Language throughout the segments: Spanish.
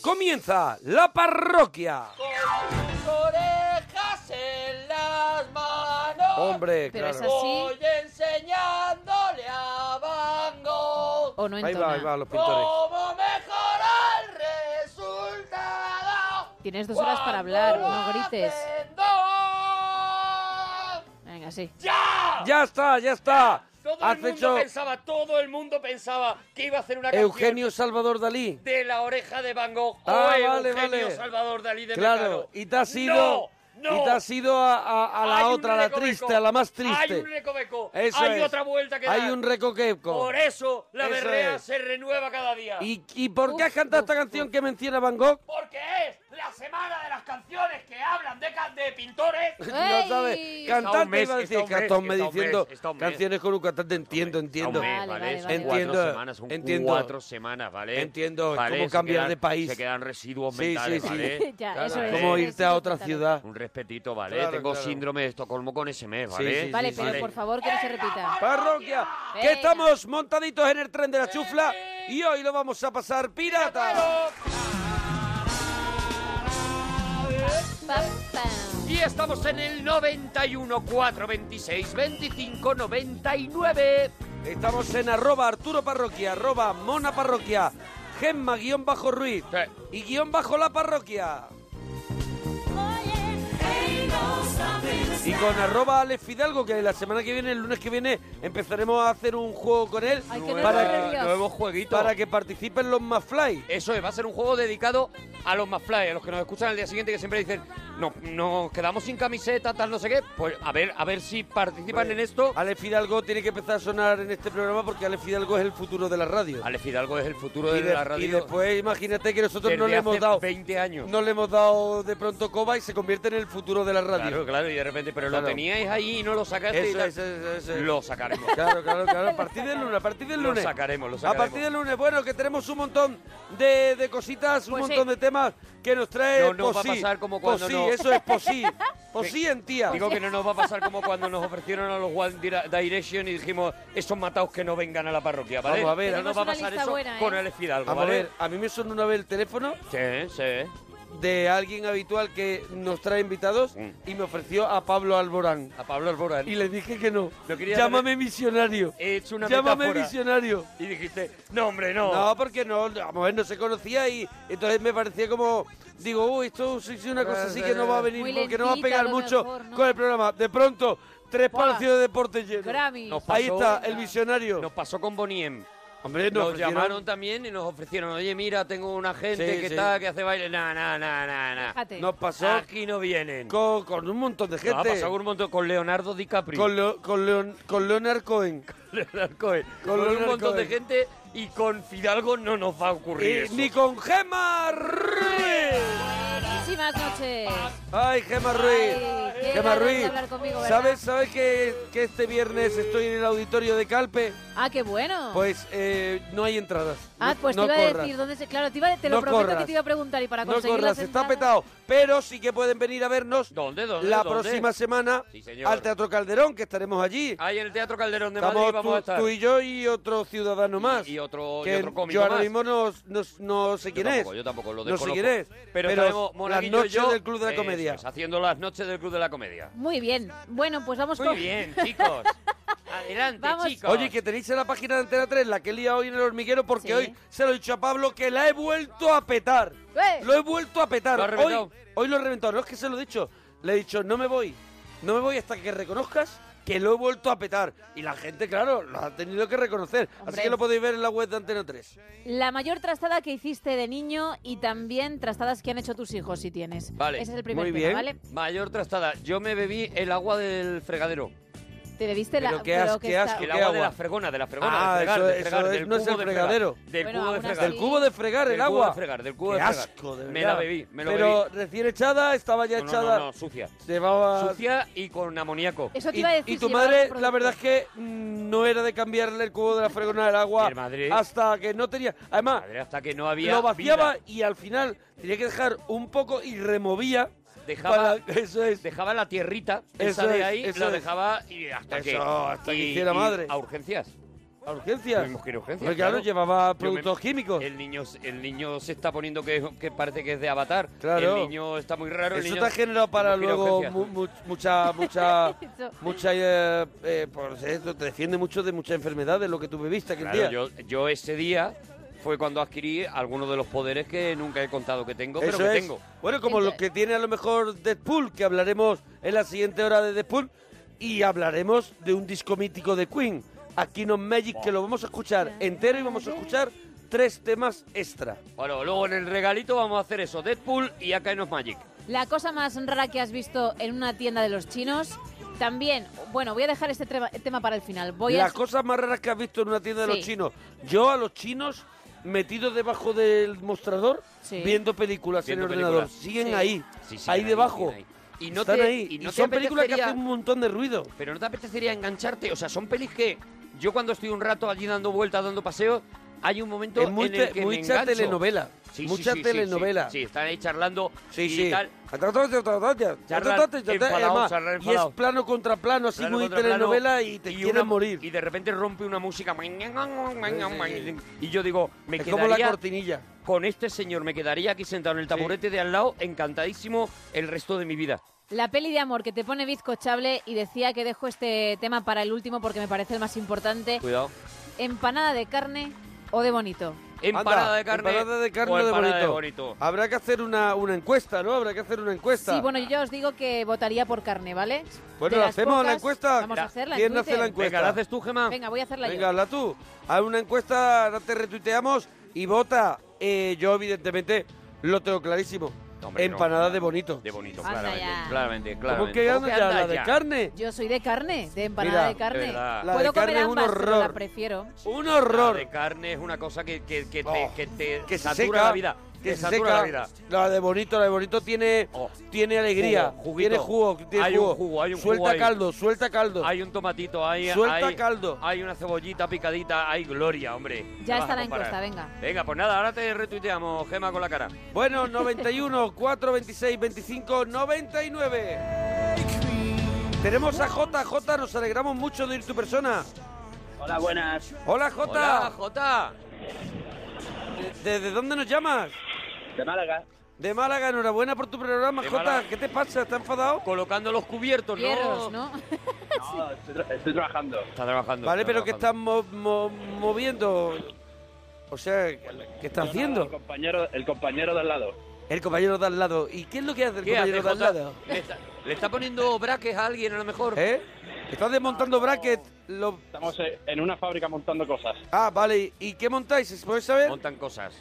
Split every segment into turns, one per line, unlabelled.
Comienza la parroquia.
Orejas en las manos.
Hombre, Pero claro. es así.
Voy enseñándole a Van Gogh.
O no
Ahí va, ahí va, los pintores.
Cómo mejorar el resultado.
Tienes dos horas para hablar, no grites. Venga, sí.
¡Ya!
Ya está, ya está.
Todo
Has
el mundo
hecho
pensaba, todo el mundo pensaba que iba a hacer una canción
Eugenio Salvador Dalí.
de la oreja de Van Gogh.
Ah,
o
vale,
Eugenio
vale.
Salvador Dalí de
Claro,
Mecano.
y te has ido,
¡No!
y te has ido a, a- a
Hay
la
un
otra, a la
recoveco.
triste, a la más
Hay
triste.
un recoveco.
Eso
Hay
es.
otra vuelta que
Hay
dar.
un recoqueco.
Por eso la
Eso
berrea
es.
se renueva cada día.
¿Y, y por qué has cantado esta canción que menciona Van Gogh?
Porque es la semana de las canciones que hablan de, ca- de pintores.
No sabes,
Ey.
Está un
cantante
mes,
iba a decir,
está un mes,
cantón me
está un mes,
diciendo
está un mes.
canciones con un cantante, entiendo, entiendo.
Hombre,
Vale, vale,
Son
vale.
Entiendo,
cuatro semanas, son
entiendo.
cuatro semanas, ¿vale?
Entiendo, es
¿Vale?
como
Se
cambiar
quedan-
de país.
Se quedan residuos
Sí, sí,
mentales,
sí.
¿vale?
Ya,
Claro,
eso es.
¿vale?
Como irte a
sí,
otra
sí,
ciudad.
Un respetito, ¿vale?
Claro,
Tengo
claro.
síndrome de Estocolmo con ese mes,
Sí,
¿vale?
sí, sí,
Vale,
sí,
pero
sí.
por favor que no se repita.
Parroquia, que
Venga.
estamos montaditos en el tren de la chufla y hoy lo vamos a pasar pirata.
Pam, pam.
Y estamos en el 91 426 25 99.
Estamos en arroba Arturo Parroquia, arroba Mona Parroquia, Gemma guión bajo Ruiz y guión bajo la parroquia. Y con arroba Alex Fidalgo, que la semana que viene, el lunes que viene, empezaremos a hacer un juego con él
Ay, que no corre
para,
Dios.
nuevo jueguito.
para que participen los más fly.
Eso es, va a ser un juego dedicado a los más fly, a los que nos escuchan al día siguiente que siempre dicen, no, nos quedamos sin camiseta, tal, no sé qué. Pues a ver, a ver si participan en esto.
Alex Fidalgo tiene que empezar a sonar en este programa porque Alex Fidalgo es el futuro de la radio.
Ale Fidalgo es el futuro
Y,
de,
de-
la radio.
y después imagínate que nosotros
desde
no le hemos
hace
dado
20 años.
no le hemos dado de pronto coba y se convierte en el futuro de la radio.
Claro, claro, y de repente, pero
Claro.
lo teníais ahí y no lo sacaste. y
Eso
tal.
es, eso es, eso es.
Lo sacaremos.
Claro, claro, claro. A partir del lunes, a partir del
Lo
lunes.
sacaremos, lo
A partir
sacaremos.
del lunes, bueno, que tenemos un montón de, de cositas, un
Pues sí.
montón de temas que nos trae
No nos va a
Posí.
pasar como cuando
Posí,
no-
eso es Posí. Posí en tía.
Digo que no nos va a pasar como cuando nos ofrecieron a los One Dire- Direction y dijimos, esos matados que no vengan a la parroquia, ¿vale?
Vamos a ver.
no nos va a
Tenemos una
pasar
lista
eso
buena, ¿eh?
con el Fidalgo,
Vamos a
¿vale?
ver, a mí me sonó una vez el teléfono
Sí, sí.
de alguien habitual que nos trae invitados
Mm.
y me ofreció a Pablo Alborán.
A Pablo Alborán.
Y le dije que no.
Lo quería
Llámame misionario.
He hecho una
Llámame
metáfora.
misionario.
Y dijiste, no, hombre, no.
No, porque no, vamos a ver, no se conocía y entonces me parecía como, digo, uy, esto sí es una cosa así que no va a venir,
Muy
porque no va a
lentita,
pegar
a lo
mucho
mejor, ¿no?
con el programa. De pronto, tres
Buah.
palacios de deporte llenos.
Grammy.
Nos
Ahí
pasó.
está, el misionario.
Nos pasó con Boniem.
Hombre,
Nos
ofrecieron-
llamaron también y nos ofrecieron, oye, mira, tengo una gente
Sí,
que
sí.
está, que hace baile. No, no, no, no, no.
Fíjate.
Nos pasó
Aquí no vienen.
con, con un montón de
Nos ha
gente.
pasado un montón con Leonardo DiCaprio.
con, Leo- con, Leon- con Leonard Cohen.
Leonardo Cohen.
Con
Con,
Leonard
un montón
Cohen. Eh,
de gente y con Fidalgo no nos va a ocurrir
Y
eso.
ni con Gemma Ruiz.
Muchísimas noches.
Ay, Gemma Ruiz.
Ay, qué
Gemma
ganas de
Ruiz.
hablar conmigo, ¿verdad?
¿Sabes, sabes que, que este viernes estoy en el auditorio de Calpe?
Ah, qué bueno.
Pues eh, no hay entradas.
ah,
No-
pues
no
te iba a
corras.
decir dónde se. Claro, te, iba, te lo
No
prometo
corras.
que te iba a preguntar y para
No
conseguir
corras,
las
está
entradas-
petado. Pero sí que pueden venir a vernos
¿Dónde, dónde,
la
dónde?
próxima semana
Sí, señor.
al Teatro Calderón, que estaremos allí.
Ahí en el Teatro Calderón de
Estamos
Madrid vamos
tú,
a estar.
tú y yo y otro ciudadano más.
Y otro, y
que
otro cómico
yo ahora
más.
mismo no, no- no sé
Yo
quién
tampoco,
es.
Yo tampoco lo
no sé
desconozco.
quién es.
Pero, estaremos
las
Monaguillo y
noches
yo,
del Club de la
eso
Comedia.
es, haciendo las noches del Club de la Comedia.
Muy bien. Bueno, pues vamos
Muy
con.
bien, chicos. Adelante,
Vamos.
chicos.
Oye, que tenéis en la página de Antena 3 la que he liado hoy en el hormiguero porque
Sí.
hoy se lo he dicho a Pablo que la he vuelto a petar.
¡Eh!
Lo he vuelto a petar.
Lo has reventado.
hoy, hoy lo he reventado. No es que se lo he dicho. Le he dicho, no me voy. No me voy hasta que reconozcas que lo he vuelto a petar. Y la gente, claro, lo ha tenido que reconocer. Así
Hombre.
que lo podéis ver en la web de Antena 3.
La mayor trastada que hiciste de niño y también trastadas que han hecho tus hijos, si tienes.
Vale,
Ese es el primer
muy
tema,
bien.
¿vale?
Mayor trastada. Yo me bebí el agua del fregadero.
Te debiste la.
Pero qué
pero
asco,
que
qué
está-
asco.
El agua de
agua?
la fregona, de la fregona.
Ah,
de fregar,
eso-
de fregar,
eso es-
del
no es
cubo
el
de
fregadero.
fregar, del
Bueno,
cubo de
aún
fregar.
Del
Sí.
cubo de fregar el
Del cubo
agua.
de fregar, del cubo
Qué
de fregar.
asco, de
Me
verdad.
la bebí, me lo
Pero
bebí.
recién echada, estaba ya
No, no,
echada.
no, no, sucia.
Llevaba...
Sucia y con amoníaco.
Eso te
Y,
iba a decir.
y tu
si llevabas
madre,
producto.
la verdad es que mm, no era de cambiarle el cubo de la fregona del agua
El Madrid.
hasta que no tenía... Además,
Madre, hasta que no había
lo vaciaba
vida.
y al final tenía que dejar un poco y removía.
Dejaba-
para- eso es.
Dejaba la tierrita,
Eso
esa de
es,
ahí,
eso
la
es.
dejaba y hasta
Eso,
que...
hasta que
y-
hiciera
y
madre.
A urgencias.
¿A urgencias?
Tuvimos que ir a urgencias,
Hombre, claro, llevaba
Yo
productos
me-
químicos.
El niño, el niño se está poniendo que, que parece que es de Avatar.
Claro.
El niño está muy raro. el
Eso
niño-
te ha generado para
Hemos ido a
luego
urgencias.
mu- mu- mucha, mucha,
Eso.
mucha, eh, eh, pues esto, te defiende mucho de muchas enfermedades lo que tú bebiste aquel
Claro,
día.
yo, yo ese día fue cuando adquirí algunos de los poderes que nunca he contado que tengo, pero que
es.
tengo.
Bueno, como lo que tiene a lo mejor Deadpool, que hablaremos en la siguiente hora de Deadpool, y hablaremos de un disco mítico de Queen, Aquí no Magic, que lo vamos a escuchar entero y vamos a escuchar tres temas extra.
Bueno, luego en el regalito vamos a hacer eso, Deadpool y acá en Magic.
La cosa más rara que has visto en una tienda de los chinos. También, bueno, voy a dejar este trema- tema para el final. Voy a...
Las cosas más raras que has visto en una tienda de
Sí.
los chinos. Yo a los chinos metidos debajo del mostrador
Sí.
viendo películas
Viendo
en el ordenador.
películas.
Siguen
Sí.
ahí,
Sí, siguen
ahí
ahí,
debajo.
siguen ahí. Y no
Están
te-
ahí.
y no te
son películas que
apetecería-
hacen un montón de ruido.
Pero ¿no te apetecería engancharte? O sea, son pelis que yo cuando estoy un rato allí dando vueltas, dando paseos, hay un momento
Es muy
en el
te-
que me
mucha
engancho.
telenovela.
Sí, sí,
mucha
sí, sí,
telenovela.
Sí, sí, están ahí charlando
Sí,
y
sí.
tal.
Charlar,
enfadado,
además,
charlar
y es
enfadado.
plano contra plano, así
Plano
muy
contra plano,
telenovela y te quieren
una-
morir.
Y de repente rompe una música.
sí,
Y yo digo, me
es como la
quedaría
cortinilla.
con este señor, me quedaría aquí sentado en el taburete de al lado, encantadísimo el resto de mi vida.
La peli de amor que te pone bizcochable y decía que dejo este tema para el último porque me parece el más importante.
Cuidado.
¿Empanada de carne o de bonito?
Empanada
Anda,
de carne.
empanada de carne
o
de
empanada
bonito.
de bonito.
Habrá que hacer una, una encuesta, ¿no? Habrá que hacer una encuesta.
Sí, bueno, yo ya os digo que votaría por carne, ¿vale?
Bueno,
De las
¿hacemos la encuesta?
Vamos
La-
a hacerla en
¿Quién hace
Twitter.
la encuesta?
Venga, ¿la haces tú, Gemma?
Venga, voy a hacerla
Venga,
yo.
habla tú. Haz una encuesta, ahora te retuiteamos y vota. Eh, yo, evidentemente, lo tengo clarísimo.
No, hombre, no.
Empanada de bonito.
De bonito,
Anda
claramente,
ya.
claramente, claramente.
¿Cómo que anda
¿Cómo
ya?
que anda
¿La de
ya?
carne?
Yo soy de carne, de empanada
Mira,
de carne.
de verdad.
La
Puedo
de carne es
comer
un
ambas, pero
horror.
la prefiero.
Un
La
horror.
de carne es una cosa que, que, que te,
Oh,
que te
que se
satura
seca,
la vida.
que
te
se
satura
seca.
la vida.
La de bonito, la de bonito tiene,
Oh.
tiene alegría,
Jugo, juguito.
tiene jugo, tiene
Hay un jugo, hay un
suelta
jugo ahí.
caldo, suelta caldo.
Hay un tomatito, hay,
Suelta
hay-
caldo.
hay una cebollita picadita, hay gloria, hombre.
Ya
No vas
está
a
la
comparar.
encuesta, venga.
Venga, pues nada, ahora te retuiteamos, Gema, con la cara.
Bueno, 91, 4, 26, 25, 99. Tenemos a Jota, Jota, nos alegramos mucho de ir tu persona.
Hola, buenas.
Hola Jota,
Hola, Jota.
¿De- ¿desde dónde nos llamas?
De Málaga.
De Málaga, enhorabuena por tu programa,
De
Jota.
Málaga.
¿Qué te pasa? ¿Estás enfadado?
Colocando los cubiertos, ¿no?
Hierros, ¿no?
No, estoy, tra- estoy trabajando.
Está trabajando.
vale,
está
pero que estás
trabajando.
mo- mo- moviendo. O sea, ¿qué estás haciendo?
El compañero, el compañero de al lado.
El compañero de al lado. ¿Y qué es lo que hace el
¿Qué hace,
compañero de al
Jota?
lado?
Le está, le está poniendo braques a alguien, a lo mejor.
¿Eh? ¿Estás desmontando bracket? Lo-
Estamos eh, en una fábrica montando cosas.
Ah, vale. ¿Y qué montáis? ¿Se puede saber?
Montan cosas.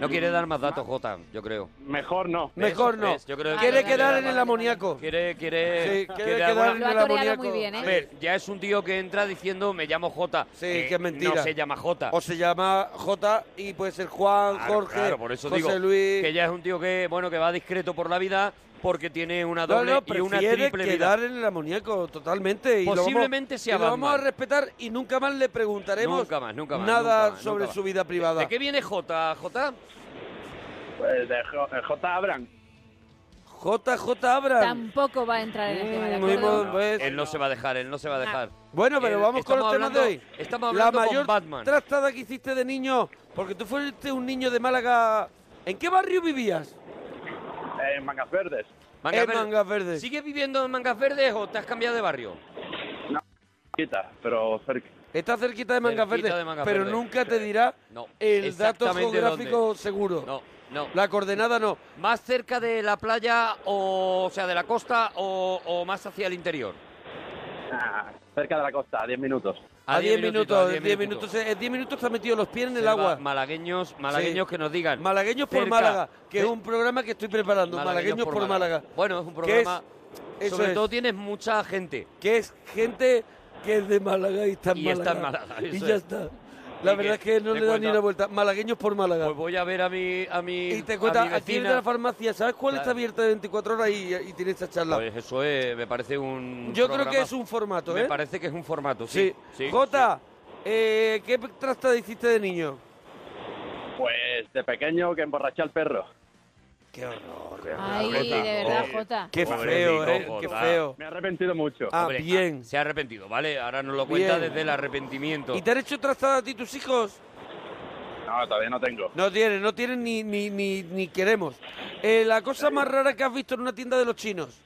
No quiere dar más datos, Jota, yo creo.
Mejor no.
Mejor no.
¿Ves? Yo creo que
Quiere
vale,
quedar
vale,
en el
vale.
amoníaco.
Quiere,
Sí,
quiere,
quiere
quiere
quedar
alguna-
en
Lo ha
el
toreado
amoníaco.
muy bien, ¿eh?
A ver, ya es un tío que entra diciendo me llamo Jota.
Sí,
Eh,
que es mentira.
No se llama Jota.
O se llama J y puede ser Juan,
Claro,
Jorge,
claro, por eso
José
digo
Luis.
que ya es un tío que bueno que va discreto por la vida porque tiene una
No,
doble
no,
y una
prefiere
triple vida.
quedar en el amoníaco totalmente. Y lo vamos-
Posiblemente sea
y lo vamos a
Batman.
respetar y nunca más le preguntaremos
Nunca más, nunca más,
nada
nunca más,
sobre
nunca más.
su vida privada.
¿De qué viene Jota, Jota?
Pues de Jo- eh, J. Abraham.
JJ Abraham.
Tampoco va a entrar en el tema, ¿de
Mm, muy
acuerdo?
bueno, pues-
Él no se va a dejar, él no se va a dejar.
Bueno, pero
Él-
vamos con los
Eh, estamos
temas de hoy.
hablando- Estamos hablando
La
con
mayor
Batman.
trastada que hiciste de niño, porque tú fuiste un niño de Málaga. ¿En qué barrio vivías?
eh, en Mangas Verdes.
Mangas
en
Verdes.
Mangas Verdes.
¿Sigues viviendo en Mangas Verdes o te has cambiado de barrio?
Quita, pero cerca.
Está cerquita de Mangas
Cerquita
Verdes,
de Mangas
pero
Verdes.
nunca te dirá
No,
el dato
exactamente
geográfico seguro.
No, no.
La coordenada no.
¿Más cerca de la playa o, o sea, de la costa o, o más hacia el interior?
Ah, cerca de la costa, a 10 minutos.
A 10 minutos,
a
en 10 minutos. En 10 minutos está metido los pies en el
Selva,
agua.
Malagueños, malagueños
Sí.
que nos digan.
Malagueños por
cerca ¿Eh?
Málaga, que es
de-
un programa que estoy preparando. Malagueños, por, Málaga.
Bueno, es un
Que es-
programa.
eso
sobre
es.
todo tienes mucha gente.
que es gente que es de Málaga y está en
Y
Málaga.
está en Málaga,
Y
eso
ya
es.
está. La
Y
verdad es
que
que no
te
le dan ni
cuenta-
una vuelta. Malagueños por Málaga.
Pues voy a ver a mi a mi
y te
a mi
cuenta, aquí
vecina.
de la farmacia, ¿sabes cuál está
Claro.
abierta de 24 horas y, y tiene esta charla?
Pues eso es, me parece un
Yo creo que
programa-
es un formato,
Me
¿eh?
parece que es un formato, sí.
Sí. Jota, eh, ¿qué trastada hiciste de niño?
Pues de pequeño que emborraché al perro.
Qué horror,
Ay,
Jota,
de verdad,
eh,
Jota.
Qué
Pobre
feo,
Nico,
eh, qué
Jota.
feo.
Me he arrepentido mucho.
Ah,
Hombre,
bien.
Se ha arrepentido, ¿vale? Ahora nos lo cuenta
Bien.
desde el arrepentimiento.
¿Y te han hecho trazada a ti tus hijos?
No, todavía no tengo.
No tienen, no tienen ni, ni, ni, ni queremos. Eh, la cosa más rara que has visto en una tienda de los chinos.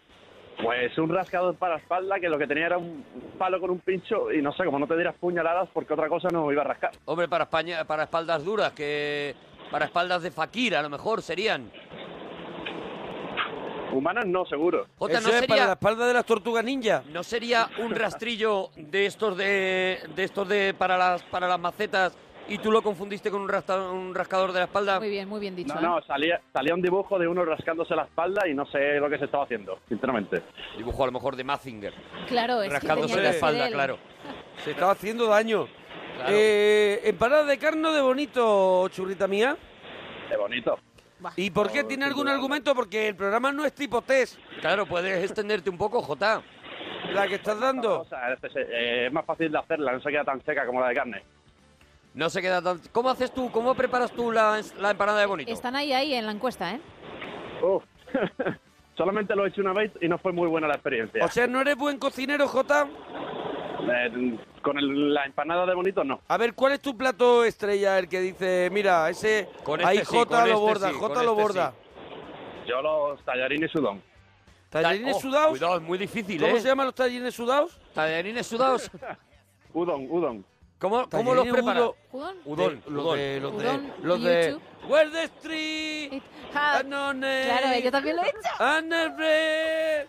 Pues un rascador para espalda que lo que tenía era un palo con un pincho y no sé, como no te dieras puñaladas porque otra cosa no iba a rascar.
Hombre, para España, para espaldas duras, que para espaldas de Fakir a lo mejor serían.
Humanas no, seguro.
Jota,
Eso
no
es para la
sería,
espalda de las tortugas ninja.
no sería un rastrillo de estos de, de estos de para las para las macetas y tú lo confundiste con un, rasta- un rascador de la espalda.
Muy bien, muy bien dicho.
No,
¿eh?
no, salía, salía un dibujo de uno rascándose la espalda y no sé lo que se estaba haciendo, sinceramente.
Dibujo a lo mejor de Mazinger,
Claro, es Pues que
rascándose la
tenía que ser
espalda,
él.
claro.
Se estaba haciendo daño.
Claro.
Eh, empanada de carne de bonito, churrita mía.
Qué bonito. Oh,
Buah.
¿Y por qué
No,
tiene
sin
algún
duda.
argumento? Porque el programa no es tipo test,
Claro, puedes extenderte un poco, Jota.
la que estás
O
dando.
sea, es, es- eh, es más fácil de hacerla, no se queda tan seca como la de carne.
No se queda tan. ¿Cómo haces tú? ¿Cómo preparas tú la, la empanada de bonito?
Están ahí, ahí en la encuesta, ¿eh?
Uf. Solamente lo he hecho una vez y no fue muy buena la experiencia.
O sea, ¿no eres buen cocinero, Jota?
Eh, con el- la empanada de bonito, no.
A ver, ¿cuál es tu plato estrella? El que dice, mira, ese...
Con
ahí
este sí,
Jota
con
lo
este
borda,
sí,
Jota
con
lo
este
borda.
Yo los tallarines sudón.
¿Tallarines
Oh,
sudados?
Cuidado, es muy difícil,
¿Cómo
¿eh?
se llaman los tallarines sudados?
Tallarines sudados.
Udon, udon.
¿Cómo, cómo los
Tallarines
preparas?
udo-
¿Judón?
Udon,
de- Eh, los
udon.
de- los de...
Udon,
los de-
YouTube.
Where the street...
Ah,
Anone.
Claro, yo también lo he hecho.
Anone.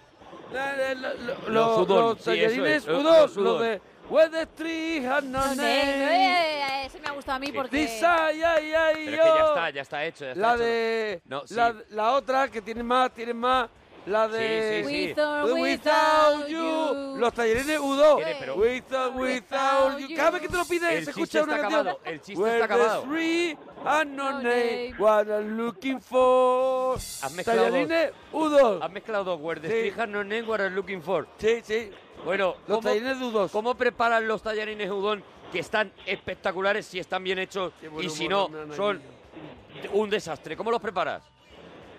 La- la- la- lo- lo-
udon,
Los
sí, eso es,
tallarines
lo-
udon,
los
Los
udon.
de... Where the street...
No sé,
Anone.
eh, ese me ha gustado a mí porque...
Desay, ay, ay,
Pero es
yo.
que ya está, ya está hecho. ya está
La
hecho.
de.
No, sí.
la, la otra que tiene más, tiene más. La de.
Sí, sí, sí.
With or
With-
without you.
Los tallerines U2.
Tiene, pero-
With or without you. Cada vez que te lo pides,
El
se
chiste
escucha
está
una canción.
acabado, el chiste
Where
está
the
acabado.
three are no
No
name,
name.
what I'm looking for.
Has mezclado dos.
Tallarines U2.
Has mezclado dos words.
Sí.
Strija no name what I'm looking for.
Sí, sí.
Bueno,
Los
¿cómo,
tallarines U2.
cómo preparan los tallarines udon que están espectaculares si están bien hechos
Qué buen
y si no
humor, Hernán,
son
ahí.
un desastre? ¿Cómo los preparas?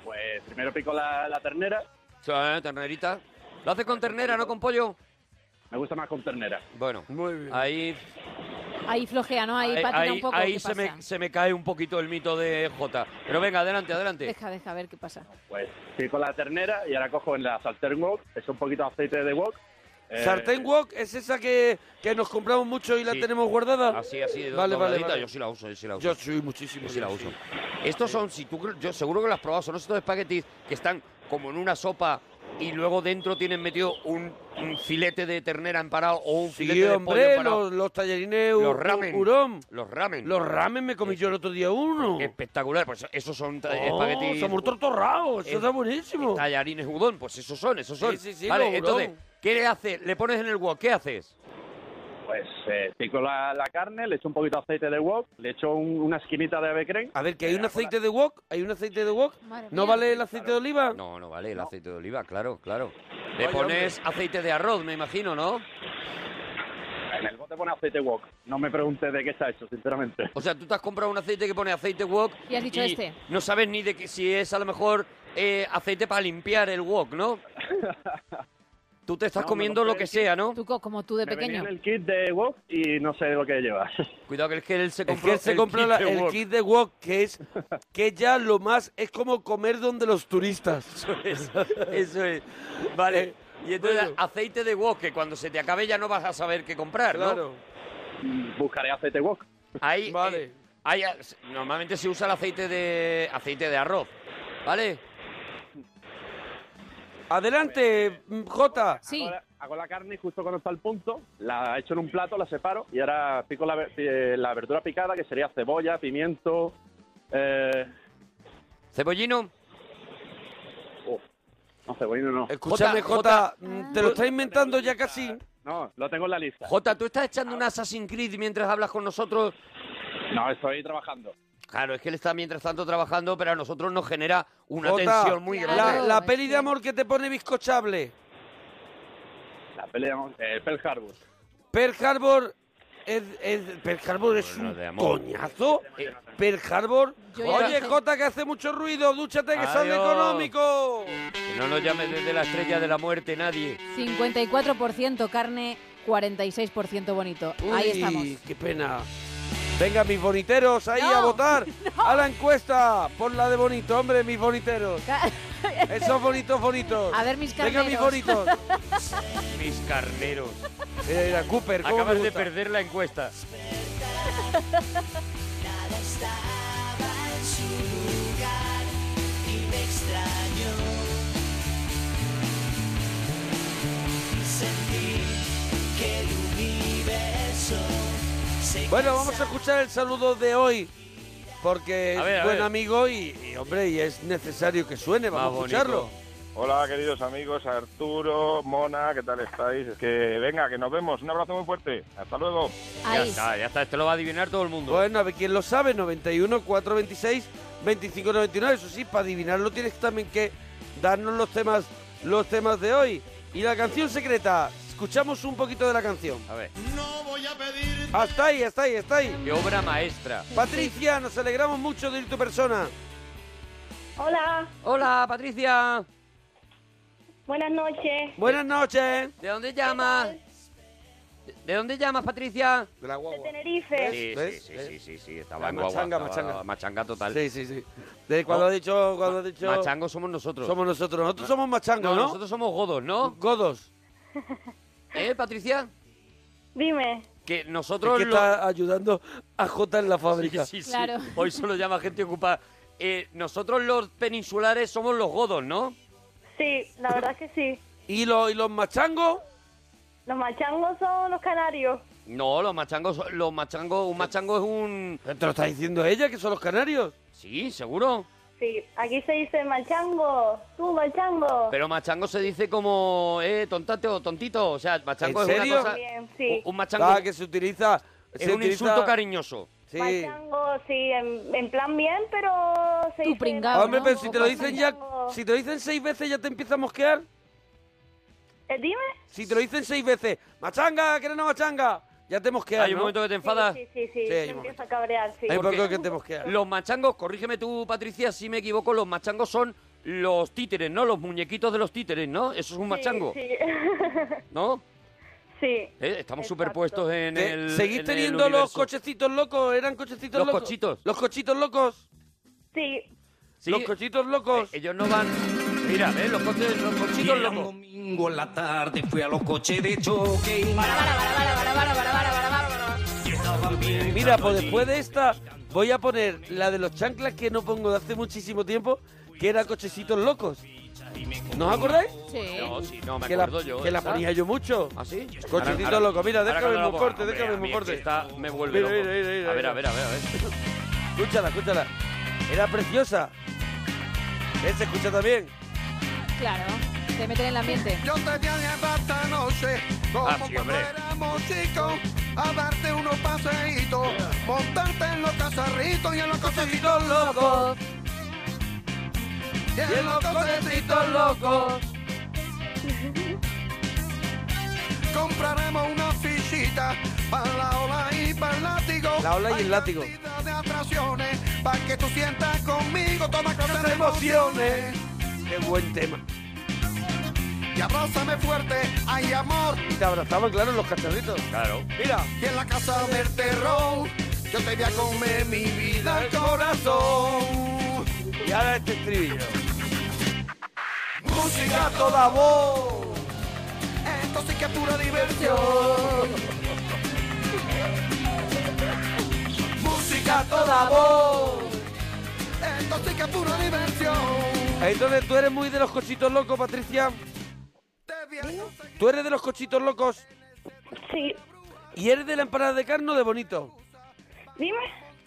Pues primero pico la, la ternera.
Sí, eh, ternerita. ¿Lo haces con ternera, no con pollo?
Me gusta más con ternera.
Bueno,
Muy bien.
ahí,
Ahí flojea, ¿no? Ahí
ahí-
patina
ahí-
un poco.
ahí
¿qué
se,
pasa?
me, se me cae un poquito el mito de Jota. Pero venga, adelante, adelante.
Deja, deja, a ver qué pasa.
Pues pico la ternera y ahora cojo en la sartén wok. Es un poquito de aceite de wok. eh,
Sartén Wok es esa que, que nos compramos mucho y la
Sí.
tenemos guardada.
Así, así, do-
Vale, vale,
dobladita.
vale.
Yo sí la uso, yo sí la uso.
Yo sí, muchísimo.
Yo sí la
yo
uso. Estos son, si tú, cre- yo seguro que lo has probado, son estos espaguetis que están como en una sopa y luego dentro tienen metido un, un filete de ternera empanado o un
Sí,
filete de pollo
hombre,
empanado.
los, los tallarines
Los,
u-
ramen.
Urón.
Los ramen.
Los ramen me comí yo el otro día uno.
Espectacular, pues esos son ta-
Oh,
espaguetis.
somos tortorrados, eso
Eh,
está buenísimo.
Tallarines udon, pues esos son, esos son.
Sí, sí, sí,
vale,
los
entonces,
udon.
¿qué le haces? ¿Le pones en el wok? ¿Qué haces?
Pues eh, pico la, la carne, le echo un poquito de aceite de wok, le echo un- una esquinita de ave creme.
A ver, que hay
pues
un aceite de wok, hay un aceite de wok.
Madre
¿No
mía.
vale el aceite de oliva?
No, no vale, el aceite de oliva, claro, claro. Le
Vaya,
pones aceite de arroz, me imagino, ¿no?
En el bote pone aceite wok. No me preguntes de qué está hecho, sinceramente.
O sea, tú te has comprado un aceite que pone aceite wok.
Y has dicho este.
No sabes ni de que, si es a lo mejor eh, aceite para limpiar el wok, ¿no? tú te estás
No, me
comiendo
compré
lo que
el-
sea, ¿no?
Tú, co- como tú de
me venía
pequeño.
en el kit de wok y no sé lo que lleva.
Cuidado que es que él se
Es
compró
que él se
el
compra
kit
la-
de
el
wok.
kit de wok, que es que ya lo más es como comer donde los turistas.
Eso es, Pues, eso es. Vale. Y entonces
Eh, Bueno.
aceite de wok que cuando se te acabe ya no vas a saber qué comprar, ¿no?
Claro.
Mm, Buscaré aceite wok.
Ahí, eh,
Vale.
ahí, ah, s- normalmente se usa el aceite de aceite de arroz, ¿vale?
Adelante, mm, Jota.
Sí.
Hago, la, hago la carne y justo cuando está al punto, la echo en un plato, la separo y ahora pico la, ve- eh, la verdura picada, que sería cebolla, pimiento. Eh,
Cebollino,
oh, no, cebollino no.
Escúchame, Jota,
Jota. Ah.
mm, te lo estás inventando ya casi.
No, lo tengo en la lista.
Jota, tú estás echando un Assassin's Creed mientras hablas con nosotros.
No, estoy trabajando.
Claro, es que él está mientras tanto trabajando, pero a nosotros nos genera una
Jota,
tensión muy
Claro.
grande.
La, la
es
peli de
que-
amor que te pone bizcochable.
La pelea, eh, Pearl Harbor.
Pearl Harbor, es, es- Pearl Harbor es
Bueno,
un
de amor.
coñazo.
Eh,
Pearl Harbor.
Yo ya
Oye,
no sé.
Jota, que hace mucho ruido. Dúchate, que sale
Adiós.
económico.
Que no nos llames desde la estrella de la muerte nadie.
54% carne, 46% bonito. Ahí
Uy,
estamos.
qué pena. Venga, mis boniteros, ahí
No,
a votar. A la encuesta. Por la de bonito, hombre, mis boniteros.
Ca-
Esos bonitos, bonitos.
A ver, mis
Venga, mis
carneros.
bonitos.
Mis carneros.
Mira, mira, Eh, Cooper, ¿cómo me
Acabas de
gusta?
perder la encuesta.
Bueno, vamos a escuchar el saludo de hoy. Porque
A
es
ver, a
buen
ver.
amigo y, y, hombre, y es necesario que suene. Vamos
Más
a
bonito.
escucharlo.
Hola queridos amigos, Arturo, Mona, ¿qué tal estáis? Es que venga, que nos vemos, un abrazo muy fuerte, hasta luego.
Ya
Ahí.
está, ya está. Esto lo va a adivinar todo el mundo.
Bueno, a ver quién lo sabe. 91, 426, 25, 99. Eso sí, para adivinarlo tienes también que darnos los temas, los temas de hoy. Y la canción secreta. Escuchamos un poquito de la canción.
A ver,
Hasta ahí, hasta ahí, hasta ahí.
qué obra maestra.
Patricia, nos alegramos mucho de ir tu persona.
Hola,
Hola, Patricia.
buenas noches.
Buenas noches.
¿De dónde llamas? ¿De dónde llamas, Patricia?
De la
De Tenerife.
Sí,
¿Ves?
sí, sí,
¿Ves?
sí, sí, sí, estaba
La
en guagua,
machanga,
estaba
machanga.
machanga total.
Sí, sí, sí. De cuando
No.
ha dicho, cuando ha dicho.
Machango somos nosotros.
Somos nosotros. Nosotros somos machangos,
No,
¿no?
nosotros somos godos, ¿no?
Godos.
¿Eh, Patricia?
Dime,
Que
Es
nosotros
que
lo-
está ayudando a Jota en la fábrica.
Sí, sí, sí.
Claro.
Hoy solo llama gente ocupada. Eh, nosotros los peninsulares somos los godos, ¿no?
sí, la verdad es que sí.
¿Y, los, ¿Y los machangos?
Los machangos son los canarios.
No, los machangos, son- los machangos, un machango es un...
¿Te lo está diciendo ella, que son los canarios?
Sí, seguro.
Sí, aquí se dice machango, tú machango.
Pero machango se dice como, eh, tontate o tontito. O sea, machango
¿En
es
serio?
una cosa...
También, sí.
Un machango
Ah, que se utiliza...
es
se
un
utiliza-
insulto cariñoso.
Sí.
Machango, sí, en, en plan bien, pero se
Tú
dice...
pringao,
Hombre,
¿no?
pero si te lo dicen ya...
Machango.
Si te lo dicen seis veces ya te empieza a mosquear.
Eh, dime.
Si te lo dicen seis veces, machanga, que eres una machanga, ya te mosqueas,
Hay un
¿no?
momento que te
Sí,
enfadas.
Sí, sí, sí,
Sí,
me
hay un
empiezo a cabrear, sí.
Hay un
porque-
momento que te mosqueas.
Los machangos, corrígeme tú, Patricia, si me equivoco, los machangos son los títeres, ¿no? Los muñequitos de los títeres, ¿no? Eso es un machango,
Sí,
¿no?
sí.
Eh, estamos
Exacto.
superpuestos en
Te-
el.
¿Seguís
en el
teniendo los
universo.
cochecitos locos? ¿Eran cochecitos
Los
locos?
cochitos.
Los cochitos locos.
sí.
Sí,
Los cochitos locos.
eh, ellos no van. Mira, ¿ves? Los, coches, los cochitos
Era un
locos.
domingo en la tarde fui a los coches de choque y
Vara, vara, vara, vara, vara, vara, vara, vara, vara, vara.
estaban bien.
Mira, pues después de esta voy a poner la de los chanclas que no pongo de hace muchísimo tiempo, que era cochecitos locos. ¿No os acordáis?
Sí.
No, sí, no, me
que la,
acuerdo yo.
que la
esa.
ponía yo mucho.
¿Ah, sí?
Cochecitos
Ahora-
locos. Mira,
ahora
déjame
cuando la
muy
ponga-
corte,
Hombre,
déjame
a mí
muy
es que
corte.
esta me vuelve
Mira,
loco.
mira, mira, mira,
a ver,
mira.
a ver, a ver, a ver.
Escúchala, escúchala. Era preciosa. ¿Eh? Se escucha también.
Claro. Te meten en el ambiente.
Yo te tenía basta, no sé, como
Ah, sí,
cuando
hombre.
éramos chicos, a darte unos paseitos,
Ah.
montarte en los cazarritos y en los cosecitos,
Cochecitos locos.
y
Y en los cochecitos locos.
compraremos una fichita para la ola y para el látigo.
La ola y el
Hay
látigo.
cantidad de atracciones para que tú sientas conmigo todas clases de emociones.
emociones. Qué buen tema.
Y abrázame fuerte, hay amor.
Y te abrazaban, claro, los cacharritos.
Claro.
Mira.
Y en la casa del terror, yo te voy a comer mi vida al corazón.
Y ahora este estribillo.
Música
A toda voz.
Esto sí que es pura diversión. Música a toda voz. Esto sí que es pura diversión.
Entonces, ¿tú eres muy de los cochitos locos, Patricia?
Te voy a conseguir
¿Tú eres de los cochitos locos?
Sí.
¿Y eres de la empanada de carne o de bonito?
Dime.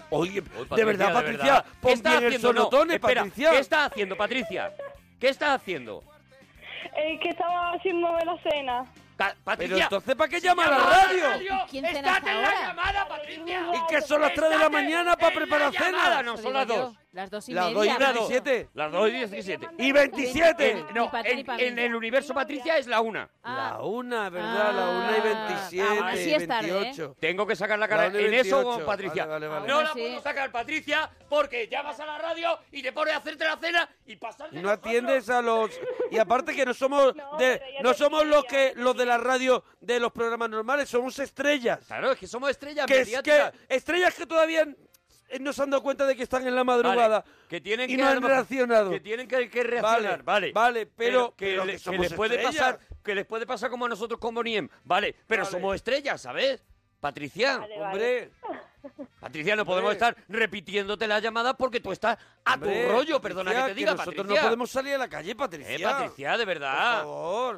Oye, de
Patricia,
verdad,
de
Patricia,
verdad.
pon
¿Qué está
bien el
haciendo? No,
sonotone,
espera,
Patricia.
¿Qué está haciendo, Patricia? ¿Qué está haciendo?
Eh, que estaba haciendo la cena.
Ca-
Pero
Patricia,
entonces, ¿para qué llama a la radio?
¿Y quién cena hasta ahora?
Ay,
¿Y que son las 3 de la mañana para preparar
llamada,
cena?
no,
Lo
son
digo
las
yo.
dos.
Las dos y
Las
media.
dos y una
claro.
17.
Las 2 y 17.
¡Y 27!
Ni
No,
pa' ti ni
en,
pa'
en
mí.
el universo Patricia es la 1.
Ah,
La una, ¿verdad? la una y
Ah,
27
aún así
y
es tarde, ¿eh?
28.
Tengo que sacar la cara
Vale,
en eso,
28.
Patricia.
Vale, vale, vale.
No
Aún
la
así.
puedo sacar, Patricia, porque llamas a la radio y te pones a hacerte la cena y pasas.
No atiendes a los y aparte que no somos de, no somos los que los de la radio de los programas normales, somos estrellas.
Claro, es que somos estrellas
Que, es que
mediáticas.
estrellas que todavía no se han dado cuenta de que están en la madrugada.
Vale, que tienen
y
que
no
a
han
lo mejor-
reaccionado.
Que tienen que, que reaccionar,
Vale,
vale.
vale, pero-
que,
pero
le-
que
que
somos
les puede
estrellas.
pasar, que les puede pasar como a nosotros con Boniem, vale, pero somos estrellas, ¿sabes? Patricia,
Vale, vale.
Hombre,
Patricia, no podemos
Hombre.
estar repitiéndote las llamadas porque tú estás a
hombre,
tu rollo, perdona
Patricia,
que te diga,
nosotros
Patricia.
no podemos salir a la calle, Patricia.
Eh, Patricia, de
Por
verdad.
favor.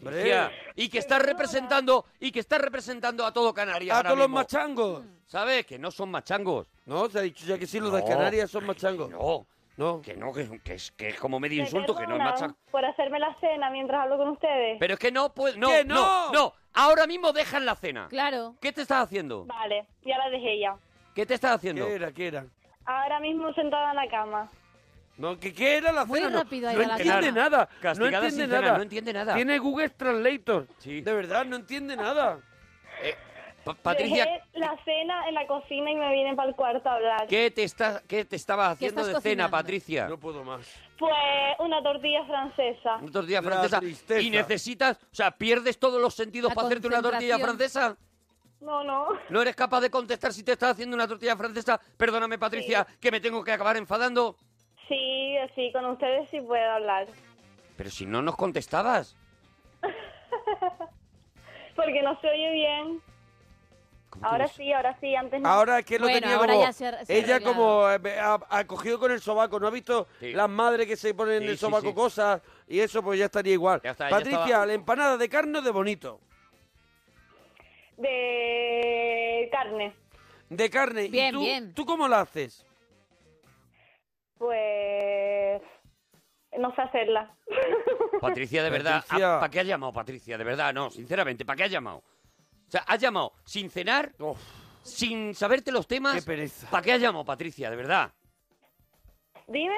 Hombre,
Patricia, y que estás representando y que estás representando a todo Canarias
a
ahora
todos Ah, los
mismo.
machangos.
¿Sabes? Que no son machangos.
No, se ha dicho ya que sí, los de
No.
Canarias son machangos.
No,
No.
que no, que, que es, que es como medio
Me
insulto, que no es
perdonan
machango.
Por hacerme la cena mientras hablo con ustedes.
Pero es que no, pues, no,
¡Que no!
no, no. Ahora mismo dejan la cena.
Claro.
¿Qué te estás haciendo?
Vale, ya la dejé ya.
¿Qué te estás haciendo?
¿Qué era? ¿Qué era?
Ahora mismo sentada en la cama.
No, que qué era la
Muy
cena? No-
rápido ha
no,
ido la
entiende
cena.
nada. No
Castigada
entiende
sin cena,
nada.
no entiende nada.
Tiene Google Translator.
Sí.
De verdad, no entiende nada. Eh,
Pa- Patricia,
Dejé la cena en la cocina y me vine para el cuarto a hablar.
¿qué te estás qué te estabas
¿Qué
haciendo
estás
de cena,
cocinando?
Patricia?
No puedo más.
Pues una tortilla francesa.
Una tortilla
La
francesa.
tristeza.
Y necesitas, o sea, pierdes todos los sentidos
La
para hacerte una tortilla
concentración.
francesa.
No, no.
No eres capaz de contestar si te estás haciendo una tortilla francesa. Perdóname, Patricia, que me tengo que acabar enfadando.
Sí, sí, con ustedes sí puedo hablar.
Pero si no nos contestabas.
Porque no se oye bien.
¿Cómo que
Ahora
no sé?
sí, ahora sí, antes no.
Ahora es que lo
Bueno,
tenía
ahora
como...
ya se ha- se ha
ella
arreglado.
como eh, ha, ha cogido con el sobaco. ¿No ha visto
Sí.
las madres que se ponen en
Sí,
el
sí,
sobaco
sí.
cosas? Y eso pues ya estaría igual.
Ya está, ya
Patricia,
estaba-
la empanada de carne de bonito.
De carne.
De carne. ¿Y
Bien,
tú,
bien.
¿Tú cómo la haces?
Pues no sé hacerla.
Patricia, de verdad,
Patricia.
¿para qué has llamado, Patricia? De verdad, no, sinceramente, ¿para qué has llamado? O sea, has llamado sin cenar,
Uf,
sin saberte los temas.
qué pereza.
¿Para qué has llamado, Patricia? De verdad.
Dime.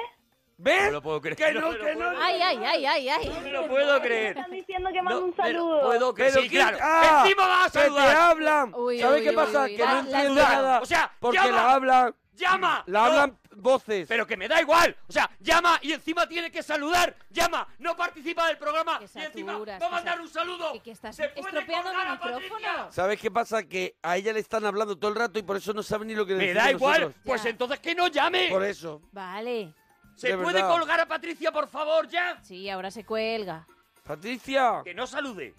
¿Ves?
No lo puedo creer,
Que
no
no,
me lo
que no.
puedo
Ay, ay, ay, ay, ay.
No lo puedo
Me
creer.
están diciendo que
No
mando un
me lo
saludo.
puedo creer. Sí,
¿qué-
claro.
¡Ah!
Encima vas
¡Que
a
te
saludar.
hablan!
Uy,
¿Sabes
uy,
qué
uy,
pasa?
uy,
que
la-
no
la
entiendo
duda.
nada.
O sea,
porque
llama.
la hablan.
¡Llama!
La
No,
hablan voces.
Pero que me da igual. O sea, llama y encima tiene que saludar. Llama, no participa del programa.
Que
y encima
saturas,
va a
que
mandar
sat-
un saludo.
que- que estás
¿Se puede
estropeando
colgar
mi
a Patricia?
micrófono.
¿Sabes qué pasa? Que a ella le están hablando todo el rato y por eso no sabe ni lo que
Me
decimos
da igual.
nosotros.
Pues
Ya.
entonces que no llame.
Por eso.
Vale.
¿Se
de
puede
verdad.
colgar a Patricia, por favor, ya?
Sí, ahora se cuelga.
Patricia,
Que no salude.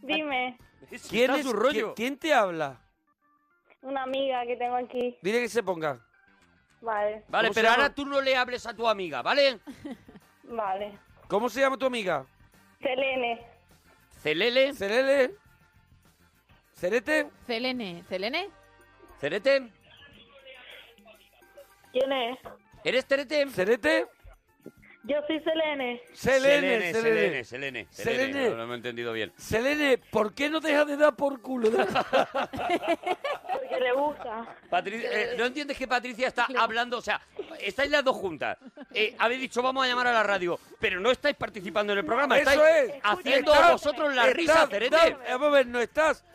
Dime.
¿quién,
Está
es,
su rollo?
qui- ¿quién te habla?
Una amiga que tengo aquí.
Dile que se ponga.
Vale,
Vale,
¿Cómo se
pero
llama?
ahora tú no le hables a tu amiga, ¿vale?
vale.
¿Cómo se llama tu amiga?
Selene.
Celele,
¿Cerele? ¿Cerete?
Celene, Celene.
Cerete,
¿Quién es?
¿eres Terete?
¿Cerete?
Yo soy Selene.
Selene, Selene.
Selene, Selene,
Selene.
Selene. No, no me he entendido bien.
Selene, ¿por qué no dejas de dar por culo?
Porque le gusta.
Patricia, eh, ¿no entiendes que Patricia está hablando? O sea, estáis las dos juntas. Eh, habéis dicho, vamos a llamar a la radio, pero no estáis participando en el programa.
Eso
estáis
es.
haciendo
Estás-
vosotros la
estás-
risa, Cerete.
estás- Vamos a ver, no estás,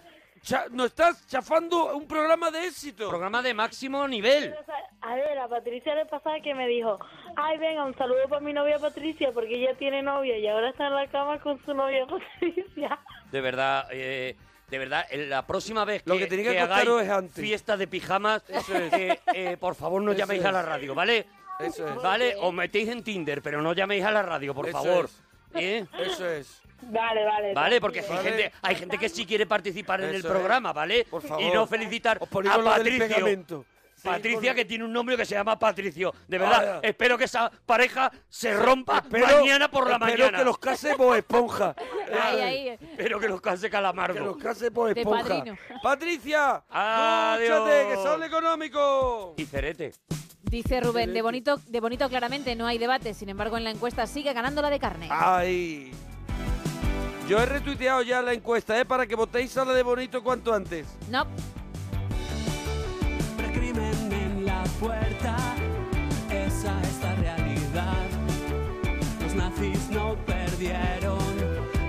cha- no estás chafando un programa de éxito.
Programa de máximo nivel.
O sea, A ver, a Patricia le pasaba que me dijo, ay, venga, un saludo para mi novia Patricia, porque ella tiene novia y ahora está en la cama con su novia Patricia.
De verdad, eh, de verdad, eh, la próxima vez que,
Lo que tenía que
hagáis
acostaros es antes.
fiesta de pijamas, eh, eh, por favor no
Eso
llaméis
es.
a la radio, ¿vale?
Eso es.
¿Vale? Os metéis en Tinder, pero no llaméis a la radio, por
Eso
favor.
es.
¿Eh?
Eso es.
Vale, vale.
¿Vale? Porque hay,
Vale.
gente, hay gente que sí quiere participar en el
Eso
programa, ¿vale?
Por favor.
Y no felicitar
Os
a
ponemos lo del
Patricio.
pegamento. Sí,
Patricia,
con-
que tiene un nombre que se llama Patricio. De verdad,
Vaya.
espero que esa pareja se rompa
Espero-
mañana por la
espero
mañana.
que los case Bob Esponja.
Ahí, ahí.
Espero que los case
Que
Calamardo.
los case Bob
De
Esponja.
padrino.
¡Patricia!
Adiós.
¡Dúchate, que sale económico!
Y Cerete.
Dice Rubén, de bonito, de bonito claramente no hay debate, sin embargo en la encuesta sigue ganando la de carne.
Ah,
¡Ay! Yo he retuiteado ya la encuesta, ¿eh? Para que votéis a la de bonito cuanto antes.
No,
Crimen en la puerta.
perdieron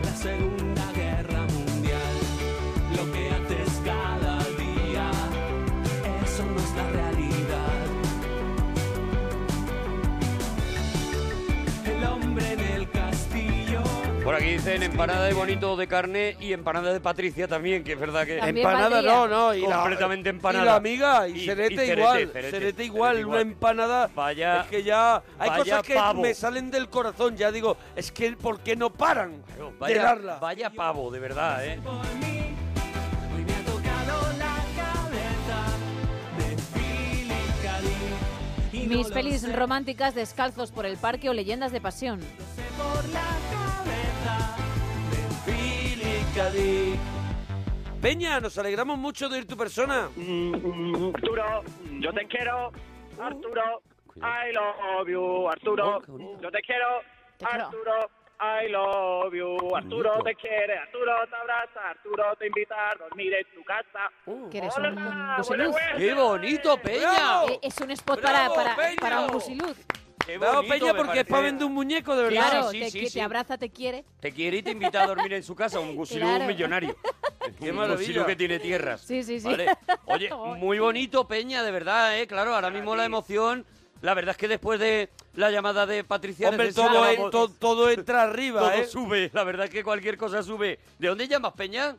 la Segunda Guerra Mundial. Lo que haces cada día, eso no es la realidad. El hombre en el castillo.
Por aquí dicen empanada de bonito de carne y empanada de Patricia también, que es verdad que...
También Empanada Patricia. no, no, y la-
completamente
y
empanada.
la amiga, y cerete igual, cerete igual, una
empanada... Vaya...
Es que ya hay
vaya
cosas que
pavo.
me salen del corazón. Ya digo, es que ¿por qué no paran de
vaya-
darla?
Vaya pavo, de verdad, ¿eh?
Mis pelis románticas, descalzos por el parque o leyendas de pasión.
Peña, nos alegramos mucho de ir tu persona.
Arturo, yo te quiero. Arturo, I love you.
Oh,
Arturo, yo Oh, te quiero. Arturo, I love you. Arturo te quiere, Arturo te abraza, Arturo te invita a dormir en tu casa.
Que eres un, un
buenas,
busiluz.
buenas.
¡Qué bonito, Peña!
Eh, Es un spot para,
¡Bravo,
para,
Peña!
para un busiluz.
Qué
Bravo,
bonito,
Peña,
me
porque es
parece.
para vender un muñeco, de
Sí,
verdad.
Claro,
sí,
te,
sí,
que
sí.
te abraza, te quiere.
Te quiere y te invita a dormir en su casa, un gusilú
Claro.
millonario.
Qué
un
maravilla.
gusilú que tiene tierras.
Sí, sí, sí.
¿vale? Oye, muy bonito, Peña, de verdad, ¿eh? Claro, ahora mismo la emoción... La verdad es que después de la llamada de Patricia...
Hombre,
necesitaba
todo,
vo-
en- to- todo entra arriba,
todo
¿eh?
sube. La verdad es que cualquier cosa sube. ¿De dónde llamas, Peña?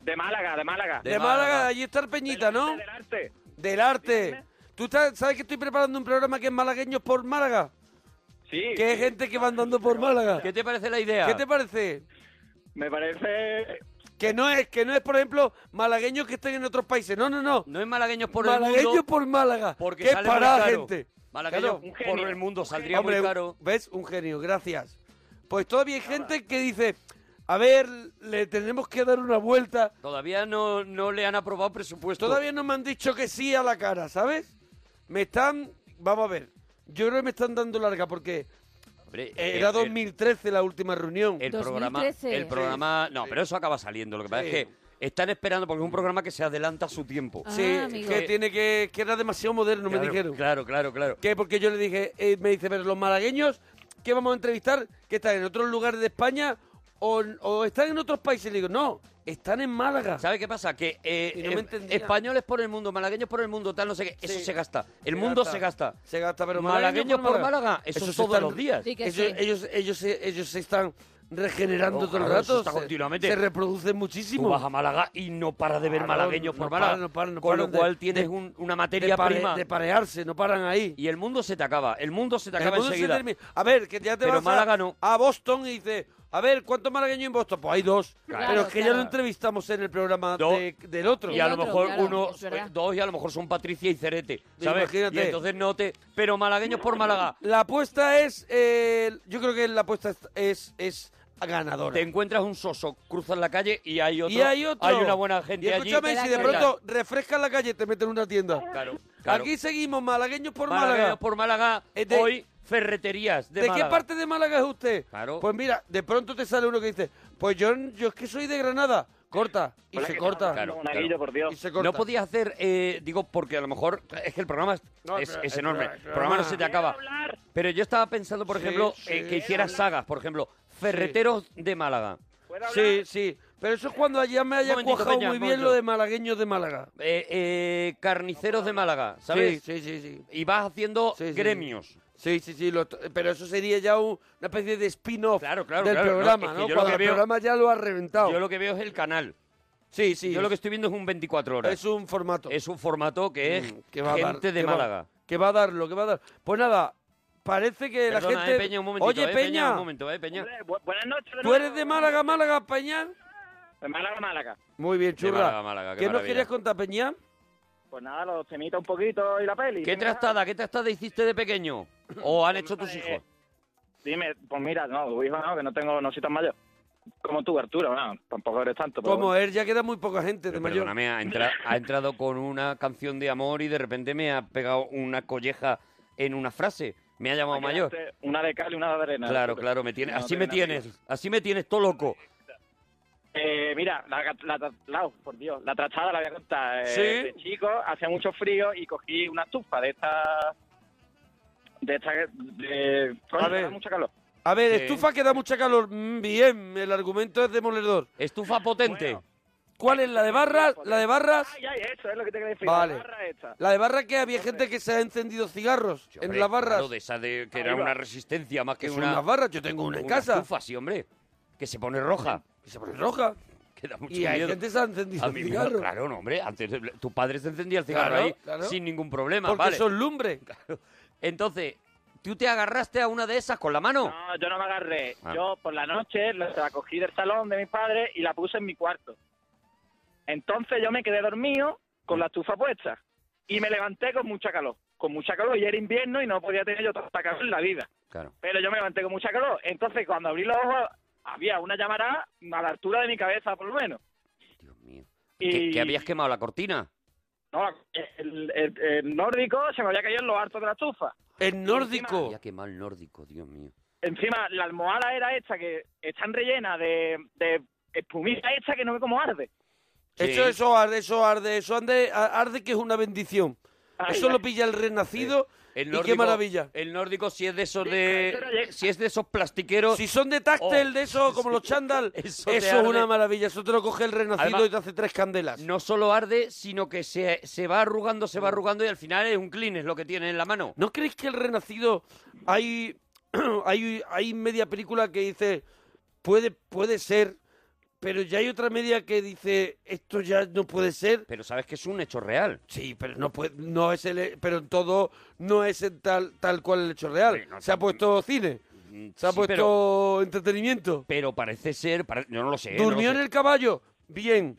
De Málaga, de Málaga.
De Málaga, allí está el Peñita, ¿no?
Del arte.
Del arte. ¿Tú estás- sabes que estoy preparando un programa que es malagueños por Málaga?
Sí.
Que es gente que va andando por Málaga.
¿Qué te parece la idea?
¿Qué te parece?
Me parece.
Que no es, que no es, por ejemplo, malagueños que estén en otros países. No, no, no.
No es malagueños por el
malagueños
mundo.
por Málaga.
Porque
¿Qué
sale muy
parada,
caro.
gente?
Malagueños
Claro.
por el mundo saldría
Hombre,
muy caro.
¿ves? Un genio, gracias. Pues todavía hay gente que dice, a ver, le tenemos que dar una vuelta.
Todavía no, no le han aprobado presupuesto.
Todavía no me han dicho que sí a la cara, ¿sabes? Me están, vamos a ver, yo creo que me están dando larga porque
Hombre, eh,
era
el-
2013 la última reunión.
El, el programa,
2013.
el programa... No, pero eso acaba saliendo. Lo que pasa
Sí.
es que están esperando porque es un programa que se adelanta a su tiempo.
Ah,
Sí,
amigo.
que tiene que, que era demasiado moderno, me
Claro,
dijeron.
Claro, claro, claro.
Que porque yo le dije, eh, me dice, pero los malagueños que vamos a entrevistar, que están en otros lugares de España o, o están en otros países. Le digo, no, están en Málaga.
¿Sabe qué pasa? Que eh,
Y no me
eh,
entendía.
españoles por el mundo, malagueños por el mundo, tal, no sé qué. Eso
Sí.
se gasta. El
Se
mundo
gasta.
se gasta.
Se gasta, pero
Malagueños por Málaga, eso es
se
todos
están-
los días.
Sí, que
ellos,
sí.
ellos, eh, ellos, se- ellos se están regenerando
No,
todo el
claro,
rato.
eso está
se,
continuamente.
se reproducen
Tú
muchísimo.
vas a Málaga y no para de ver
Claro,
malagueños
no
por
paran,
Málaga.
no paran, no
con
paran
lo
de-
cual tienes
de-
un- una materia
de, pare-
prima
de parearse, no paran ahí.
y el mundo se te acaba. El mundo se te
El
acaba
mundo se
enseguida.
termina. a ver, que ya te
Pero
vas a-
Málaga no.
a, Boston y dices, a ver, ¿cuántos malagueños en Boston? Pues hay dos.
Claro,
pero es que ya
claro.
lo entrevistamos en el programa
Dos.
de- del otro.
Y a lo
otro,
mejor
claro,
uno,
es verdad.
dos y a lo mejor son Patricia y Cerete. ¿sabes?
Imagínate.
Y entonces no te. Pero malagueños por Málaga.
La apuesta es, eh, yo creo que la apuesta es, es, es ganadora.
Te encuentras un soso, cruzas la calle y hay otro.
y hay otro.
una buena gente
y
allí.
escúchame, si de
Claro.
pronto refrescas la calle, te meten en una tienda.
Claro, claro.
Aquí seguimos, malagueños por
Malagueños
Málaga.
por Málaga.
Eh, de-
Hoy, ferreterías de,
¿De, qué
Málaga.
parte de Málaga es usted?
Claro.
Pues mira, de pronto te sale uno que dice, pues yo, yo es que soy de Granada. Corta. Y
Hola,
se
¿qué
corta.
tal?
Claro,
Monaguillo,
claro.
por Dios.
Y se corta.
No podías hacer, eh, digo, porque a lo mejor es que el programa es,
No,
es-
pero-
es
el
enorme.
programa-
El programa no se te acaba. Pero yo estaba pensando, por
Sí,
ejemplo,
sí.
eh, que hicieras sagas, por ejemplo, Ferreteros de Málaga.
¿Puedo hablar?
Sí, sí. Pero eso es cuando ya me haya
momentito,
cuajado
Peña,
muy
un
bien
momento.
lo de malagueños de Málaga.
Eh, eh, carniceros de Málaga, ¿sabes?
Sí, sí, sí. sí.
Y vas haciendo
Sí, sí,
gremios.
Sí, sí, sí, lo t- pero eso sería ya un- una especie de spin-off
Claro, claro,
del
claro, no,
programa,
es
¿no?
que yo lo
Cuando
que
el
veo-
programa ya lo ha reventado.
Yo lo que veo es el canal.
Sí, sí.
Yo lo que estoy viendo es un 24 horas.
es
Es
un formato.
un, formato que es
Mm, que va a dar-
gente de
que va-
Málaga.
que va a dar lo que va a dar. Pues nada, parece que la
Perdona,
gente...
eh, Peña, un momentito,
Oye,
eh,
Peña,
un momento, eh, Peña.
Hombre, bu- buenas noches.
¿tú
nuevo.
eres de Málaga, Málaga, Peña?
De Málaga, Málaga.
Muy bien, churra.
Málaga, Málaga, Ah, qué
¿Qué nos
maravilla.
querías contar, Peña?
Pues nada, los temitas un poquito y la peli.
¿Qué
Dime,
trastada, qué trastada hiciste de pequeño? ¿O han hecho tus
Eh,
hijos?
Dime, pues mira, no, tu hijo no, que no tengo, no soy tan mayor. Como tú, Arturo, no, tampoco eres tanto. pero
Como él, ya queda muy poca gente de
Pero
mayor.
perdóname, ha, entra- ha entrado con una canción de amor y de repente me ha pegado una colleja en una frase. Me ha llamado
bueno,
mayor.
quédate Una de cal y una de arena.
Claro,
Arturo.
claro, me tiene,
No
así me
tiene nada.
tienes, así me tienes todo loco.
Eh, mira, la, la, la- la- oh, por Dios, la trastada la voy a contar. eh,
¿Sí?
de chico, hacía mucho frío y cogí una estufa de esta... De esta... De, coño,
ver.
da mucho calor.
A ver,
Sí.
estufa que da mucha calor. Mm, Bien, el argumento es demoledor.
Estufa potente.
¿Cuál es la de barras? La de barras.
Ay, ay, eso es lo que te quería decir.
Vale.
La barra esta.
La de barras que había gente que se ha encendido cigarros en
Hombre,
las barras.
claro, de esa de que era
Ahí va.
una resistencia más que
Son
una.
las barras, yo tengo una en casa.
estufa, sí, hombre. Que se pone roja.
Que se pone roja.
Que da mucho
Y hay
miedo.
gente que se ha encendido
A mí me-
cigarros.
Claro, no, hombre. Antes de- tu padre se encendía el cigarro
Claro,
ahí
claro.
sin ningún problema,
Porque
vale.
son lumbre.
Claro. Entonces, ¿tú te agarraste a una de esas con la mano?
No, yo no me agarré.
Ah.
Yo por la noche la la cogí del salón de mis padres y la puse en mi cuarto. Entonces yo me quedé dormido con la estufa puesta y me levanté con mucha calor. Con mucha calor y era invierno y no podía tener yo tanta calor en la vida.
Claro.
Pero yo me levanté con mucha calor. Entonces cuando abrí los ojos había una llamarada a la altura de mi cabeza por lo menos.
¿Que,
Y-
que habías quemado la cortina?
No, el, el- el nórdico se me había caído en los hartos de la estufa.
El
nórdico.
Había quemado el nórdico, Dios mío.
Encima, la almohada era esta, que está rellena de, de espumita esta que no ve cómo arde.
Eso, eso arde, eso arde, eso arde, a- arde que es una bendición.
Ay,
eso
ay.
lo pilla el renacido
El
y qué maravilla.
El nórdico si es de esos
pero
de... Si es de esos plastiqueros...
Si son de táctil,
Oh,
de eso, como los chándal, eso,
te
es
arde.
una maravilla. Eso te lo coge el renacido
Además-
y te hace tres candelas. Mm.
No solo arde, sino que se, se va arrugando, se va arrugando y al final es un clean, es lo que tiene en la mano.
¿No creéis que el renacido hay, hay, hay media película que dice puede, puede ser, pero ya hay otra media que dice esto ya no puede ser?
Pero sabes que es un hecho real.
Sí, pero no puede, no es el, pero en todo no es el tal tal cual el hecho real. Se ha puesto cine, se ha
Mm, sí,
puesto
pero-
entretenimiento.
Pero parece ser... pare- Yo no lo sé.
Durmió en el caballo, bien.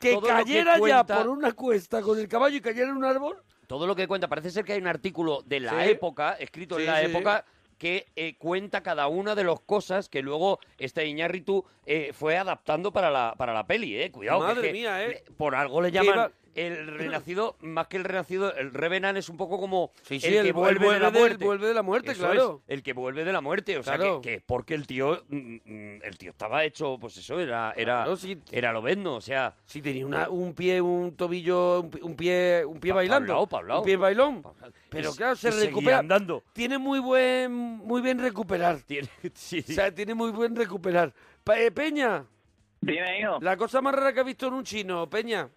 Que cayera ya por
un...
una cuesta con el caballo y cayera en un árbol.
Todo lo que cuenta. Parece ser que hay un artículo de la
Sí.
época, escrito
Sí,
en la
sí, sí.
época, que eh, cuenta cada una de las cosas que luego este Iñárritu eh, fue adaptando para la, para la peli, ¿eh? Cuidado. que es
Madre
que
mía, ¿eh?
Por algo le
Que
llaman...
iba-
El renacido, más que el renacido, el revenant es un poco como
Sí, sí,
el, que
el
vuelve, de la
del-
muerte.
vuelve de la muerte,
Eso
claro.
es, el que vuelve de la muerte, o sea, que-
Claro.
que, es porque el tío, mm, mm, el tío estaba hecho, pues eso, era, era, era lobezno, o sea.
Sí, tenía una- un pie, un tobillo, un pi- un pie, un pie
Pa- pa'
bailando.
un lado, pa' un lado.
pie bailón.
Y
Pero
se-
claro, se
y seguía
recupera.
andando.
Tiene muy buen, muy bien recuperar.
Tiene,
O sea, tiene muy buen recuperar. Pa- eh, Peña.
Dime, hijo.
La cosa más rara que ha visto en un chino, Peña.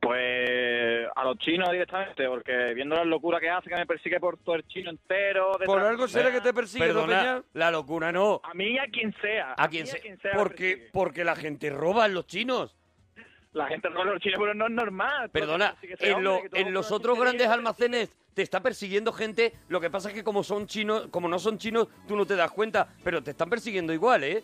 Pues a los chinos directamente, porque viendo la locura que hace, que me persigue por todo el chino entero. detrás
Por
de
algo
mí.
será que te persigue, ¿no,
Perdona,
Peña?
la locura no.
A mí y a quien sea.
A
mí
quien
y
sea.
me
Porque,
persigue.
porque la gente roba en los chinos.
La gente roba a los chinos, pero no es normal.
Perdona,
Porque persigue ese
en, lo-
hombre que todo
en
el
los
mundo
otros
dice,
grandes
"Mira,
almacenes te está persiguiendo gente. Lo que pasa es que como son chinos, como no son chinos, tú no te das cuenta, pero te están persiguiendo igual, ¿eh?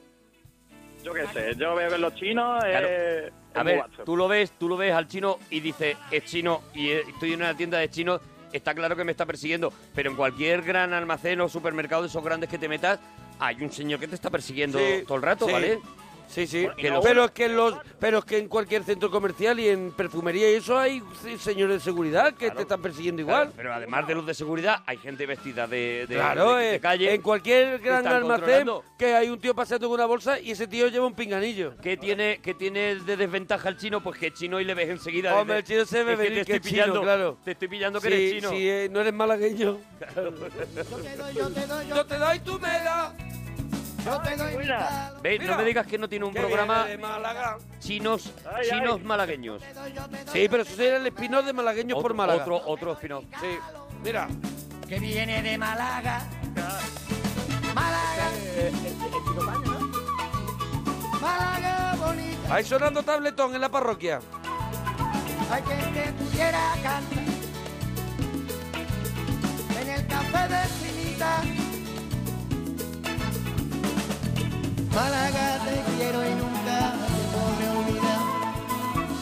Yo qué sé, yo veo a los chinos.
Claro.
eh,
A
es
ver,
guacho.
tú lo ves, tú lo ves al chino y dices, es chino y eh, estoy en una tienda de chinos, está claro que me está persiguiendo, pero en cualquier gran almacén o supermercado de esos grandes que te metas, hay un señor que te está persiguiendo
Sí,
todo el rato,
sí.
¿vale?
Sí, sí.
Que lo-
Pero es que en los, pero es que en cualquier centro comercial y en perfumería y eso hay se- señores de seguridad que te están persiguiendo igual.
Claro, pero además de los de seguridad, hay gente vestida de, de-
Claro,
de- de
eh,
calle.
en cualquier
que
gran
están
almacén
controlando.
que hay un tío paseando con una bolsa y ese tío lleva un pinganillo.
¿Qué tiene, ¿Qué tiene de desventaja el chino? Pues que es chino y le ves enseguida.
Hombre, el
dices,
chino se ve
"Es que
venir
te
que
estoy
es chino,
pillando,
claro.
Te estoy pillando que
Sí,
eres chino.
sí, eh, no eres malagueño. Yo te doy, tú me das.
Yo te doy mi calor.
¿Ves? No
Mira.
me digas que no tiene un
Que
programa
viene de Málaga.
chinos,
Ay, ay.
chinos malagueños.
Sí, pero eso sería el spin-off de malagueños por
Otro-
Málaga.
Otro, otro spin-off.
Sí. Mira.
Que viene de Málaga. Málaga bonita.
Ahí sonando tabletón en la parroquia.
Hay que te pudiera cantar. En el café de Chinita. Málaga te quiero y nunca te podré olvidar.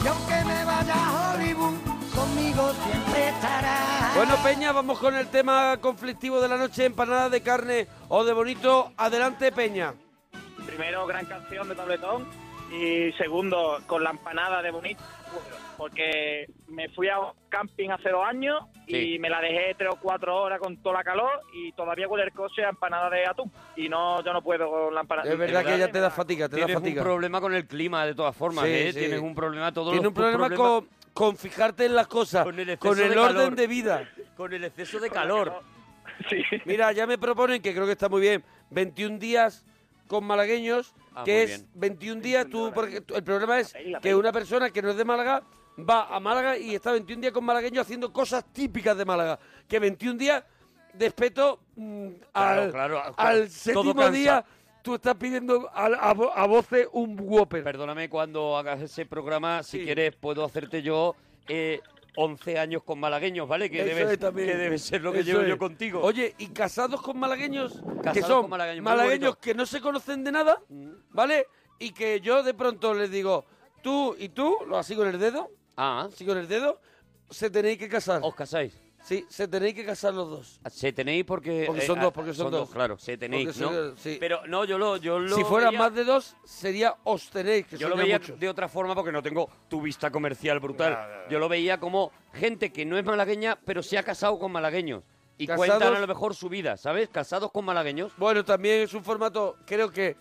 Y aunque me vaya a Hollywood, conmigo siempre estarás.
Bueno, Peña, vamos con el tema conflictivo de la noche, empanada de carne o de bonito. Adelante, Peña.
Primero, gran canción de Tabletón. Y segundo, con la empanada de Bonito. Porque me fui a un camping hace dos años
Sí.
y me la dejé tres o cuatro horas con toda la calor y todavía huele el coche a empanada de atún. Y no, yo no puedo con la empanada.
Es verdad que ya te da fatiga, te da
Tienes
fatiga.
un problema con el clima, de todas formas,
Sí,
¿eh?
sí.
Tienes un problema todos
Tiene
los
un problema
problemas-
con, con fijarte en las cosas, con el,
exceso
orden
de calor.
de vida.
con el exceso de calor.
Mira, ya me proponen, que creo que está muy bien, 21 días con malagueños,
Ah, muy
que es
bien.
21 días. Tú, porque tú- el problema es que una persona que no es de Málaga va a Málaga y está 21 días con malagueños haciendo cosas típicas de Málaga. Que 21 días, despeto al,
claro, claro,
al
todo
séptimo
cansa.
día, tú estás pidiendo a, a, vo- a voces un Whopper.
Perdóname, cuando hagas ese programa, si quieres, puedo hacerte yo eh, 11 años con malagueños, ¿vale? Que,
Eso
debes,
es también.
que debe ser lo que
Eso
llevo yo
es.
contigo.
Oye, y casados con malagueños, que
Casados
son
con malagueños,
malagueños,
muy bonito. Mm.
que no se conocen de nada, ¿vale? Y que yo de pronto les digo, tú y tú, lo así con el dedo,
ah.
así con el dedo, se tenéis que casar. ¿Os
casáis?
Sí, se tenéis que casar los dos.
Se tenéis porque...
Porque
eh,
son
ah,
dos, porque son, dos.
Claro, se tenéis,
Porque
¿no?
son-
Pero no, yo lo, yo lo
si fueran
veía-
más de dos, sería os tenéis, que
yo lo
son ya
veía
muchos.
de otra forma porque no tengo tu vista comercial brutal.
Ya, ya, ya.
Yo lo veía como gente que no es malagueña, pero se ha casado con malagueños. Y
Casados-
cuentan a lo mejor su vida, ¿sabes? Casados con malagueños.
Bueno, también es un formato, creo que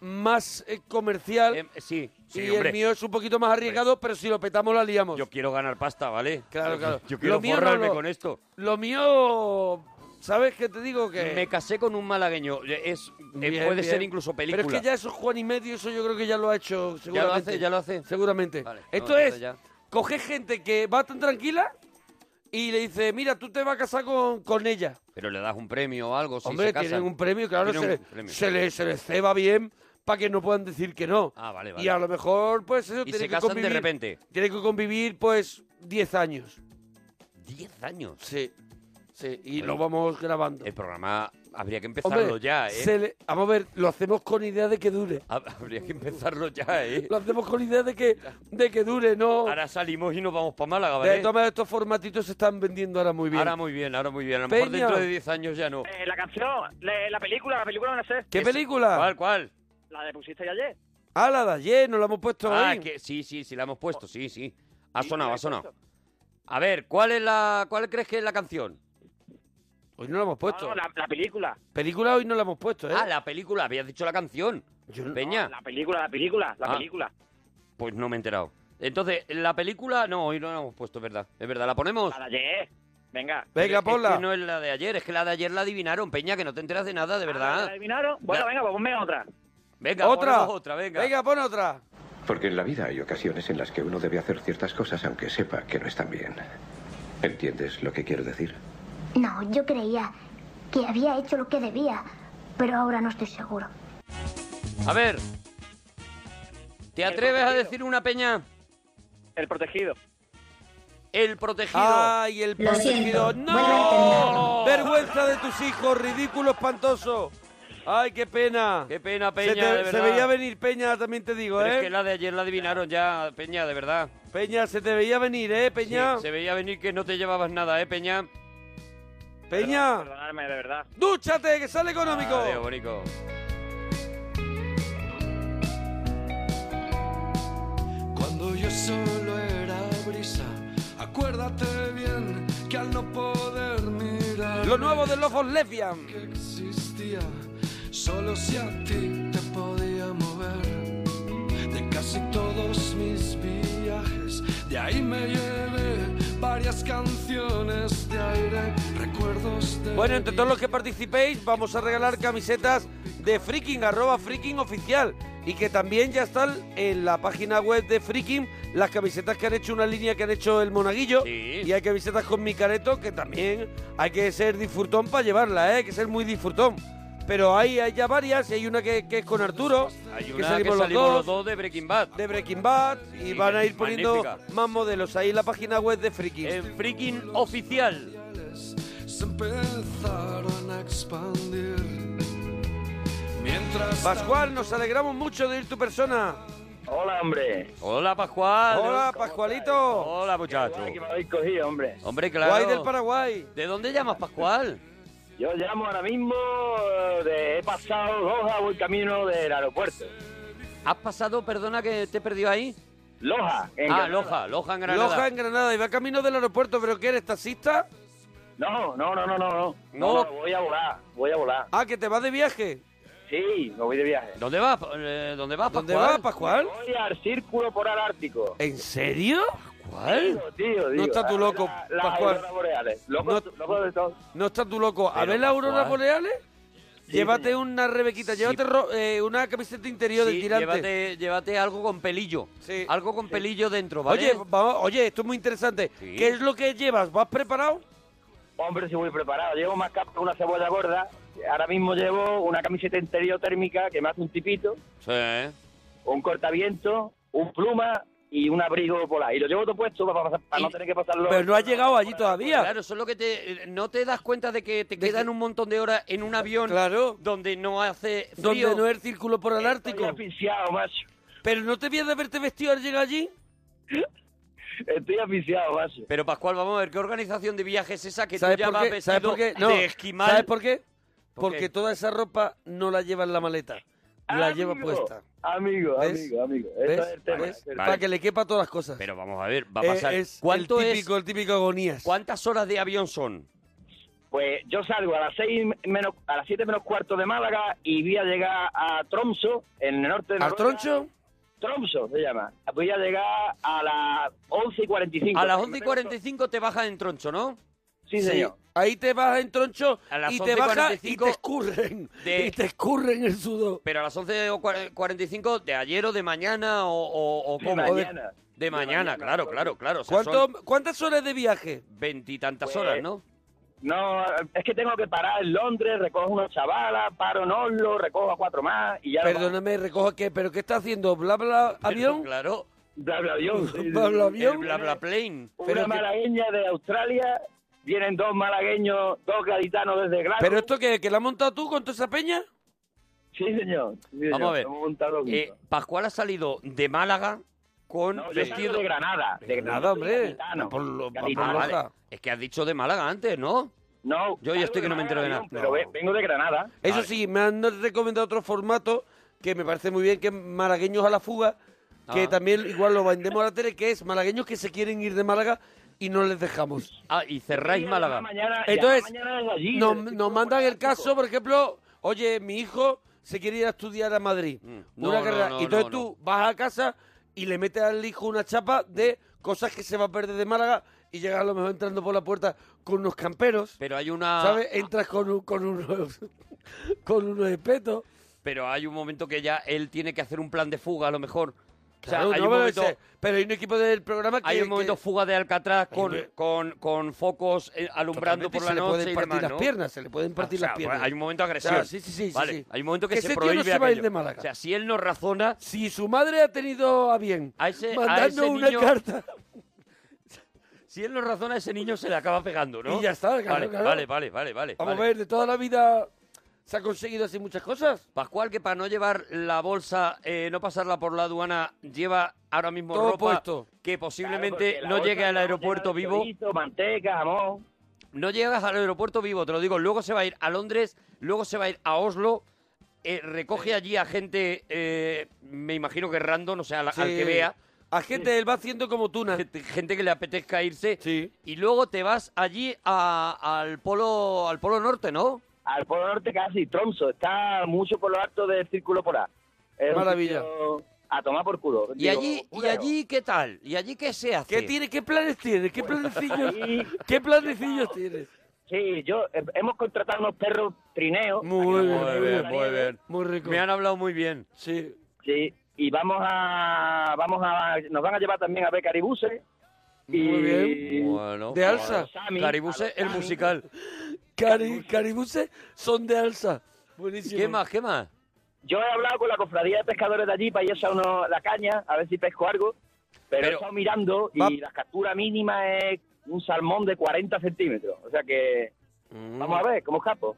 más eh, comercial.
Em, sí, sí,
Y
hombre.
el mío es un poquito más arriesgado, pero si lo petamos la liamos.
Yo quiero ganar pasta, ¿vale?
Claro,
Yo-
claro.
Yo quiero
Lo mío no
forrarme
lo-
con esto.
Lo mío, ¿sabes qué te digo? Que
Me casé con un malagueño. Es, eh,
Bien,
puede
bien.
ser incluso película.
Pero es que ya eso es Juan y medio, eso yo creo que ya lo ha hecho
Ya lo
seguramente.
hace, ya lo hace.
Seguramente.
Vale, no,
Esto
entonces
es,
ya.
coge gente que va tan tranquila y le dice, mira, tú te vas a casar con, con ella.
Pero le das un premio o algo. si
Hombre,
se casan.
tienen un premio, claro,
Tienen
se,
un premio.
se le, se le ceba bien para que no puedan decir que no.
Ah, vale, vale.
Y a lo mejor, pues eso,
Y
tiene
se
que
casan de
convivir.
repente.
Tiene que convivir, pues, 10 años.
10 años.
Sí. Sí, y
Bueno.
lo vamos grabando.
El programa habría que empezarlo
Hombre,
ya, ¿eh?
se le- vamos a ver, lo hacemos con idea de que dure.
Hab- Habría que empezarlo ya, ¿eh?
Lo hacemos con idea de que, de que dure, ¿no?
Ahora salimos y nos vamos para Málaga,
De
¿vale?
todas maneras, estos formatitos se están vendiendo ahora muy bien.
Ahora muy bien, ahora muy bien. A lo mejor
Peña.
dentro de 10 años ya no.
Eh, la canción, la, la película, la película no sé.
¿Qué película?
¿Cuál, cuál?
La de pusiste ayer.
Ah, la de ayer, nos la hemos puesto
Ah,
ahí.
que sí, sí, sí, la hemos puesto, sí, sí. Ha sonado, ha sonado. A ver, ¿cuál es la, cuál crees que es la canción?
Hoy no la hemos puesto.
No, la, la película.
Película hoy no la hemos puesto, ¿eh?
Ah, la película, habías dicho la canción. Peña.
La película, la película, la
Ah.
película.
Pues no me he enterado. Entonces, la película, no, hoy no la hemos puesto, es verdad. Es verdad, ¿la ponemos?
La de ayer. Venga.
Pero es- Es
ponla.
que no es la de ayer, es que la de ayer la adivinaron, Peña, que no te enteras de nada, de
Ah, ¿La
verdad.
adivinaron? Bueno,
La-
venga, pues ponme otra.
Venga,
¿Otra?
ponemos otra, venga.
Venga, pon otra.
Porque en la vida hay ocasiones en las que uno debe hacer ciertas cosas aunque sepa que no están bien. ¿Entiendes lo que quiero decir?
No, yo creía que había hecho lo que debía, pero ahora no estoy seguro.
A ver. ¿Te atreves a decir una peña?
El protegido.
El protegido.
Ay, el protegido. ¡No! Vergüenza de tus hijos, ridículo, espantoso. Ay, qué pena.
Qué pena,
Se,
Peña,
te-
de
se
verdad.
veía venir, Peña, también te digo,
Pero
¿eh?
es que la de ayer la adivinaron ya, Peña, de verdad.
Peña, se te veía venir, ¿eh, Peña?
Sí, se veía venir que no te llevabas nada, ¿eh, Peña?
Peña,
Perdonadme, de verdad.
dúchate, que sale económico.
Adiós, bonito.
Cuando yo solo era brisa, acuérdate bien que al no poder mirar
Lo nuevo de Lofos Lesbian.
que existía, solo si a ti te podía mover. De casi todos mis viajes, de ahí me llevé varias canciones de aire, recuerdos de
Bueno, entre todos los que participéis, vamos a regalar camisetas de freaking, arroba freaking oficial. Y que también ya están en la página web de freaking las camisetas que han hecho una línea que han hecho el monaguillo. Y hay camisetas con mi careto que también hay que ser disfrutón para llevarla, ¿eh? hay que ser muy disfrutón. Pero hay, hay ya varias, y hay una que, que es con Arturo,
Hay
que
una
salimos
que
los
salimos
dos,
los dos de Breaking Bad.
de Breaking Bad, y
Sí,
van a
que
ir poniendo
magnífica.
más modelos ahí en la página web de Freaking.
En Freaking Oficial.
se empezaron a expandir. Mientras
Pascual, nos alegramos mucho de ir tu persona.
Hola, hombre.
Hola, Pascual.
Hola, Pascualito.
Hola, muchacho.
Que me habéis cogido, hombre.
Hombre, Eh, claro.
Guay del Paraguay.
¿De dónde llamas, Pascual?
Yo llamo ahora mismo, eh, de- he pasado Loja, voy camino del aeropuerto.
¿Has pasado, perdona que te he perdido ahí?
Loja, en
Ah,
Granada.
Loja, Loja en Granada.
Loja en Granada y va camino del aeropuerto, pero ¿qué eres, taxista?
No, no, no, no, no, no.
No.
No, voy a volar, voy a volar.
Ah, que te vas de viaje.
Sí, me voy de viaje.
¿Dónde vas, eh, ¿Dónde vas, Pascual?
¿Dónde vas, Pascual?
Voy al Círculo Polar Ártico.
¿En serio?
¿Cuál?
Tío, tío,
No está tu
a
loco,
ver la- las
Pascual.
auroras boreales.
No-
Loco, loco de todo.
No estás tú loco. ¿A
Pero,
ver las auroras
Pascual.
boreales? llévate una rebequita, llévate ro- eh, una camiseta interior de
Sí,
tirante.
llévate, llévate algo con pelillo. Algo con pelillo dentro, ¿vale?
Oye, pues, vamos- oye, esto es muy interesante. ¿Qué es lo que llevas? ¿Vas preparado?
Hombre, sí voy preparado. Llevo más capas que una cebolla gorda. Ahora mismo llevo una camiseta interior térmica que me hace un tipito,
Sí.
un cortaviento, un pluma y un abrigo polar. Y lo llevo todo puesto para, pasar- para no tener que pasarlo.
Pero no has llegado allí todavía.
Claro, solo que te, eh, no te das cuenta de que te quedan un montón de horas en un avión donde no hace frío.
Donde no es el círculo por el Ártico.
macho.
Pero no te pierdas verte vestido al llegar allí.
Estoy aficiado, macho.
Pero Pascual, vamos a ver, ¿qué organización de viajes es esa que tú
¿Sabes
ya
por
vas
qué?
vestido
¿Sabes por qué? No.
de esquimal?
¿Sabes por qué?
¿Por
Porque
qué?
toda esa ropa no la lleva en la maleta. La lleva
Amigo,
puesta.
Amigo,
¿Ves?
amigo, amigo. Eso
¿Ves?
es el tema.
¿Ves?
es el
Para que le quepa todas las cosas.
Pero vamos a ver, va a
Eh,
pasar.
es el
¿Cuánto
típico, el típico agonías.
¿Cuántas horas de avión son?
Pues yo salgo a las seis menos, a las 7 menos cuarto de Málaga y voy a llegar a Tromso, en el norte de
¿A
Troncho? Tromso se llama. Voy a llegar a las 11 y 45.
A las 11 y 45 te bajas en troncho, ¿no?
Sí, señor.
Ahí te bajas en troncho
A las
y
11
te bajas y
45
te escurren.
de-
Y te escurren el sudor.
Pero a las 11 o cua- 45 de ayer o de mañana o, o, o
De
cómo.
mañana.
De, mañana, claro, claro, claro. O sea,
¿Cuánto-
son
¿Cuántas horas de viaje?
Veintitantas
Pues,
horas, ¿no?
No, es que tengo que parar en Londres, recojo una chavala, paro en Oslo, recojo a cuatro más y ya...
Perdóname, recojo que, pero ¿qué está haciendo? ¿Bla, bla, avión?
Claro.
Bla, bla, avión. sí, sí,
Bla, bla,
sí.
avión.
plane.
Una malagueña de Australia, vienen dos malagueños, dos gaditanos desde Glasgow.
¿Pero esto qué? ¿Que la has montado tú con toda esa peña?
Sí, señor.
Vamos a ver.
hemos montado
eh, Pascual ha salido de Málaga con
No, yo
vestido
salgo de Granada, de Granada,
Granada,
soy
hombre.
gaditano,
Por lo-
gaditano.
Ah, vale.
Loja.
Es que has dicho de Málaga antes, ¿no?
No.
Yo ya estoy que no me entero de nada.
Pero ve- vengo de Granada.
Eso sí, me han recomendado otro formato que me parece muy bien, que es Malagueños a la fuga, que
Ah.
también igual lo vendemos a la tele, que es malagueños que se quieren ir de Málaga y no les dejamos.
Ah, y cerráis Málaga.
Entonces, nos, nos mandan el caso, por ejemplo, oye, mi hijo se quiere ir a estudiar a Madrid.
Mm. No,
una
no,
carrera.
no,
y entonces
no,
tú vas a casa y le metes al hijo una chapa de cosas que se va a perder de Málaga y llegas a lo mejor entrando por la puerta con unos camperos.
Pero hay una.
¿Sabes? Entras con, un- con unos con unos espetos.
Pero hay un momento que ya él tiene que hacer un plan de fuga, a lo mejor. O sea,
Claro,
hay
no,
un
pero
momento.
ese- pero hay un equipo del programa que.
Hay un momento fuga de Alcatraz con, con, con focos eh, alumbrando
Totalmente,
por la
se le
noche
pueden
y
partir
demás,
las
¿no? Ah,
piernas, se le pueden partir
O sea,
las piernas.
Hay un momento de agresión.
agresivo sí, sí, sí, sí,
Vale,
sí.
Hay un momento que,
ese
se
tío
prohíbe
no se va a ir
aquello.
de Málaga.
O sea, si él no razona,
si su madre ha tenido a bien
a ese, a ese
mandarnos una
niño,
carta.
si él no razona, ese niño se le acaba pegando, ¿no?
Y ya está, claro,
vale,
claro.
vale, vale, vale, vale.
Vamos
vale.
a ver, de toda la vida se ha conseguido así muchas cosas.
Pascual, que para no llevar la bolsa, eh, no pasarla por la aduana, lleva ahora mismo
Todo
ropa
puesto.
que posiblemente
Claro, porque la
no llegue
bolsa
al aeropuerto vivo.
chorizo, manteca, jamón.
No llegas al aeropuerto vivo, te lo digo. Luego se va a ir a Londres, luego se va a ir a Oslo. eh, recoge allí a gente, eh, me imagino que random, o sea, a la- al
Sí.
que vea.
A gente, él va haciendo como tuna.
Gente que le apetezca irse. Y luego te vas allí a- al polo al polo norte, ¿no?
Al Polo Norte casi, Tromso. Está mucho por lo alto del Círculo Polar. Es un
Maravilla.
sitio A tomar por culo.
Y
Digo,
allí, y allí qué tal? ¿Y allí qué se hace?
¿Qué, tiene, ¿Qué planes tienes? ¿Qué planecillos,
ahí-
¿qué planecillos tienes?
Sí, yo eh, hemos contratado unos perros trineos.
Muy
Muy bien, muy bien.
Muy rico.
Me han hablado muy bien.
Sí.
Sí, y vamos a, vamos a, nos van a llevar también a ver caribuses. Y,
Muy bien.
Bueno,
de alza.
Caribuse, el musical.
Cari- caribuse son de alza. Buenísimo.
¿Qué más? ¿Qué más?
Yo he hablado con la cofradía de pescadores de allí para irse a uno la caña, a ver si pesco algo. Pero, he estado mirando y
Va-
la captura mínima es un salmón de 40 centímetros. O sea que, vamos a ver, ¿cómo escapo?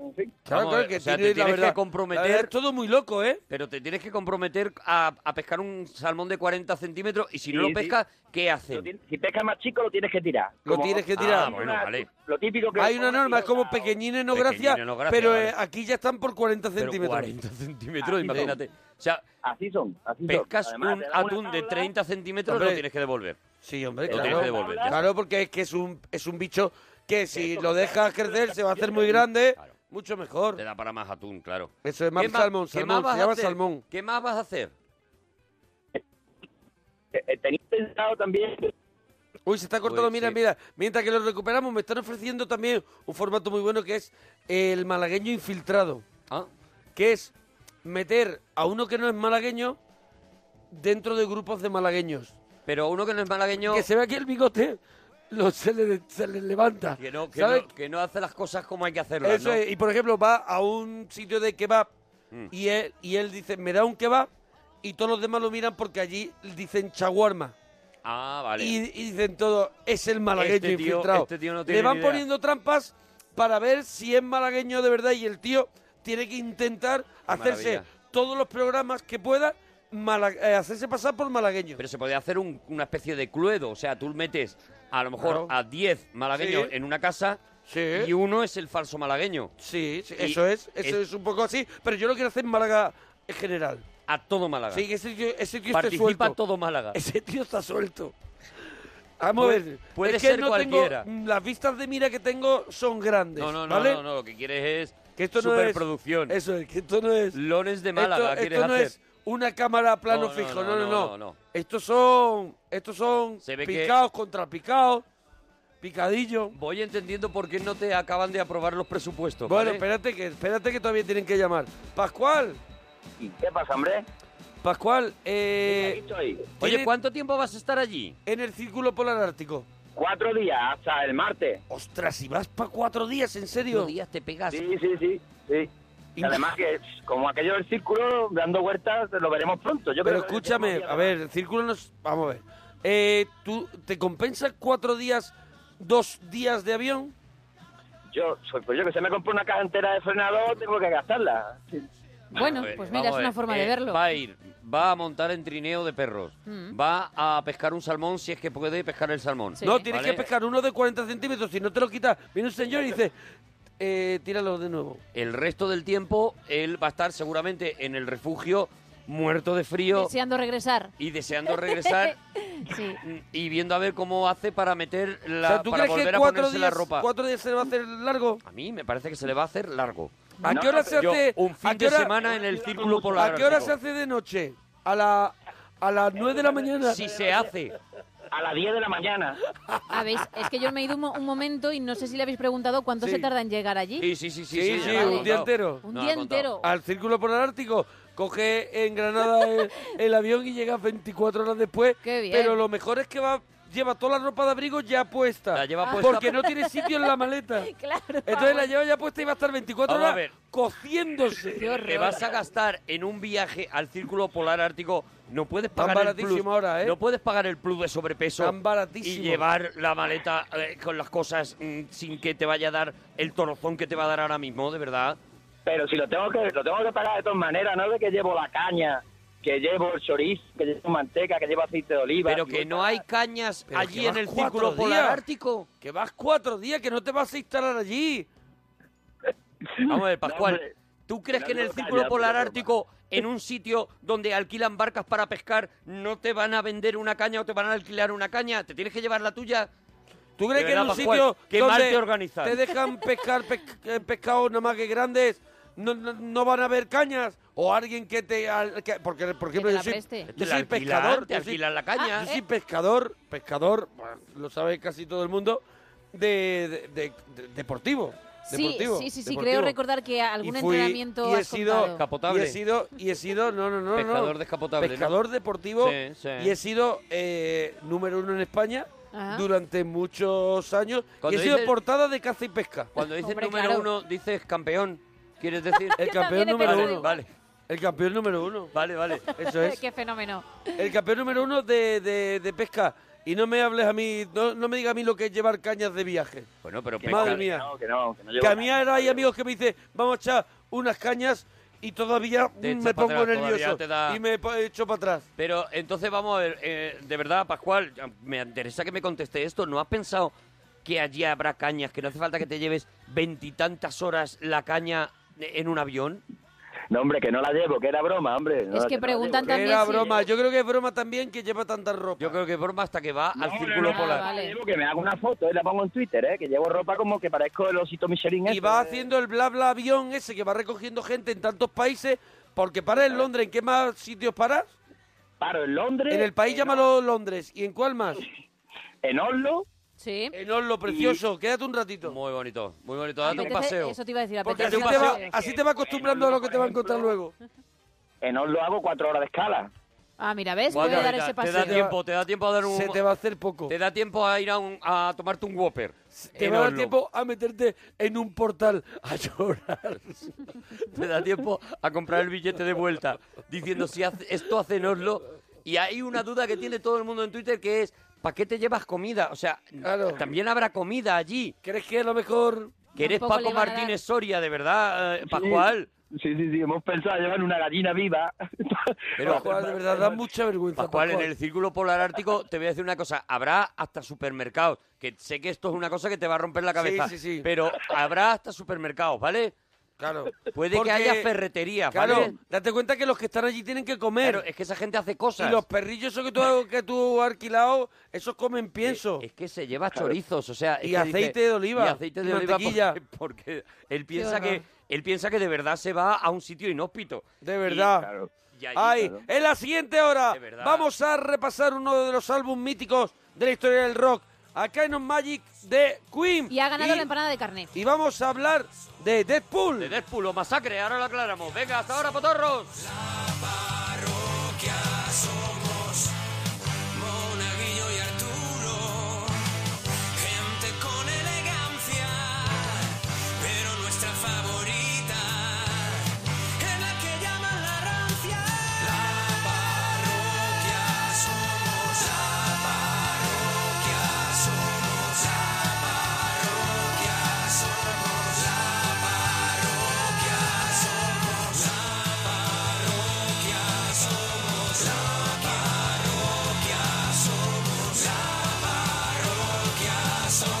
En fin.
Mm. Claro,
Vamos a
claro,
ver,
que
o sea,
tiene
te
la
tienes
verdad.
que comprometer.
La verdad, es todo muy loco, ¿eh?
Pero te tienes que comprometer a, a pescar un salmón de 40 centímetros y si no
Sí,
lo
sí.
pescas, ¿qué hacen?
Si pescas más chico, lo tienes que tirar.
Lo
Como-
tienes que tirar.
Ah, bueno, vale.
Lo típico que...
Hay una norma, es como pequeñines no
Pequeñines
gracias,
no gracias,
pero
vale.
eh, aquí ya están por 40
Pero
centímetros.
40 centímetros,
Así son.
imagínate. O sea,
así son, así
pescas
Además,
un
te dan una
atún de 30 centímetros,
Hombre.
lo tienes que devolver.
Sí, hombre,
Lo
claro.
tienes que devolver. ya
Claro, porque es que es un, es un bicho que si lo dejas crecer se va a hacer muy grande. Mucho mejor.
Te da para más atún, claro.
Eso es más
¿Qué ma-
salmón,
qué
salmón,
más vas
se
a
llama
hacer?
salmón.
¿Qué más vas a hacer?
Eh, eh, Tenéis pensado también
Uy, se está cortando,
Uy,
mira,
Pues sí.
mira. Mientras que lo recuperamos, me están ofreciendo también un formato muy bueno que es el malagueño infiltrado.
Ah.
Que es meter a uno que no es malagueño dentro de grupos de malagueños.
Pero uno que no es malagueño...
Que se ve aquí el bigote, lo, se, le, se le levanta.
Que no, que,
¿sabes?
no, que no hace las cosas como hay que hacerlas,
Eso
¿no? Mm.
es, y por ejemplo, va a un sitio de kebab y, él, y él dice, me da un kebab, y todos los demás lo miran porque allí dicen chaguarma.
Ah, vale.
Y, y dicen todo, es el malagueño
Este tío-
infiltrado.
este tío no tiene
Le van
ni idea.
poniendo trampas para ver si es malagueño de verdad y el tío tiene que intentar hacerse
maravilla.
todos los programas que pueda, mala- eh, hacerse pasar por malagueño.
Pero se podría hacer un- una especie de cluedo. O sea, tú metes a lo
Claro.
mejor a 10 malagueños
Sí.
en una casa
Sí.
y uno es el falso malagueño.
Sí, sí, eso es, eso es un poco así, pero yo lo quiero hacer en Málaga en general.
A todo Málaga.
Sí, que ese tío, ese tío está
Participa
suelto.
todo Málaga.
Ese tío está suelto. Vamos a
Puede-
ver.
puede
es que
ser
no
cualquiera.
Tengo, las vistas de mira que tengo son grandes.
No, no, no,
¿vale?
no, no, lo que quieres es
Que esto no es-
superproducción.
Eso es, que esto no es.
Lones de
Esto-
Málaga
esto,
quieres
no
hacer.
es una cámara a plano
No, no,
fijo.
no,
No, no, no.
no, no, no.
Estos son. Estos son
Se ve que-
picados contra picados. Picadillo.
Voy entendiendo por qué no te acaban de aprobar los presupuestos.
Bueno,
¿vale?
espérate que espérate que todavía tienen que llamar. Pascual.
¿Qué pasa, hombre?
Pascual, eh,
Oye, ¿cuánto tiempo vas a estar allí?
En el Círculo Polar Ártico.
Cuatro días, hasta el martes.
Ostras, si vas para cuatro días, ¿en serio?
Cuatro días te pegas.
Sí, sí, sí. sí. Y además que como aquello del círculo, dando vueltas, lo veremos pronto. Yo
Pero
creo que-
escúchame, a ver, el círculo nos... Vamos a ver. Eh, ¿tú, ¿Te compensa cuatro días, dos días de avión?
Yo, soy- pues yo que se me compró una caja entera de frenador, tengo que gastarla. Sí.
Bueno,
A ver,
pues mira, es
vamos a
una
ver.
forma de
Eh,
verlo.
Va a ir, va a montar en trineo de perros.
Mm.
Va a pescar un salmón si es que puede pescar el salmón.
No, tienes
¿Vale?
que pescar uno de 40 centímetros, si no te lo quitas. Viene un señor y dice, eh, tíralo de nuevo.
El resto del tiempo él va a estar seguramente en el refugio muerto de frío
Deseando regresar.
y deseando regresar Mm.
sí.
y viendo a ver cómo hace para meter la
o sea, ¿tú
para
crees
volver
que
a
cuatro
ponerse
días,
la ropa.
cuatro días se le va a hacer largo?
A mí me parece que se le va a hacer largo.
¿A
No,
qué hora
no,
se
yo
hace?
un
a
fin
qué
de
hora-
semana en el círculo polar?
¿A qué hora
ártico?
se hace de noche? ¿A, la, a las nueve de la mañana?
Si se hace.
A las 10 de la mañana.
Habéis, es que yo me he ido un, mo- un momento y no sé si le habéis preguntado cuánto
Sí.
se tarda en llegar allí.
Sí, sí, sí, sí.
Sí, sí,
ya lo ha
un día
contado.
entero.
Un día entero.
Al Círculo Polar Ártico. Coge en Granada el, el avión y llega 24 horas después.
Qué bien.
Pero lo mejor es que va lleva toda la ropa de abrigo ya puesta. La
lleva puesta.
Ah. Porque no tiene sitio en la maleta.
Claro.
Entonces la lleva ya puesta y va a estar 24
Vamos a
horas
ver.
cociéndose.
Te vas a gastar en un viaje al Círculo Polar Ártico. No puedes pagar el plus.
baratísimo ahora, ¿eh?
No puedes pagar el plus de sobrepeso.
Tan baratísimo.
Y llevar la maleta eh, con las cosas mm, sin que te vaya a dar el torozón que te va a dar ahora mismo, de verdad.
Pero si lo tengo que lo tengo que pagar de todas maneras, no es de que llevo la caña, que llevo el chorizo, que llevo manteca, que llevo aceite de oliva.
Pero que no hay cañas
Pero que
allí en
vas
el
cuatro
Círculo Polar
días.
Ártico.
Que vas cuatro días, que no te vas a instalar allí.
Vamos a ver,
No,
Pascual.
hombre.
¿Tú crees
No,
que en
no,
el
calla,
Círculo Polar
pero broma.
Ártico, en un sitio donde alquilan barcas para pescar, no te van a vender una caña o te van a alquilar una caña? ¿Te tienes que llevar la tuya?
¿Tú crees
De
que en un
verdad, Pascual,
sitio
qué
donde
mal te organizas.
te dejan pescar pes- eh, pescados nada más que grandes, no, no, no van a haber cañas? ¿O alguien que te... al- que- porque, por ejemplo,
te la
yo soy,
preste.
yo
Te la
soy
alquilan,
pescador.
te
yo soy-
alquilan la caña.
Yo
Ah,
soy
eh.
pescador, pescador, bueno, lo sabe casi todo el mundo, de, de- de- de- deportivo.
Sí,
deportivo,
sí, sí, sí,
deportivo.
creo recordar que a algún
Y fui-
entrenamiento
y he
has
sido
contado.
y he sido y he sido no no no no,
Pescador
no.
descapotable, ¿no?
pescador deportivo
Sí, sí.
y he sido eh, número uno en España
Ah.
Ajá.
durante muchos años y
Cuando
he sido
dices-
portada de caza y pesca
Cuando dices número uno, dices campeón. ¿Quieres decir?
el campeón número uno
Vale,
el campeón número uno
vale, vale.
eso es
Qué fenómeno.
el campeón número uno de, de- de pesca y no me hables a mí no, no me digas a mí lo que es llevar cañas de viaje
Bueno, pero pesca-
madre mía
Que no, que no llevo
Que a
nada.
mí ahora hay amigos que me dicen, vamos a echar unas cañas y todavía mm,
Te echas
me
pa'
pongo
atrás, todavía
nervioso
te da-
y me po- echo para atrás.
Pero entonces vamos a ver, eh, de verdad, Pascual, ya me interesa que me conteste esto. ¿No has pensado que allí habrá cañas, que no hace falta que te lleves veintitantas horas la caña en un avión?
No, hombre, que no la llevo, que era broma, hombre. No, no la llevo.
Era broma, yo creo que es broma también que lleva tanta ropa.
Yo creo que es broma hasta que va al
No,
círculo
no,
polar.
no, la llevo, que me hago una foto y la pongo en Twitter, ¿eh? que llevo ropa como que parezco el osito Michelin.
Y
ese,
va
¿eh?
haciendo el bla bla avión ese que va recogiendo gente en tantos países, porque para en Londres, ¿en qué más sitios paras?
Paro en Londres.
En el país llámalo Londres, ¿y en cuál más?
en Oslo.
Sí.
En Oslo, precioso. Quédate un ratito.
Muy bonito, muy bonito. Date un
Apetece-
paseo.
Eso te iba a decir,
Porque así
apetece
te,
un
va,
paseo.
así te va acostumbrando a lo que te va a encontrar luego.
En Oslo hago cuatro horas de escala.
Ah, mira, ¿ves?
Guau,
Puede dar
Gabriela,
ese
te
paseo.
da tiempo, te da tiempo a dar un...
Se te va a hacer poco.
Te da tiempo a ir a, un- a tomarte un Whopper.
Te
en
va a dar
Oslo.
tiempo a meterte en un portal a llorar.
Te da tiempo a comprar el billete de vuelta diciendo si hace- esto hace en Oslo. Y hay una duda que tiene todo el mundo en Twitter que es, ¿para qué te llevas comida? O sea, también habrá comida allí.
¿Crees que a lo mejor...
Que eres
Tampoco
Paco
le van a dar.
Martínez Soria, de verdad, eh, Pascual.
Sí, sí, sí, hemos pensado llevar una gallina viva.
Pero
Pascual, de verdad, da mucha vergüenza.
Pascual, en
Pascual.
el Círculo Polar Ártico te voy a decir una cosa. Habrá hasta supermercados. Que sé que esto es una cosa que te va a romper la
Sí,
cabeza.
sí, sí.
Pero habrá hasta supermercados, ¿vale?
Claro.
Puede
Porque-
que haya ferretería,
Claro,
¿vale?
date cuenta que los que están allí tienen que comer.
Claro, es que esa gente hace cosas.
Y los perrillos esos que tú, que tú has alquilado, esos comen pienso.
Es, que se lleva chorizos, o sea... es
Y
que
aceite
dice-
de oliva.
Y aceite de
y
oliva
mantequilla.
porque, porque él piensa
horror.
que... Él piensa que de verdad se va a un sitio inhóspito.
De verdad.
Y allí,
Ay,
claro.
en la siguiente hora
verdad.
vamos a repasar uno de los álbumes míticos de la historia del rock, A Kind of Magic de Queen.
Y ha ganado la empanada de carne.
Y vamos a hablar de Deadpool.
De Deadpool o Masacre, ahora lo aclaramos. Venga, hasta ahora, potorros.
parroquia somos Monaguillo y Arturo, gente con elegancia, pero nuestra favorita es la que llaman la rancia. La parroquia somos, la parroquia somos, la parroquia somos, la parroquia somos, la parroquia somos, la parroquia somos, la parroquia somos, la parroquia somos.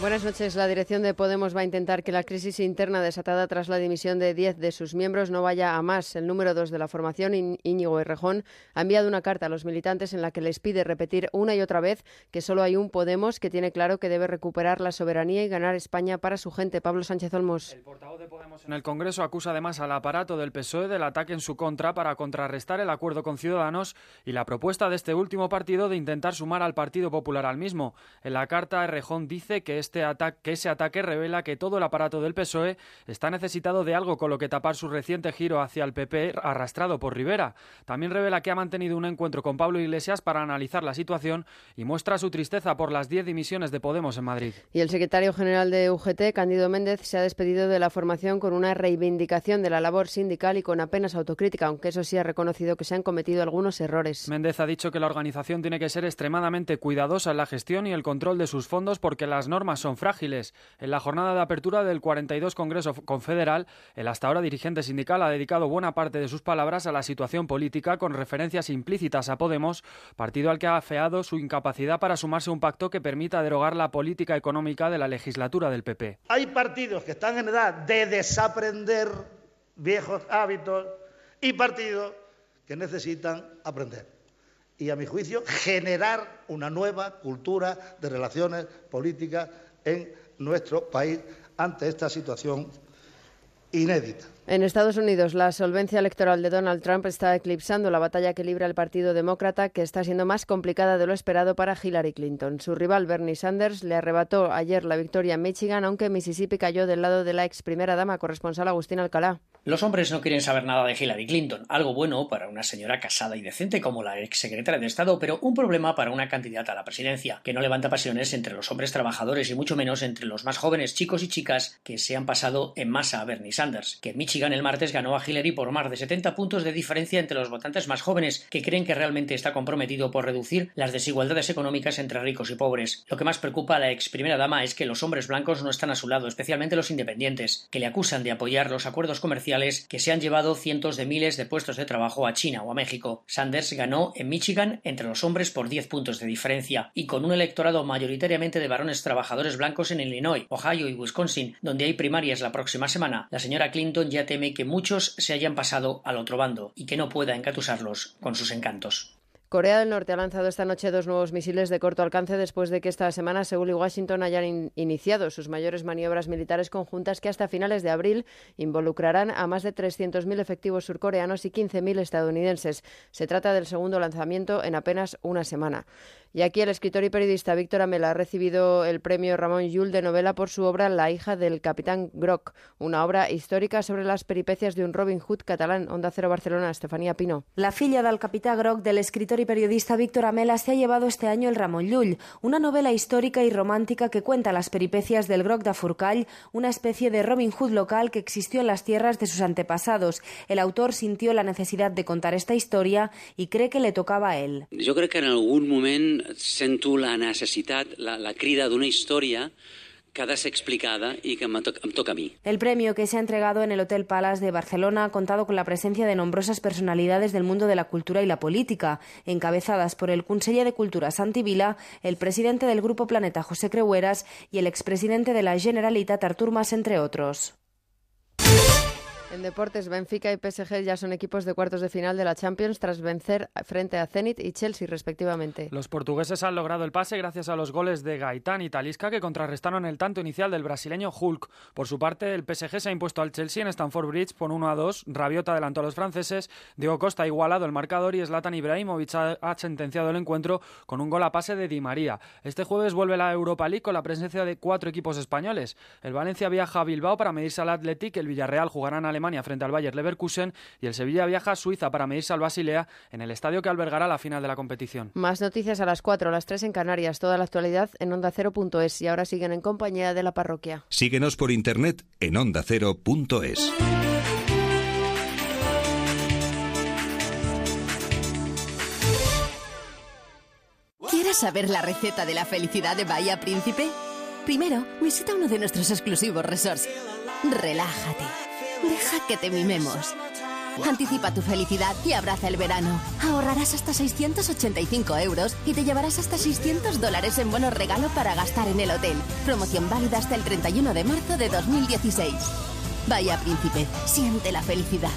Buenas noches. La dirección de Podemos va a intentar que la crisis interna desatada tras la dimisión de 10 de sus miembros no vaya a más. El número 2 de la formación, Íñ- Íñigo Errejón, ha enviado una carta a los militantes en la que les pide repetir una y otra vez que solo hay un Podemos que tiene claro que debe recuperar la soberanía y ganar España para su gente. Pablo Sánchez Olmos.
En el Congreso acusa además al aparato del PSOE E del ataque en su contra para contrarrestar el acuerdo con Ciudadanos y la propuesta de este último partido de intentar sumar al Partido Popular al mismo. En la carta, Rejón dice que, este ata- que ese ataque revela que todo el aparato del PSOE E está necesitado de algo con lo que tapar su reciente giro hacia el PP arrastrado por Rivera. También revela que ha mantenido un encuentro con Pablo Iglesias para analizar la situación y muestra su tristeza por las 10 dimisiones de Podemos en Madrid.
Y el secretario general de UGT, Cándido Méndez, se ha despedido de la formación con una reivindicación de la labor sindical y con apenas autocrítica, aunque eso sí ha reconocido que se han cometido algunos errores.
Méndez ha dicho que la organización tiene que ser extremadamente cuidadosa en la gestión y el control de sus fondos porque las normas son frágiles. En la jornada de apertura del 42 Congreso Confederal, el hasta ahora dirigente sindical ha dedicado buena parte de sus palabras a la situación política con referencias implícitas a Podemos, partido al que ha afeado su incapacidad para sumarse a un pacto que permita derogar la política económica de la legislatura del PP.
Hay partidos que están en edad de desaprender viejos hábitos y partidos que necesitan aprender. Y a mi juicio, generar una nueva cultura de relaciones políticas en nuestro país ante esta situación inédita.
En Estados Unidos, la solvencia electoral de Donald Trump está eclipsando la batalla que libra el Partido Demócrata, que está siendo más complicada de lo esperado para Hillary Clinton. Su rival Bernie Sanders le arrebató ayer la victoria en Michigan, aunque Mississippi cayó del lado de la ex primera dama corresponsal Agustín Alcalá.
Los hombres no quieren saber nada de Hillary Clinton, algo bueno para una señora casada y decente como la ex secretaria de Estado, pero un problema para una candidata a la presidencia, que no levanta pasiones entre los hombres trabajadores y mucho menos entre los más jóvenes chicos y chicas que se han pasado en masa a Bernie Sanders, que en Michigan el martes ganó a Hillary por más de 70 puntos de diferencia entre los votantes más jóvenes, que creen que realmente está comprometido por reducir las desigualdades económicas entre ricos y pobres. Lo que más preocupa a la ex primera dama es que los hombres blancos no están a su lado, especialmente los independientes, que le acusan de apoyar los acuerdos comerciales que se han llevado cientos de miles de puestos de trabajo a China o a México. Sanders ganó en Michigan entre los hombres por 10 puntos de diferencia y con un electorado mayoritariamente de varones trabajadores blancos en Illinois, Ohio y Wisconsin, donde hay primarias la próxima semana. La señora Clinton ya teme que muchos se hayan pasado al otro bando y que no pueda encatusarlos con sus encantos.
Corea del Norte ha lanzado esta noche dos nuevos misiles de corto alcance después de que esta semana Seúl y Washington hayan in- iniciado sus mayores maniobras militares conjuntas que hasta finales de abril involucrarán a más de 300.000 efectivos surcoreanos y 15.000 estadounidenses. Se trata del segundo lanzamiento en apenas una semana. Y aquí el escritor y periodista Víctor Amela ha recibido el premio Ramón Llull de novela por su obra La hija del capitán Grock, una obra histórica sobre las peripecias de un Robin Hood catalán. Onda Cero Barcelona, Estefanía Pino.
La filla del capità Groc del escritor y periodista Víctor Amela se ha llevado este año el Ramón Llull, una novela histórica y romántica que cuenta las peripecias del Groc de Furcal, una especie de Robin Hood local que existió en las tierras de sus antepasados. El autor sintió la necesidad de contar esta historia y cree que le tocaba a él.
Jo crec que en algun moment sento la necessitat, la, la crida d'una història que ha de ser explicada i que em, to em toca a mi.
El premio que se ha entregado en el Hotel Palace de Barcelona ha contado con la presencia de nombrosas personalidades del mundo de la cultura y la política, encabezadas por el conseller de Cultura Santi Vila, el presidente del Grupo Planeta José Creueras y el expresidente de la Generalitat Artur Mas, entre otros.
En deportes, Benfica y PSG ya son equipos de cuartos de final de la Champions tras vencer frente a Zenit y Chelsea respectivamente.
Los portugueses han logrado el pase gracias a los goles de Gaitán y Talisca que contrarrestaron el tanto inicial del brasileño Hulk. Por su parte, el PSG se ha impuesto al Chelsea en Stamford Bridge por 1 a 2. Rabiot adelantó a los franceses, Diego Costa ha igualado el marcador y Zlatan Ibrahimovic ha ha sentenciado el encuentro con un gol a pase de Di María. Este jueves vuelve la Europa League con la presencia de cuatro equipos españoles. El Valencia viaja a Bilbao para medirse al Athletic, el Villarreal jugará en Alemania frente al Bayer Leverkusen y el Sevilla viaja a Suiza para medirse al Basilea en el estadio que albergará la final de la competición.
Más noticias a las 4, a las 3 en Canarias, toda la actualidad en onda ondacero.es y ahora siguen en compañía de la parroquia.
Síguenos por internet en ondacero.es.
¿Quieres saber la receta de la felicidad de Bahía Príncipe? Primero, visita uno de nuestros exclusivos resorts. Relájate. Deja que te mimemos. Anticipa tu felicidad y abraza el verano. Ahorrarás hasta 685 euros y te llevarás hasta 600 dólares en bono regalo para gastar en el hotel. Promoción válida hasta el 31 de marzo de 2016. Vaya príncipe, siente la felicidad.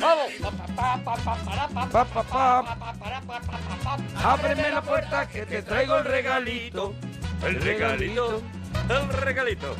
¡Vamos!
Pa, pa, pa. Ábreme la puerta que te traigo el regalito.
El regalito. El regalito.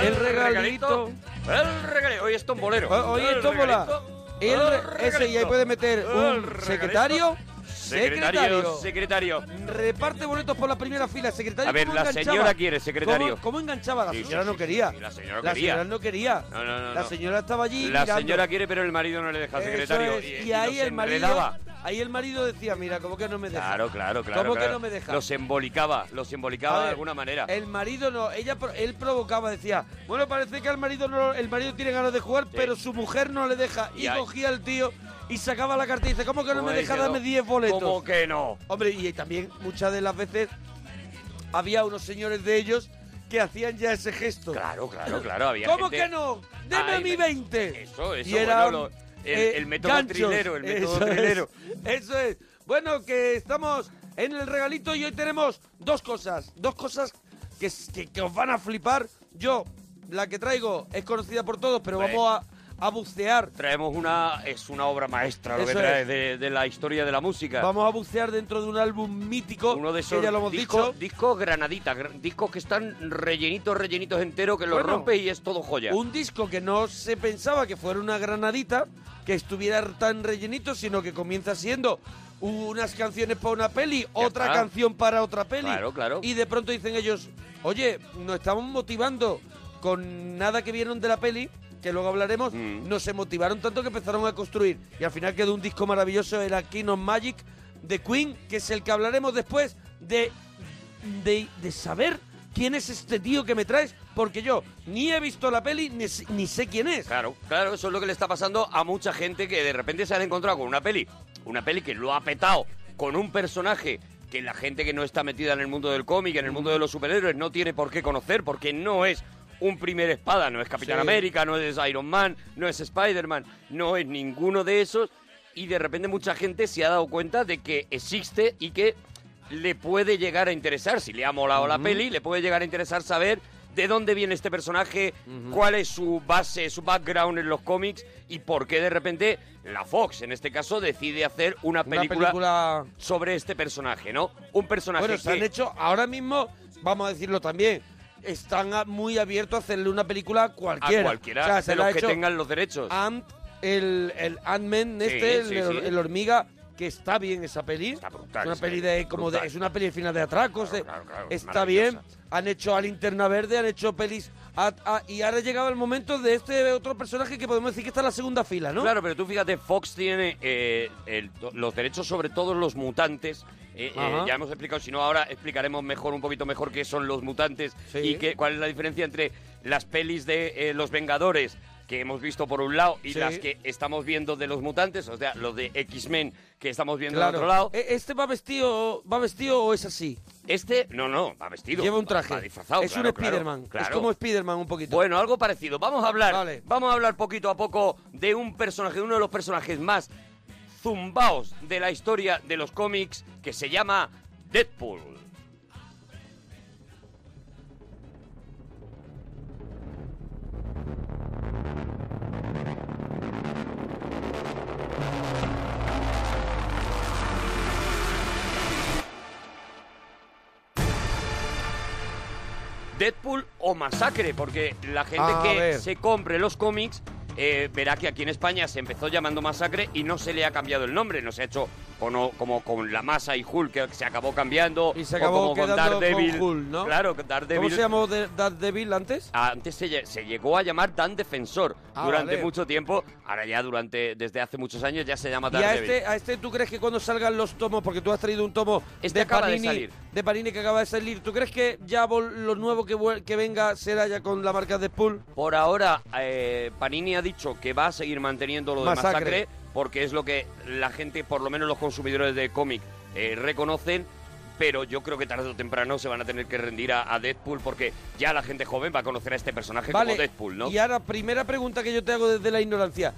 El regalito. Oh,
El regalito. Hoy es tombolero.
O- Oye,
El
tómbola.
regalito,
El
el
re- ese, y ahí
regalito,
puede meter
el
un
regalito.
secretario.
Secretario, secretario.
Reparte boletos por la primera fila, secretario.
A ver,
¿cómo
la
enganchaba?
señora quiere, secretario.
¿Cómo, cómo enganchaba? La
Sí, sí,
señora
sí,
no
sí,
quería.
sí, la señora
La
quería.
señora no quería.
No, no, no,
La
no.
señora estaba allí.
La
mirando.
señora quiere, pero el marido no le deja al
Eso
secretario.
es,
y-
Y,
y
ahí
los
el marido.
enredaba.
Ahí el marido decía, mira, ¿cómo que no me deja?
Claro, claro, claro.
¿Cómo que
claro.
no me deja?
Los embolicaba, los
A
embolicaba de
ver,
alguna manera.
El marido no, ella pro- él provocaba, decía, bueno, parece que al marido no, el marido tiene ganas de jugar, pero su mujer no le deja. Y,
Y ahí-
cogía al tío y sacaba la carta y dice, ¿cómo que no me
Como
deja?
diciendo,
Dame 10 boletos.
¿cómo que no?
Hombre, y también muchas de las veces había unos señores de ellos que hacían ya ese gesto. Claro,
Claro, claro, había
¿Cómo
gente-
que no? Deme
Ay,
mi 20.
Eso, eso,
y era eh,
bueno, lo- el, el método trilero, el método
eso
trilero.
Es, eso es. Bueno, que estamos en el regalito y hoy tenemos dos cosas. Dos cosas que, s- que, que os van a flipar. Yo, la que traigo es conocida por todos, pero
Hombre.
vamos a, a bucear.
Traemos una, es una obra maestra lo que
Eso
trae
es.
de, de la historia de la música.
Vamos a bucear dentro de un álbum mítico.
Uno de
que
esos
ya lo hemos
discos,
dicho.
discos granaditas, gr- discos que están rellenitos, rellenitos enteros, que los
Bueno,
rompes y es todo joya.
Un disco que no se pensaba que fuera una granadita, que estuviera tan rellenito, sino que comienza siendo unas canciones para una peli, otra
está.
canción para otra peli.
Claro, claro.
Y de pronto dicen ellos, oye, nos estamos motivando con nada que vieron de la peli, que luego hablaremos,
Mm.
nos se motivaron tanto que empezaron a construir. Y al final quedó un disco maravilloso, el Aquino Magic, de Queen, que es el que hablaremos después, de, de, de saber quién es este tío que me traes, porque yo ni he visto la peli ni, s- ni sé quién es.
Claro, claro, eso es lo que le está pasando a mucha gente que de repente se han encontrado con una peli, una peli que lo ha petado con un personaje que la gente que no está metida en el mundo del cómic, en el mundo de los superhéroes, no tiene por qué conocer porque no es un primer espada, no es Capitán
Sí.
América, no es Iron Man, no es Spider-Man, no es ninguno de esos y de repente mucha gente se ha dado cuenta de que existe y que le puede llegar a interesar, si le ha molado la
Ujú.
peli, le puede llegar a interesar saber de dónde viene este personaje,
Mm-hmm.
Ujú.
cuál es su base, su background en los cómics y por qué de repente la Fox, en este caso, decide hacer una
Una
película,
película-
sobre este personaje, ¿no? Un personaje
Bueno, se han
que-
hecho ahora mismo, vamos a decirlo también, están a- muy abiertos a hacerle una película a cualquiera.
a cualquiera
O sea,
de
se la
los
ha
que
hecho
tengan los derechos.
Ant, el, el Ant-Man
Sí,
este,
sí,
el,
sí.
el hormiga, que está bien esa peli.
brutal
Es una
esa
peli
peli,
de, como de,
brutal.
es una peli de final de atracos. de-
es
está bien. Han hecho a Linterna Verde, han hecho pelis. a- a- y ahora llegaba el momento de este otro personaje que podemos decir que está en la segunda fila, ¿no?
Claro, pero tú fíjate, Fox tiene eh, el- to- los derechos sobre todos los mutantes. Eh, eh,
Ajá.
ya hemos explicado, si no ahora explicaremos mejor, un poquito mejor qué son los mutantes
Sí.
y qué, cuál es la diferencia entre las pelis de eh, los Vengadores que hemos visto por un lado y
Sí.
las que estamos viendo de los mutantes, o sea, los de X-Men que estamos viendo del
Claro.
otro lado.
E- ¿Este va vestido, va vestido o es así?
Este, no, no, va vestido.
Lleva un
va-
traje.
va disfrazado,
es
claro,
un
claro,
Spider-Man. Es
claro.
como Spider-Man un poquito.
Bueno, algo parecido. Vamos a hablar,
Vale.
vamos a hablar poquito a poco de un personaje, de uno de los personajes más zumbaos de la historia de los cómics, que se llama Deadpool. Deadpool o Masacre, porque la gente
Ah, A
que
ver.
se compre los cómics eh, verá que aquí en España se empezó llamando Masacre y no se le ha cambiado el nombre, no se ha hecho como, como con la masa y Hulk que se acabó cambiando,
Y se
o
acabó
como con
quedando con
Daredevil,
Hulk, ¿no?
claro, con Daredevil. Ah,
¿Cómo se llamó de- Daredevil antes?
Antes se, lle- se llegó a llamar Dan Defensor
Ah,
durante
vale.
mucho tiempo, ahora ya durante desde hace muchos años ya se llama
¿Y a
Daredevil.
este, a este tú crees que cuando salgan los tomos, porque tú has traído un tomo
Este
de,
acaba de
Panini,
salir.
de Panini que acaba de salir, ¿tú crees que ya vol- lo nuevo que, vuel- que venga será ya con la marca Deadpool?
Por ahora, eh, Panini ha dicho que va a seguir manteniendo lo de
Masacre.
masacre. porque es lo que la gente, por lo menos los consumidores de cómic, eh, reconocen. Pero yo creo que tarde o temprano se van a tener que rendir a, a Deadpool porque ya la gente joven va a conocer a este personaje
Vale,
como Deadpool, ¿no?
Y ahora, primera pregunta que yo te hago desde la ignorancia.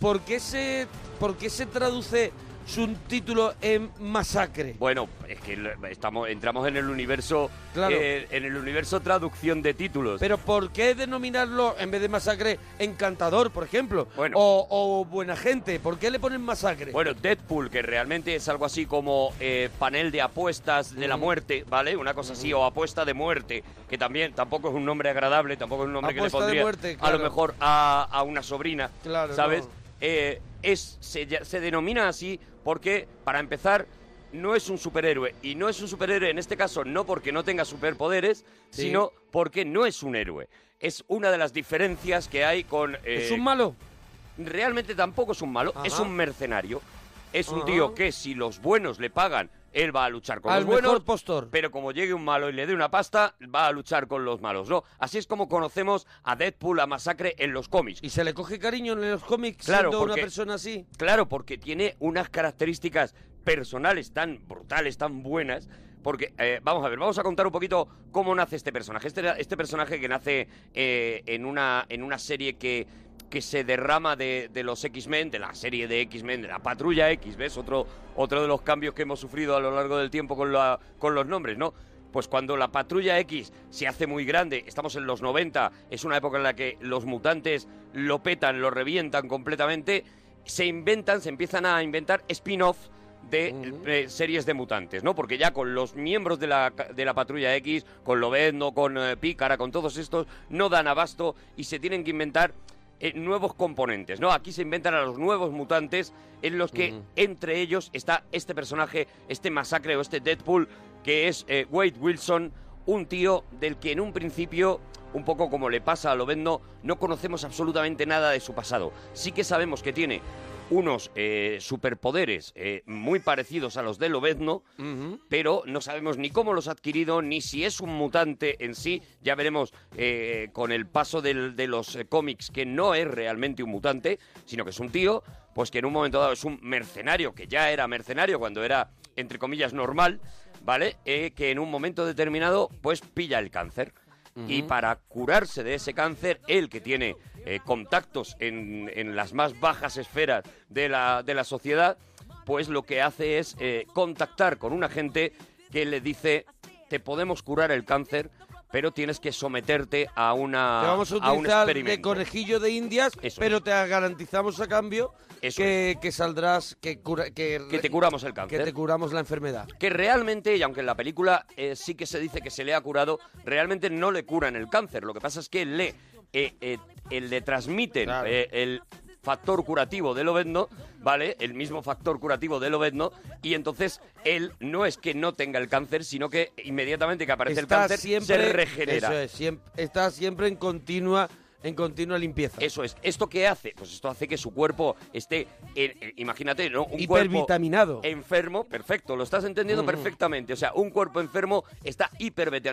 ¿Por qué se, por qué se traduce su título en masacre?
Bueno, es que lo- estamos, entramos en el universo,
Claro.
eh, en el universo traducción de títulos.
Pero ¿por qué denominarlo, en vez de masacre, encantador, por ejemplo? O, o buena gente, ¿por qué le ponen masacre?
Bueno, Deadpool, que realmente es algo así como eh, panel de apuestas de la
Ujú.
muerte, ¿vale? Una cosa así, o apuesta de muerte, que también tampoco es un nombre agradable, tampoco es un nombre
Apuesta
que
de
le pondría
muerte,
a
claro.
lo mejor a, a una sobrina,
Claro,
¿sabes?
no.
Eh, es, se, ll- se denomina así porque, para empezar, no es un superhéroe. Y no es un superhéroe en este caso no porque no tenga superpoderes,
Sí.
sino porque no es un héroe. Es una de las diferencias que hay con...
¿Es
eh,
un malo?
realmente tampoco es un malo,
Ajá.
es un mercenario. Es un
Ajá.
tío que si los buenos le pagan, él va a luchar con
Al
los
mejor
buenos.
postor.
Pero como llegue un malo y le dé una pasta, va a luchar con los malos, ¿no? Así es como conocemos a Deadpool, a Masacre en los cómics.
¿Y se le coge cariño en los cómics
Claro,
siendo
porque-
una persona así?
Claro, porque tiene unas características personales tan brutales, tan buenas. Porque, eh, vamos a ver, vamos a contar un poquito cómo nace este personaje. Este, este personaje que nace eh, en, una, en una serie que, que se derrama de, de los X-Men, de la serie de X-Men, de la Patrulla X, ¿ves? Otro, otro de los cambios que hemos sufrido a lo largo del tiempo con, la- con los nombres, ¿no? Pues cuando la patrulla X se hace muy grande, estamos en los 90, es una época en la que los mutantes lo petan, lo revientan completamente, se inventan, se empiezan a inventar spin-off de eh, series de mutantes, ¿no? Porque ya con los miembros de la, ca- de la patrulla X, con Lobezno, con eh, Pícara, con todos estos, no dan abasto y se tienen que inventar eh, nuevos componentes, ¿no? Aquí se inventan a los nuevos mutantes en los que
Ujú.
entre ellos está este personaje, este masacre o este Deadpool, que es eh, Wade Wilson, un tío del que en un principio, un poco como le pasa a Lobendo, no conocemos absolutamente nada de su pasado. Sí que sabemos que tiene unos eh, superpoderes eh, muy parecidos a los de Lobezno,
Mm-hmm.
pero no sabemos ni cómo los ha adquirido, ni si es un mutante en sí. Ya veremos eh, con el paso del- de los eh, cómics que no es realmente un mutante, sino que es un tío, pues que en un momento dado es un mercenario, que ya era mercenario cuando era, entre comillas, normal, ¿vale? Eh, que en un momento determinado, pues pilla el cáncer. Y
Ujú.
para curarse de ese cáncer, él que tiene eh, contactos en, en las más bajas esferas de la, de la sociedad, pues lo que hace es eh, contactar con una gente que le dice, te podemos curar el cáncer, pero tienes que someterte a, una,
Te vamos a
a un
utilizar de
experimento.
conejillo de indias, pero te garantizamos a cambio que, que saldrás, que, cura- que,
Que te curamos el cáncer.
que te curamos la enfermedad.
que realmente, y aunque en la película eh, sí que se dice que se le ha curado, realmente no le curan el cáncer. Lo que pasa es que le, eh, eh, eh, le transmiten eh, el factor curativo del Obedno, ¿vale? El mismo factor curativo del Obedno, y entonces él no es que no tenga el cáncer, sino que inmediatamente que aparece el cáncer se regenera.
Eso es, siem- está siempre en continua, en continua limpieza.
Eso es. ¿Esto qué hace? Pues esto hace que su cuerpo esté, en- en- imagínate, ¿no? Un
Hipervitaminado.
cuerpo enfermo, perfecto, lo estás entendiendo
Mm.
perfectamente. O sea, un cuerpo enfermo está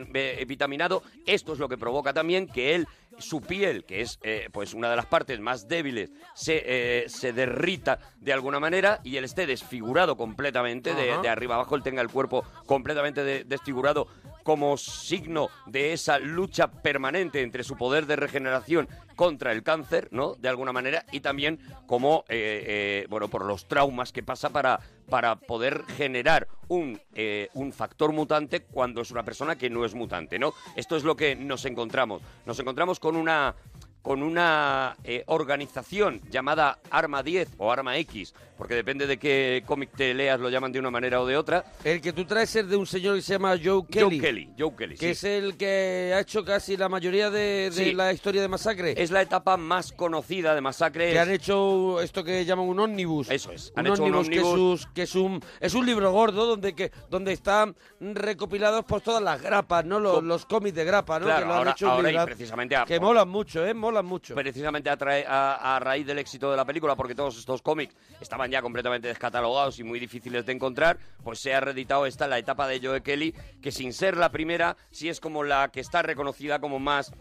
hipervitaminado. Esto es lo que provoca también que él, su piel, que es eh, pues una de las partes más débiles, se, eh, se derrita de alguna manera y él esté desfigurado completamente, de,
Ajá.
de arriba abajo, él tenga el cuerpo completamente de- desfigurado como signo de esa lucha permanente entre su poder de regeneración contra el cáncer, ¿no? De alguna manera, y también como, eh, eh, bueno, por los traumas que pasa para, para poder generar un, eh, un factor mutante cuando es una persona que no es mutante, ¿no? Esto es lo que nos encontramos. Nos encontramos con una con una eh, organización llamada Arma 10 o Arma X, porque depende de qué cómic te leas, lo llaman de una manera o de otra.
El que tú traes es de un señor que se llama Joe Kelly.
Joe Kelly, Joe Kelly,
Que
sí.
es el que ha hecho casi la mayoría de, de
Sí.
la historia de Masacre.
Es la etapa más conocida de Masacre.
Que han hecho esto que llaman un ómnibus. Eso
es.
Un
han hecho un
ómnibus que,
ómnibus.
sus- que es, un, es un libro gordo donde, que, donde están recopilados pues, todas las grapas, ¿no? Los, los cómics de grapa, ¿no?
Claro,
que lo
ahora-
han hecho un
ahora y
librazo.
precisamente a-
Que molan mucho, ¿eh? Molan mucho.
Precisamente a, trae- a- a raíz del éxito de la película, porque todos estos cómics estaban ya completamente descatalogados y muy difíciles de encontrar, pues se ha reeditado esta, la etapa de Joe Kelly, que sin ser la primera, sí es como la que está reconocida como más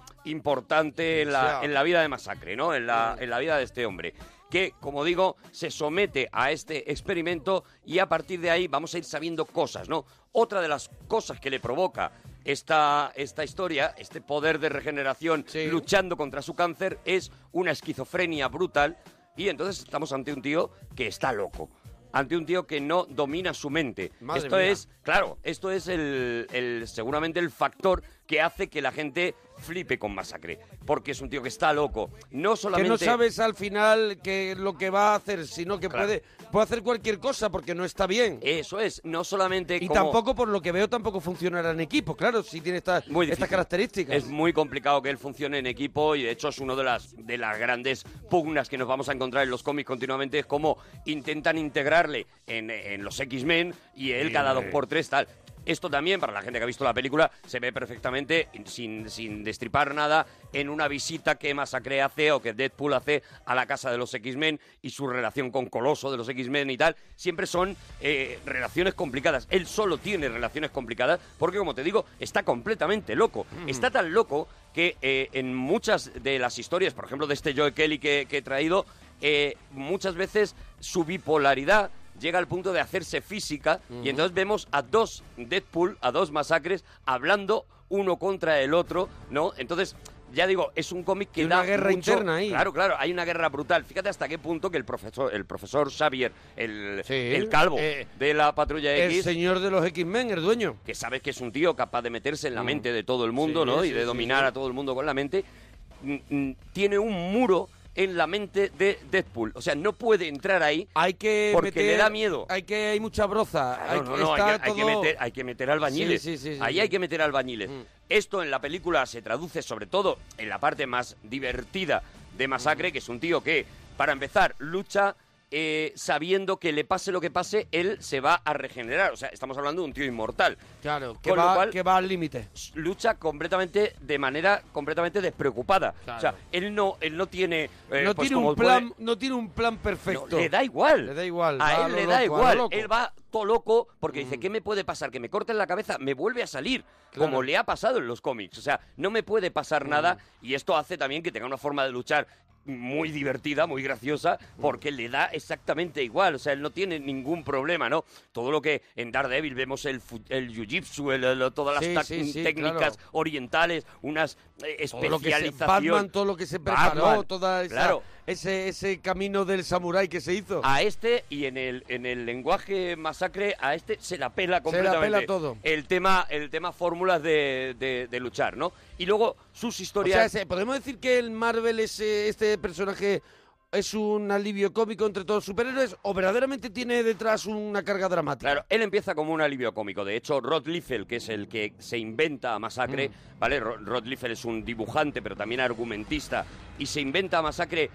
importante en la,
Sí.
en la vida de Masacre, ¿no? En la, en la vida de este hombre. Que, como digo, se somete a este experimento y a partir de ahí vamos a ir sabiendo cosas, ¿no? Otra de las cosas que le provoca esta, esta historia, este poder de regeneración luchando contra su cáncer, es una esquizofrenia brutal. Y entonces estamos ante un tío que está loco. Ante un tío que no domina su mente.
Madre
esto
mía.
es, claro, esto es el, el- seguramente el factor que hace que la gente flipe con masacre. Porque es un tío que está loco. No solamente.
Que no sabes al final que lo que va a hacer, sino que
Claro.
puede, puede hacer cualquier cosa porque no está bien.
Eso es, no solamente
Y
como-
tampoco, por lo que veo, tampoco funcionará en equipo, claro, si tiene estas, estas características.
Es muy complicado que él funcione en equipo y de hecho es una de las, de las grandes pugnas que nos vamos a encontrar en los cómics continuamente, es cómo intentan integrarle en, en los X-Men y él
Sí,
cada dos
hombre.
por tres tal. Esto también, para la gente que ha visto la película, se ve perfectamente, sin, sin destripar nada, en una visita que Masacre hace o que Deadpool hace a la casa de los X-Men y su relación con Coloso de los X-Men y tal. Siempre son eh, relaciones complicadas. Él solo tiene relaciones complicadas porque, como te digo, está completamente loco. Está tan loco que eh, en muchas de las historias, por ejemplo, de este Joe Kelly que, que he traído, eh, muchas veces su bipolaridad llega al punto de hacerse física y entonces vemos a dos Deadpool, a dos masacres, hablando uno contra el otro, ¿no? Entonces, ya digo, es un cómic que
Hay una
da
guerra
mucho-
interna ahí.
Claro, claro, hay una guerra brutal. Fíjate hasta qué punto que el profesor, el profesor Xavier, el, el calvo
eh,
de la patrulla X
El señor de los X-Men, el dueño.
que sabes que es un tío capaz de meterse en la mente de todo el mundo,
Mm. Sí,
¿no?
sí,
y de
sí,
dominar
sí.
a todo el mundo con la mente, mm, mm, tiene un muro en la mente de Deadpool. O sea, no puede entrar ahí
Hay que
porque le
meter-
da miedo. Ah,
Hay que hay mucha broza. hay,
No, no, no, hay,
está
que, hay que
todo-
meter, hay que meter albañiles.
Sí, sí, sí, sí,
Ahí
sí. Mm.
hay que meter albañiles. Esto en la película se traduce sobre todo
Mm.
en la parte más divertida de Masacre, que es un tío que, para empezar, lucha eh, sabiendo que le pase lo que pase, él se va a regenerar. O sea, estamos hablando de un tío inmortal.
Claro, que
Con lo
va,
cual-
que va al límite.
Lucha completamente de manera completamente despreocupada.
Claro.
O sea, él no, él no tiene. eh,
no,
pues
tiene un
como
plan,
puede-
no tiene un plan perfecto.
le da igual.
Le da igual. va
A
a
él
lo
le da
loco, a lo
igual.
loco. Mm.
Él va todo loco porque dice, ¿qué me puede pasar? Que me corten la cabeza, me vuelve a salir,
Claro.
como le ha pasado en los cómics. O sea, no me puede pasar nada
Mm.
y esto hace también que tenga una forma de luchar muy divertida, muy graciosa, porque
Mm.
le da exactamente igual, o sea, él no tiene ningún problema, ¿no? Todo lo que en Daredevil vemos el, fu- el jiu-jitsu, el- el- todas las
Sí,
tac- mm,
sí, sí,
técnicas
claro.
orientales, unas eh,
Todo lo que se-
especializaciones.
Batman, todo lo que se preparó,
Batman,
toda esa-
claro.
ese, ese camino del samurái que se hizo.
A este y en el en el lenguaje masacre a este se la pela completamente.
pela todo.
El tema el tema fórmulas de, de- de luchar, ¿no? Y luego sus
O
historias.
sea, ese- podemos decir que el Marvel, ese, este personaje, es un alivio cómico entre todos los superhéroes o verdaderamente tiene detrás una carga dramática.
Claro, él empieza como un alivio cómico. De hecho, Rod Liefeld, que es el que se inventa a Masacre,
Mm.
¿vale? Ro- Rod Liefeld es un dibujante, pero también argumentista, y se inventa a Masacre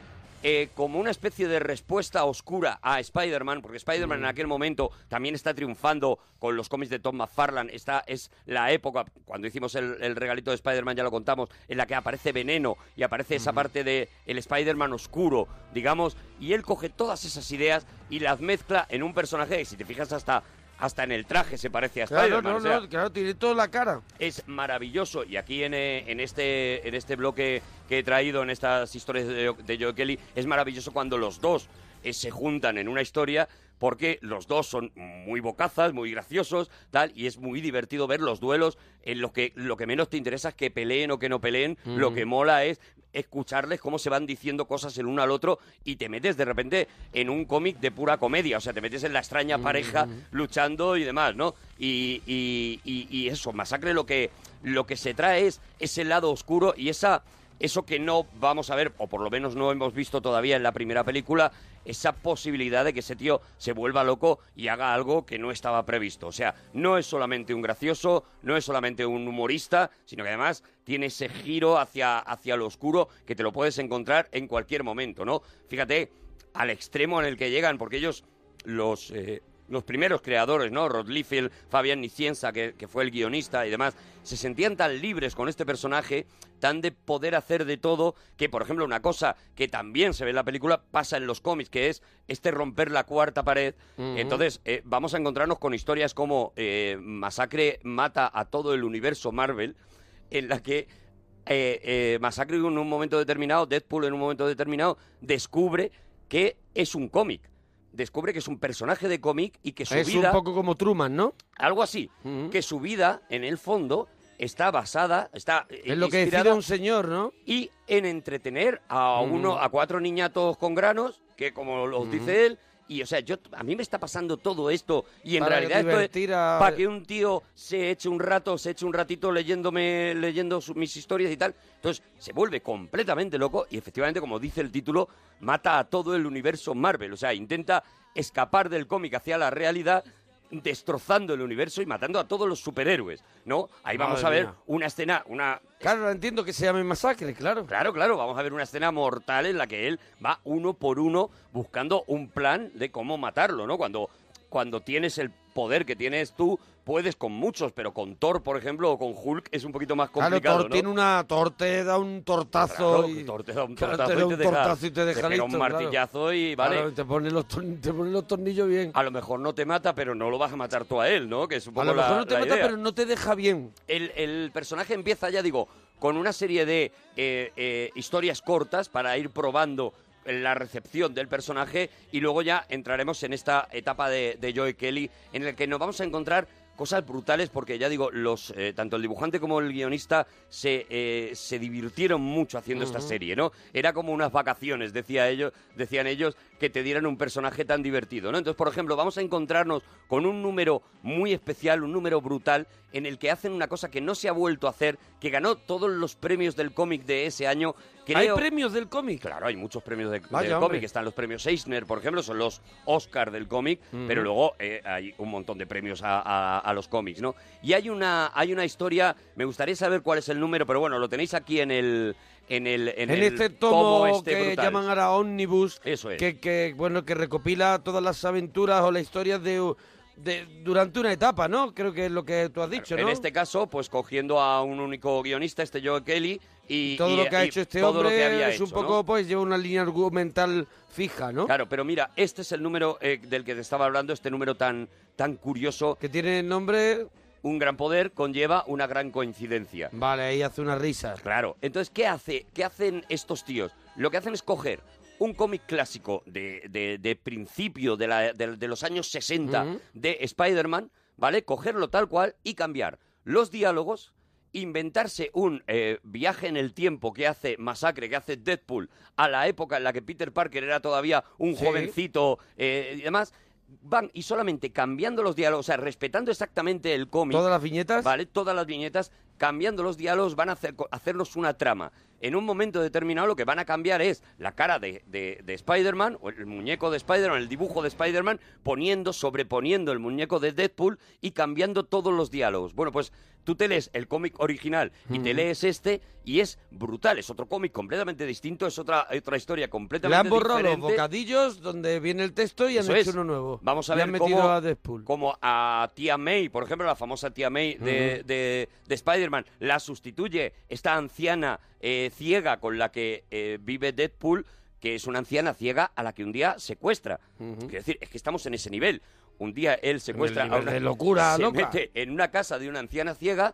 eh, como una especie de respuesta oscura a Spider-Man, porque Spider-Man
Mm.
en aquel momento también está triunfando con los cómics de Tom McFarlane. Esta es la época, cuando hicimos el, el regalito de Spider-Man, ya lo contamos, en la que aparece Veneno y aparece esa parte de el Spider-Man oscuro, digamos, y él coge todas esas ideas y las mezcla en un personaje que, si te fijas, hasta, hasta en el traje se parece a
Claro,
Spider-Man.
no,
o sea,
no, claro, tiene toda la cara.
es maravilloso. Y aquí en, eh, en este, en este bloque que he traído, en estas historias de, de Joe Kelly, es maravilloso cuando los dos eh, se juntan en una historia porque los dos son muy bocazas, muy graciosos, tal, y es muy divertido ver los duelos en los que lo que menos te interesa es que peleen o que no peleen,
Ujú.
lo que mola es escucharles cómo se van diciendo cosas el uno al otro y te metes de repente en un cómic de pura comedia, o sea, te metes en la extraña pareja luchando y demás, ¿no? Y, y- y- y eso, Masacre lo que, lo que se trae es ese lado oscuro y esa, eso que no vamos a ver, o por lo menos no hemos visto todavía en la primera película, esa posibilidad de que ese tío se vuelva loco y haga algo que no estaba previsto. O sea, no es solamente un gracioso, no es solamente un humorista, sino que además tiene ese giro hacia, hacia lo oscuro que te lo puedes encontrar en cualquier momento, ¿no? Fíjate al extremo en el que llegan, porque ellos los, eh, los primeros creadores, ¿no? Rod Liefeld, Fabián Nicienza, que, que fue el guionista y demás, se sentían tan libres con este personaje, tan de poder hacer de todo, que, por ejemplo, una cosa que también se ve en la película pasa en los cómics, que es este romper la cuarta pared.
Ujú.
Entonces, eh, vamos a encontrarnos con historias como eh, Masacre mata a todo el universo Marvel, en la que eh, eh, Masacre en un momento determinado, Deadpool en un momento determinado, descubre que es un cómic. Descubre que es un personaje de cómic y que su
Es
vida.
un poco como Truman, ¿no?
Algo así. Que su vida, en el fondo, está basada. Está eh,
Es lo que
inspirada
decide un señor, ¿no?
y en entretener a
Mm.
uno, a cuatro niñatos con granos, que como los
Mm.
dice él, y o sea, yo a mí me está pasando todo esto y en
Para
realidad esto
divertir a-
para que un tío se eche un rato, se eche un ratito leyéndome leyendo su- mis historias y tal. Entonces, se vuelve completamente loco y efectivamente, como dice el título, mata a todo el universo Marvel, o sea, intenta escapar del cómic hacia la realidad destrozando el universo y matando a todos los superhéroes, ¿no? Ahí vamos
Madre
a ver
mía.
una escena, una
Claro, entiendo que se llame masacre, claro.
Claro, claro, vamos a ver una escena mortal en la que él va uno por uno buscando un plan de cómo matarlo, ¿no? Cuando, cuando tienes el poder que tienes tú, puedes con muchos, pero con Thor, por ejemplo, o con Hulk es un poquito más
Claro,
complicado,
Thor
¿no?
tiene una torte, da un tortazo.
Claro,
y...
Thor te da un
Claro,
tortazo
te da
y
un
te deja-
tortazo y te
te
deja
pega un
listo, claro.
martillazo y, vale.
Claro, te pone los, torn- te pone los tornillos bien.
A lo mejor no te mata, pero no lo vas a matar tú a él, ¿no? Que es
A
un poco
lo
la-
mejor no te
la
mata,
idea.
pero no te deja bien.
el, el personaje empieza, ya digo, con una serie de eh, eh, historias cortas para ir probando la recepción del personaje y luego ya entraremos en esta etapa de, de Joe Kelly en la que nos vamos a encontrar cosas brutales porque ya digo los eh, tanto el dibujante como el guionista se, eh, se divirtieron mucho haciendo esta
Ujú.
serie no era como unas vacaciones decía ellos decían ellos que te dieran un personaje tan divertido no entonces por ejemplo vamos a encontrarnos con un número muy especial un número brutal en el que hacen una cosa que no se ha vuelto a hacer que ganó todos los premios del cómic de ese año
¿Hay
creo-
premios del cómic?
Claro, hay muchos premios de,
Vaya,
del
hombre.
cómic. Están los premios Eisner, por ejemplo, son los Oscar del cómic,
Ujú.
pero luego eh, hay un montón de premios a, a- a los cómics, ¿no? Y hay una, hay una historia, me gustaría saber cuál es el número, pero bueno, lo tenéis aquí en el... En, el, en,
En,
el
este tomo
este
que
brutal.
llaman ahora Omnibus,
Eso es.
que, que, bueno que recopila todas las aventuras o las historias de, de- durante una etapa, ¿no? Creo que es lo que tú has dicho,
En
¿no?
este caso, pues cogiendo a un único guionista, este Joe Kelly, y
todo
y-
lo que ha
y
hecho este
todo lo que había
hombre es un
hecho, ¿no?
poco, pues lleva una línea argumental fija, ¿no?
Claro, pero mira, este es el número eh, del que te estaba hablando, este número tan, tan curioso.
Que tiene el nombre...
Un gran poder conlleva una gran coincidencia.
Vale, ahí hace una risa.
Claro. Entonces, ¿qué, hace, ¿qué hacen estos tíos? Lo que hacen es coger un cómic clásico de, de- de principio de, la- de- de los años 60
Ujú.
de Spider-Man, ¿vale? Cogerlo tal cual y cambiar los diálogos, inventarse un eh, viaje en el tiempo que hace Masacre, que hace Deadpool, a la época en la que Peter Parker era todavía un
Sí.
jovencito eh, y demás. Van y solamente cambiando los diálogos, o sea, respetando exactamente el cómic.
¿Todas las viñetas?
Vale, todas las viñetas, cambiando los diálogos, van a hacer- hacernos una trama. En un momento determinado lo que van a cambiar es la cara de, de- de Spider-Man, o el muñeco de Spider-Man, el dibujo de Spider-Man, poniendo, sobreponiendo el muñeco de Deadpool y cambiando todos los diálogos. Bueno, pues tú te lees el cómic original y te
Ujú.
lees este y es brutal, es otro cómic completamente distinto, es otra, otra historia completamente
Le han borrado los
diferente.
bocadillos donde viene el texto y han
Eso
hecho
es.
uno nuevo.
Vamos a
Le
ver
han metido
cómo-
a Deadpool.
como a tía May, por ejemplo, la famosa tía May de,
Ujú.
de- de Spider-Man, la sustituye esta anciana eh, ciega con la que eh, vive Deadpool, que es una anciana ciega a la que un día secuestra. Quiero decir, es que estamos en ese nivel. Un día él secuestra
nivel
a una
de locura
se
loca.
mete en una casa de una anciana ciega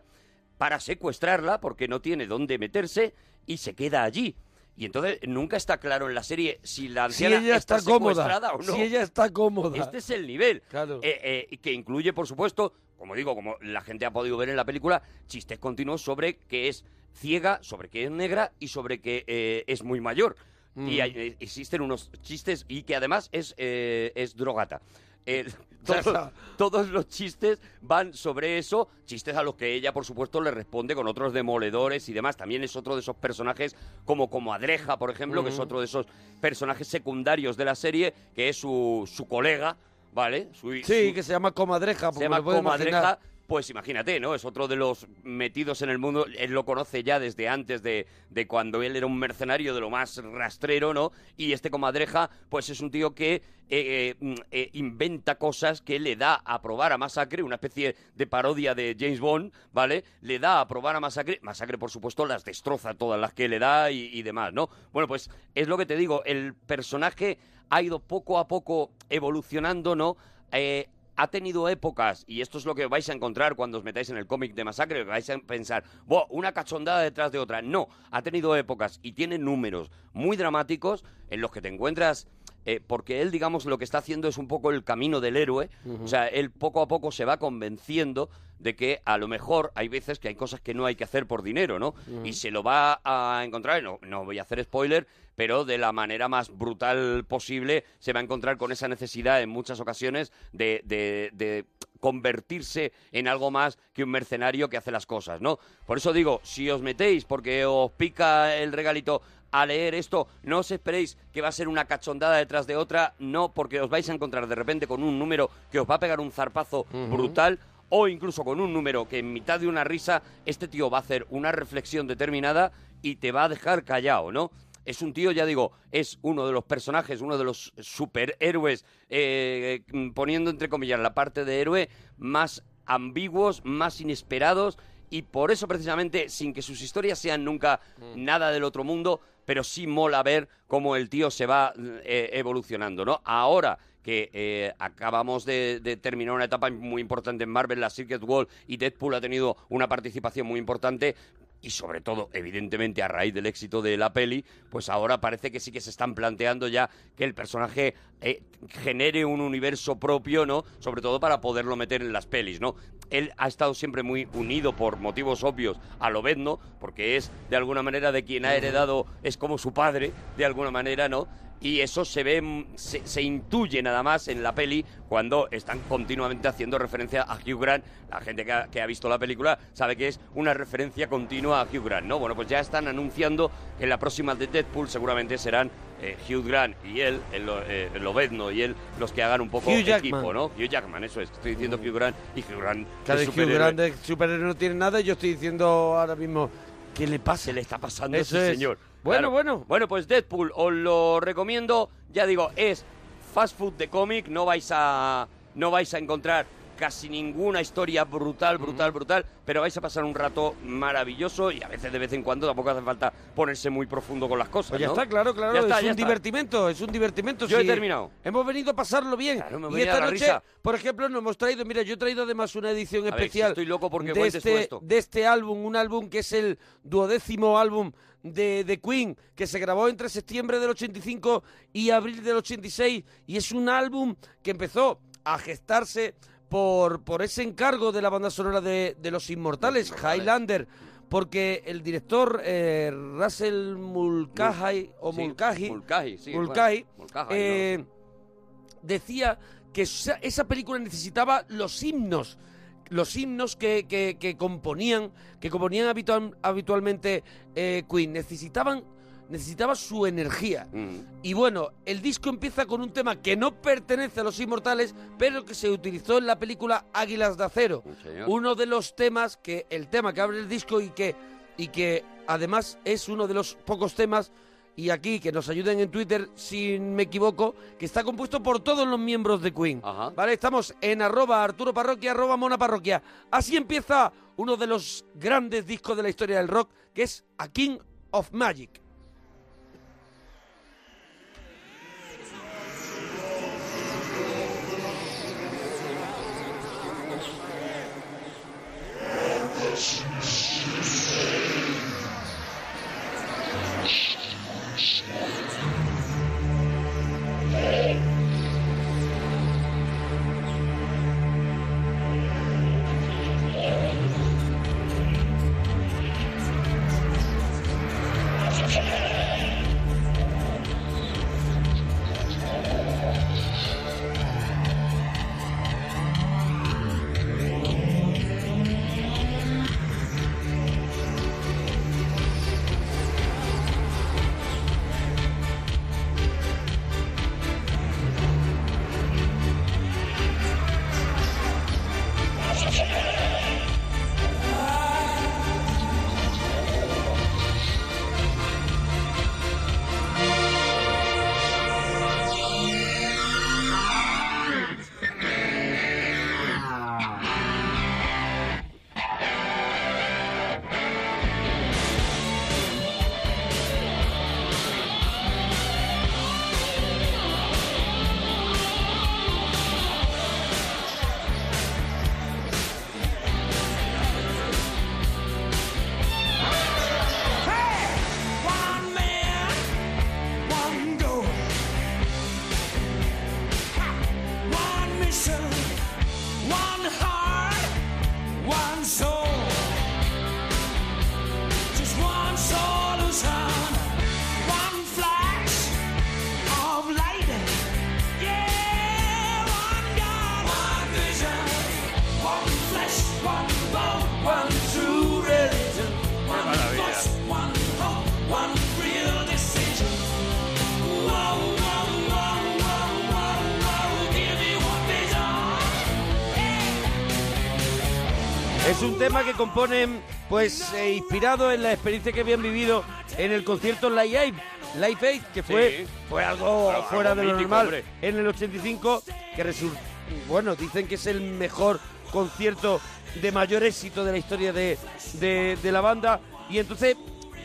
para secuestrarla porque no tiene dónde meterse y se queda allí. Y entonces nunca está claro en la serie si la
Si
anciana
ella está,
secuestrada
cómoda,
o no.
si ella está cómoda.
Este es el nivel. Eh, eh, que incluye, por supuesto, como digo, como la gente ha podido ver en la película, chistes continuos sobre que es ciega, sobre que es negra y sobre que eh, es muy mayor. Y
Mm.
hay- eh, existen unos chistes y que además es, eh, es drogata. Eh,
Ya
todos-
está.
todos los chistes van sobre eso, chistes a los que ella, por supuesto, le responde con otros demoledores y demás. También es otro de esos personajes como, como Adreja, por ejemplo, que es
Ujú.
otro de esos personajes secundarios de la serie, que es su, su colega, ¿vale? Su,
Sí,
su-
que se llama comadreja.
se
porque me
llama
lo puedo
Comadreja.
imaginar.
Pues imagínate, ¿no? Es otro de los metidos en el mundo. Él lo conoce ya desde antes de, de cuando él era un mercenario de lo más rastrero, ¿no? Y este comadreja, pues es un tío que eh, eh, mm, eh, inventa cosas que le da a probar a Masacre, una especie de parodia de James Bond, ¿vale? Le da a probar a Masacre. Masacre, por supuesto, las destroza todas las que le da y, y demás, ¿no? Bueno, pues es lo que te digo. El personaje ha ido poco a poco evolucionando, ¿no? Eh, ha tenido épocas, y esto es lo que vais a encontrar cuando os metáis en el cómic de Masacre, que vais a pensar, "Buah, una cachondada detrás de otra. No, ha tenido épocas y tiene números muy dramáticos en los que te encuentras, eh, porque él, digamos, lo que está haciendo es un poco el camino del héroe,
Ujú.
o sea, él poco a poco se va convenciendo de que a lo mejor hay veces que hay cosas que no hay que hacer por dinero, ¿no?
Ujú.
Y se lo va a encontrar, no, no voy a hacer spoiler, pero de la manera más brutal posible se va a encontrar con esa necesidad en muchas ocasiones de, de- de convertirse en algo más que un mercenario que hace las cosas, ¿no? Por eso digo, si os metéis porque os pica el regalito a leer esto, no os esperéis que va a ser una cachondada detrás de otra, no, porque os vais a encontrar de repente con un número que os va a pegar un zarpazo brutal o incluso con un número que en mitad de una risa este tío va a hacer una reflexión determinada y te va a dejar callado, ¿no? Es un tío, ya digo, es uno de los personajes, uno de los superhéroes, eh, mm, poniendo entre comillas la parte de héroe, más ambiguos, más inesperados, y por eso precisamente, sin que sus historias sean nunca nada del otro mundo, pero sí mola ver cómo el tío se va mm, eh, evolucionando, ¿no? Ahora que eh, acabamos de, de terminar una etapa muy importante en Marvel, la Secret Wall, y Deadpool ha tenido una participación muy importante, y sobre todo, evidentemente, a raíz del éxito de la peli, pues ahora parece que sí que se están planteando ya que el personaje eh, genere un universo propio, ¿no? Sobre todo para poderlo meter en las pelis, ¿no? Él ha estado siempre muy unido por motivos obvios a Lobezno, porque es de alguna manera de quien ha heredado, es como su padre, de alguna manera, ¿no? y eso se ve, mm, se, se intuye nada más en la peli cuando están continuamente haciendo referencia a Hugh Grant. La gente que ha, que ha visto la película sabe que es una referencia continua a Hugh Grant, ¿no? Bueno, pues ya están anunciando que en la próxima de Deadpool seguramente serán eh, Hugh Grant y él, el, lo- eh, el Lobezno y él, los que hagan un poco
Hugh
equipo,
Jackman. Mm.
¿no? Hugh Jackman, eso es. Estoy diciendo Hugh Grant y Hugh Grant de
Claro, es que un
superhéroe.
grande superhéroe no tiene nada. y Yo estoy diciendo ahora mismo, ¿qué le pasa?
le está pasando,
Eso
sí,
es.
señor.
Bueno,
bueno. Bueno, pues Deadpool, os lo recomiendo. Ya digo, es fast food de cómic. No vais a, no vais a encontrar casi ninguna historia brutal, brutal, brutal. Pero vais a pasar un rato maravilloso y a veces, de vez en cuando, tampoco hace falta ponerse muy profundo con las cosas.
Pues ya
¿no?
está, claro, claro.
Ya está,
es
ya
un
está.
divertimento, es un divertimento.
Yo he
sí.
terminado.
Hemos venido a pasarlo bien.
me
y
venía
esta
la
noche,
risa.
por ejemplo, nos hemos traído, mira, yo he traído además una edición
A ver, si
especial
estoy loco porque
de,
cuentes tú
este,
esto.
de este álbum, un álbum que es el duodécimo álbum de, de Queen, que se grabó entre septiembre del 85 y abril del 86, y es un álbum que empezó a gestarse por, por ese encargo de la banda sonora de, de Los Inmortales, Highlander, porque el director eh, Russell Mulcahy, o
Sí,
Mulcahy,
Mulcahy, sí,
Mulcahy,
bueno, Mulcahy,
eh, decía que esa, esa película necesitaba los himnos. Los himnos que, que- que componían, que componían habitual- habitualmente eh, Queen, necesitaban, necesitaba su energía. Y bueno, el disco empieza con un tema que no pertenece a Los Inmortales, pero que se utilizó en la película Águilas de Acero.
señor.
Uno de los temas que, el tema que abre el disco y que, y que además es uno de los pocos temas, y aquí que nos ayuden en Twitter, si me equivoco, que está compuesto por todos los miembros de Queen. Vale, estamos en arroba Arturo Parroquia, arroba Mona Parroquia. Así empieza uno de los grandes discos de la historia del rock, que es A King of Magic.
One man, one goal. One mission, one heart, one soul. Just one solution, one flash of light. Yeah, one God, one vision, one flesh, one bone, one true religion, one
maravilla.
voice, one hope, one real decision. Whoa, whoa, whoa, whoa, whoa, whoa, give me one vision.
Es un tema que componen, pues, eh, inspirado en la experiencia que habían vivido en el concierto Live Aid, Live Aid, que fue,
Sí.
fue algo
Algo
fuera de lo
mítico,
normal
hombre.
en el 85, que resultó, bueno, dicen que es el mejor concierto de mayor éxito de la historia de, de- de la banda, y entonces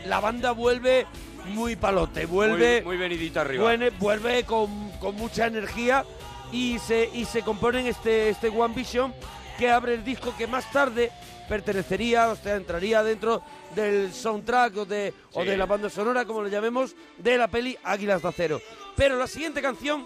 la banda vuelve muy palote, vuelve...
Muy, muy venidita arriba.
Vuelve, vuelve con, con mucha energía y se, y se componen este, este One Vision que abre el disco que más tarde pertenecería, o sea, entraría dentro del soundtrack o de, o
Sí.
de la banda sonora, como le llamemos, de la peli Águilas de Acero. Pero la siguiente canción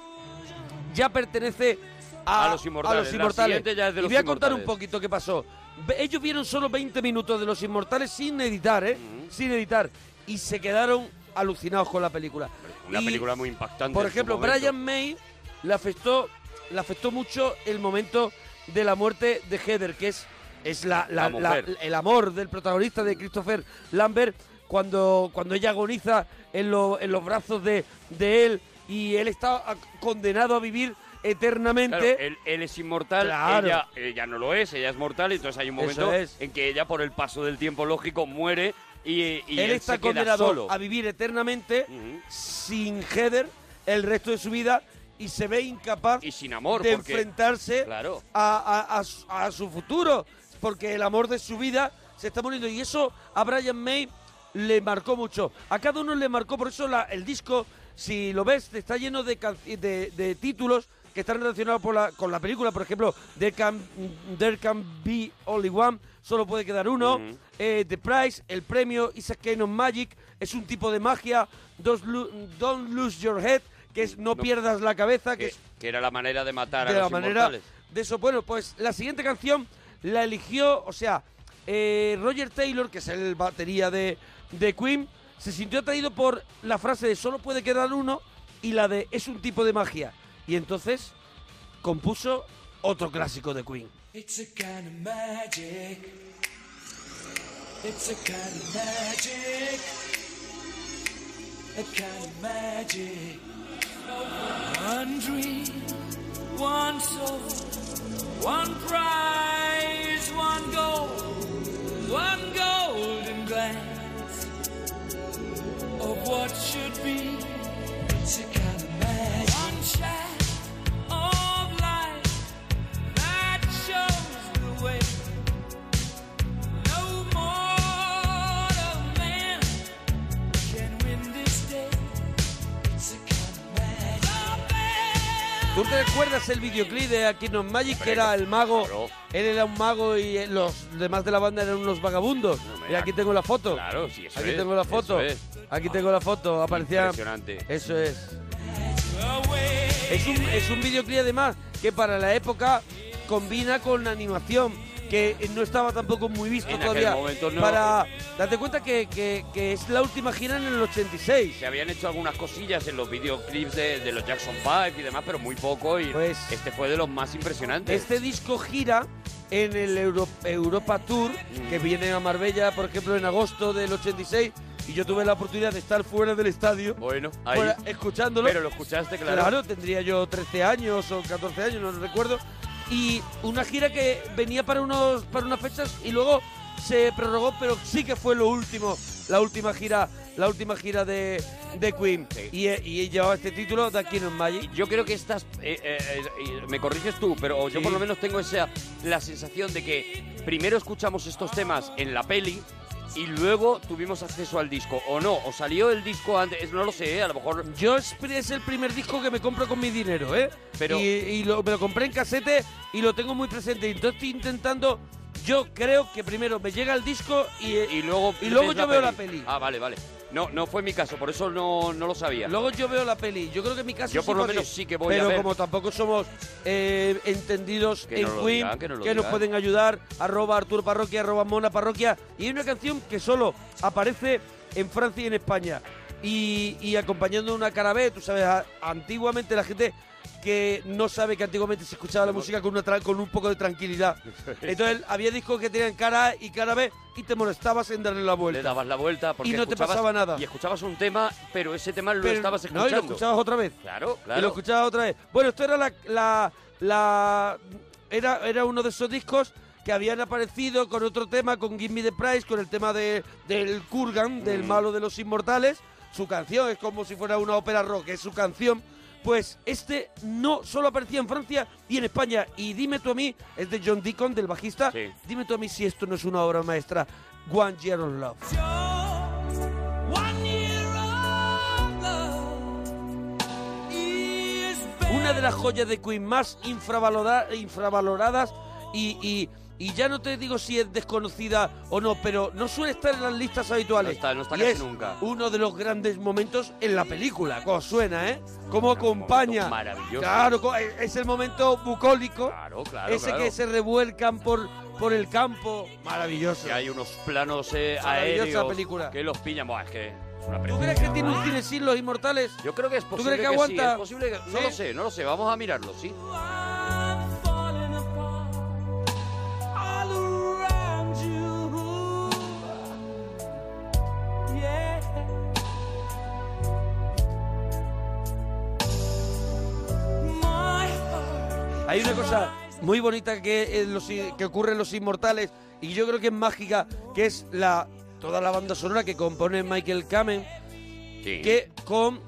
ya pertenece a,
A los Inmortales.
a los
La
Inmortales.
siguiente ya es de
y
los
voy a contar un
Inmortales.
poquito qué pasó. Ve- Ellos vieron solo 20 minutos de Los Inmortales sin editar, ¿eh? Sin editar. Y se quedaron alucinados con la película.
Una
Y,
película muy impactante.
Por
en su
ejemplo,
este momento.
Brian May le afectó, le afectó mucho el momento de la muerte de Heather, que es, es la, la-
La
la-
mujer.
el amor del protagonista de Christopher Lambert cuando, cuando ella agoniza en, lo- en los brazos de, de él y él está a- condenado a vivir eternamente.
Claro, él, él es inmortal,
Claro.
ella, ella no lo es, ella es mortal, entonces hay un
Eso
momento
es.
en que ella, por el paso del tiempo lógico, muere y,
él,
y él,
está
se queda
condenado
solo.
a vivir eternamente sin Heather el resto de su vida y se ve incapaz
amor,
de
porque-
enfrentarse
Claro.
a, a- a su- a su futuro porque el amor de su vida se está muriendo y eso a Brian May le marcó mucho a cada uno le marcó por eso la- el disco si lo ves está lleno de, can- de, de títulos que están relacionados por la- con la película por ejemplo There Can, There Can Be Only One solo puede quedar uno eh, The Prize, el premio Isaac Kane of Magic, es un tipo de magia, Don't, Lu- Don't Lose Your Head, que es No, pierdas la cabeza, que
que,
es
que era la manera de matar
de
a
la
los
manera
inmortales.
de eso. Bueno, pues la siguiente canción la eligió, o sea, eh, Roger Taylor, que es el batería de, de Queen, se sintió atraído por la frase de solo puede quedar uno y la de es un tipo de magia. Y entonces compuso otro clásico de Queen.
It's a kind of magic. It's a kind of magic. A kind of magic. One dream, one soul, one prize, one goal, one golden glance of what should be. It's a kind of magic. One shot of light. That shows the way. No mortal man can win this day. It's a kind of
¿Tú te recuerdas el videoclip de Aquí No Magic que era el mago? Él era un mago y eh, los demás de la banda eran unos vagabundos. y aquí tengo la foto.
Claro, sí, eso
Aquí
es,
tengo la foto.
eso es.
Aquí tengo la foto. Aparecía.
Impresionante.
Eso es. Es un, es un videoclip además que para la época combina con animación que no estaba tampoco muy visto
En aquel
todavía.
momento no.
Para date cuenta que, que- que es la última gira en el 86.
Se habían hecho algunas cosillas en los videoclips de, de los Jackson 5 y demás, pero muy poco. Y este fue de los más impresionantes.
Pues Este disco gira en el Euro- Europa Tour,
Mm.
que viene a Marbella, por ejemplo, en agosto del 86, y yo tuve la oportunidad de estar fuera del estadio.
Bueno, ahí.
fuera, escuchándolo.
Pero lo escuchaste, claro.
tendría yo 13 años o 14 años, no lo recuerdo. Y una gira que venía para, unos, para unas fechas y luego se prorrogó, pero sí que fue lo último, la última gira, la última gira de, de Queen. Y, y llevaba este título, de Aquí en Magic.
Yo creo que estas eh, eh, eh, me corriges tú, pero yo
Sí.
por lo menos tengo esa la sensación de que primero escuchamos estos temas en la peli y luego tuvimos acceso al disco o no, o salió el disco antes, no lo sé, eh, a lo mejor
Yo es, es el primer disco que me compro con mi dinero, ¿eh?
Pero-
y y lo, me lo compré en casete y lo tengo muy presente. Entonces estoy intentando. Yo creo que primero me llega el disco y,
luego
y luego
ves
yo veo la peli.
Ah, vale, vale. No, no fue mi caso, por eso no, no lo sabía.
Luego yo veo la peli. Yo creo que en mi caso
Yo
sí
por lo
fue así.
menos sí que voy a
Pero
ver.
como tampoco somos eh, entendidos
Que
en
nos lo
Queen,
digan, que nos lo
nos
digan.
pueden ayudar. Arroba Arturo Parroquia, arroba Mona Parroquia. Y hay una canción que solo aparece en Francia y en España. Y, y acompañando una cara B, tú sabes, a- antiguamente la gente que no sabe que antiguamente se escuchaba la música con, una tra- con un poco de tranquilidad. Entonces había discos que tenían cara A y cara B y te molestabas en darle la vuelta.
Le dabas la vuelta porque
Y no te
escuchabas-
pasaba nada.
Y escuchabas un tema, pero ese tema lo
Pero-
estabas escuchando.
No, y lo escuchabas otra vez.
Claro, claro.
Y lo escuchabas otra vez. Bueno, esto era la... la- la- era, era uno de esos discos que habían aparecido con otro tema, con Give Me The Price, con el tema de, del Kurgan, del malo de los inmortales. Su canción es como si fuera una ópera rock, es su canción. Pues este no solo aparecía en Francia y en España. Y dime tú a mí, es de John Deacon, del bajista. Dime tú a mí si esto no es una obra maestra. One Year of Love. Una de las joyas de Queen más infravalora- infravaloradas y, y- y ya no te digo si es desconocida o no, pero no suele estar en las listas habituales. No está,
casi nunca.
Uno de los grandes momentos en la película, como suena, ¿eh? Cómo acompaña.
maravilloso.
Claro, co- es es el momento bucólico.
claro,
ese
claro.
que se revuelcan por, por el campo. Maravilloso.
Y hay unos planos eh,
Maravillosa
aéreos
película.
que los pillan. Buah, es que
¿Tú crees que tiene un Kinesis los inmortales?
Yo creo que es
¿Tú
posible
crees que
sí,
aguanta?
es posible que- No
¿Sí?
lo sé, no lo sé. Vamos a mirarlo, ¿sí?
Hay una cosa muy bonita que, eh, los i- que ocurre en Los Inmortales y yo creo que es mágica, que es la toda la banda sonora que compone Michael Kamen, que con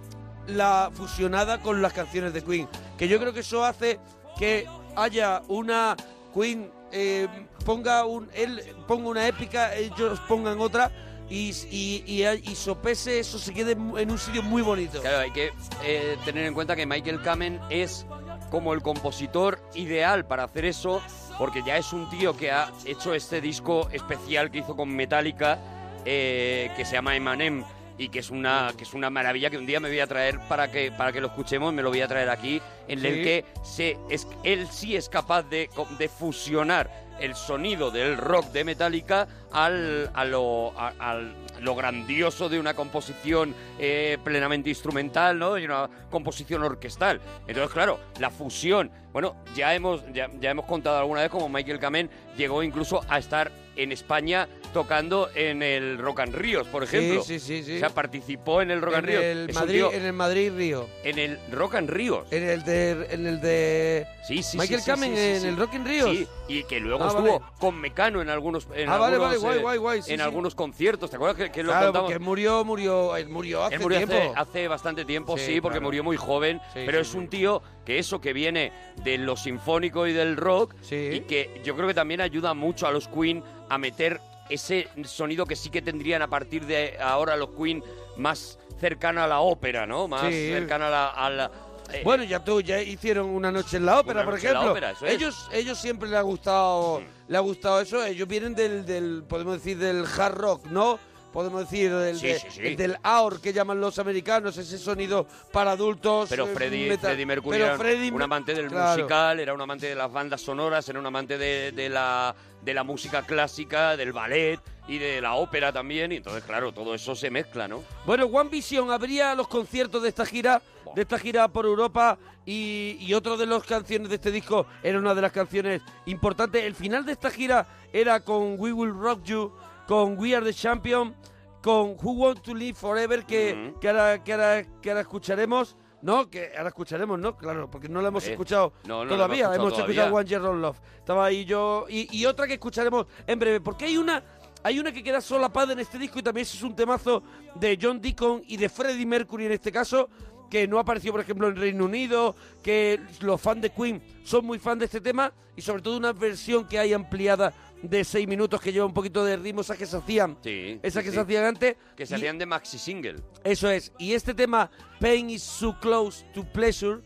la fusionada con las canciones de Queen, que yo creo que eso hace que haya una Queen eh, ponga un él ponga una épica, ellos pongan otra y, y, y, y sopese eso se quede en un sitio muy bonito.
Claro, hay que eh, tener en cuenta que Michael Kamen es como el compositor ideal para hacer eso, porque ya es un tío que ha hecho este disco especial que hizo con Metallica, eh, que se llama Emanem, y que es una que es una maravilla que un día me voy a traer para que para que lo escuchemos, me lo voy a traer aquí, en
Sí.
el que se es, él sí es capaz de, co- de fusionar el sonido del rock de Metallica al, a lo, a- al- lo grandioso de una composición eh, plenamente instrumental, ¿no? Y una composición orquestal. Entonces, claro, la fusión. Bueno, ya hemos, ya, ya hemos contado alguna vez como Michael Kamen llegó incluso a estar en España tocando en el Rock and Ríos, por
Sí,
ejemplo.
sí, sí, sí.
O sea, participó en el Rock and
en,
Ríos.
el
Es un
Madrid,
tío-
en el Madrid Río.
en el Rock and Ríos.
En el de. En el de
Sí, sí,
Michael
sí, sí,
Kamen
sí, sí,
en
sí.
el Rock in Ríos.
Sí, y que luego
Ah,
estuvo
vale.
con Mecano en algunos. En
Ah, vale,
algunos,
vale, guay,
eh,
guay, guay, sí,
en
sí.
algunos conciertos, ¿te acuerdas que, que lo
claro,
contamos?
porque murió, murió, él murió hace
Él murió hace-
tiempo.
Hace, bastante tiempo,
Sí,
sí, porque
claro.
murió muy joven,
Sí,
pero
sí,
es un tío que eso que viene de lo sinfónico y del rock, y que yo creo que también ayuda mucho a los Queen a meter ese sonido que sí que tendrían a partir de ahora los Queen más cercano a la ópera, ¿no? Más
Sí.
cercano a la... a la- eh,
Bueno, ya tú, ya hicieron una noche en la ópera,
Una
por
noche en la
ejemplo.
ópera, eso es. Mm.
ellos, ellos siempre les ha gustado, le ha gustado eso. Ellos vienen del, del, podemos decir, del hard rock, ¿no? Podemos decir del,
Sí,
de-
sí, sí.
el del AOR que llaman los americanos, ese sonido para adultos.
Pero
eh,
Freddy,
metal.
Freddie Mercury
Pero
era
Freddie-
un amante del
claro.
musical, era un amante de las bandas sonoras, era un amante de, de la, de la música clásica, del ballet y de la ópera también. Y entonces, claro, todo eso se mezcla, ¿no?
Bueno, One Vision abría los conciertos de esta gira, de esta gira por Europa y, y otra de las canciones de este disco era una de las canciones importantes. El final de esta gira era con We Will Rock You, con We Are the Champion, con Who Want to Live Forever que, que, ahora, que, ahora, que ahora escucharemos. No, que ahora escucharemos, ¿no, claro, porque no la hemos
Eh,
escuchado
no, no la
todavía.
hemos escuchado
hemos escuchado
todavía.
One Year of Love. Estaba ahí yo. Y, y otra que escucharemos en breve. Porque hay una. Hay una que queda solapada en este disco y también ese es un temazo de John Deacon y de Freddie Mercury en este caso, que no apareció, por ejemplo, en Reino Unido, que los fans de Queen son muy fans de este tema y sobre todo una versión que hay ampliada de seis minutos que lleva un poquito de ritmo, esas que se hacían,
Sí.
esas
sí,
que
sí.
se hacían antes.
Que se
y- ¿Eh?
hacían de maxi single.
eso es. Y este tema, Pain is so close to pleasure,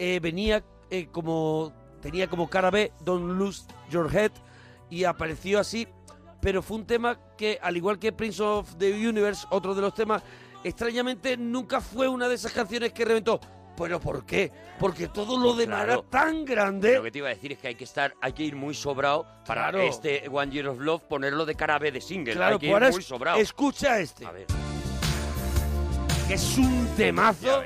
eh, venía eh, como. tenía como cara B, Don't Lose Your Head, y apareció así. Pero fue un tema que, al igual que Prince of the Universe, otro de los temas, extrañamente nunca fue una de esas canciones que reventó. ¿Pero por qué? Porque todo lo demás era
Pues Claro.
tan grande.
Lo que te iba a decir es que hay que estar, hay que ir muy sobrado para
Claro.
este One Year of Love ponerlo de cara B de single.
Claro, pues
hay que
por
ir
eso-
muy sobrado.
escucha este.
A ver.
que es un temazo.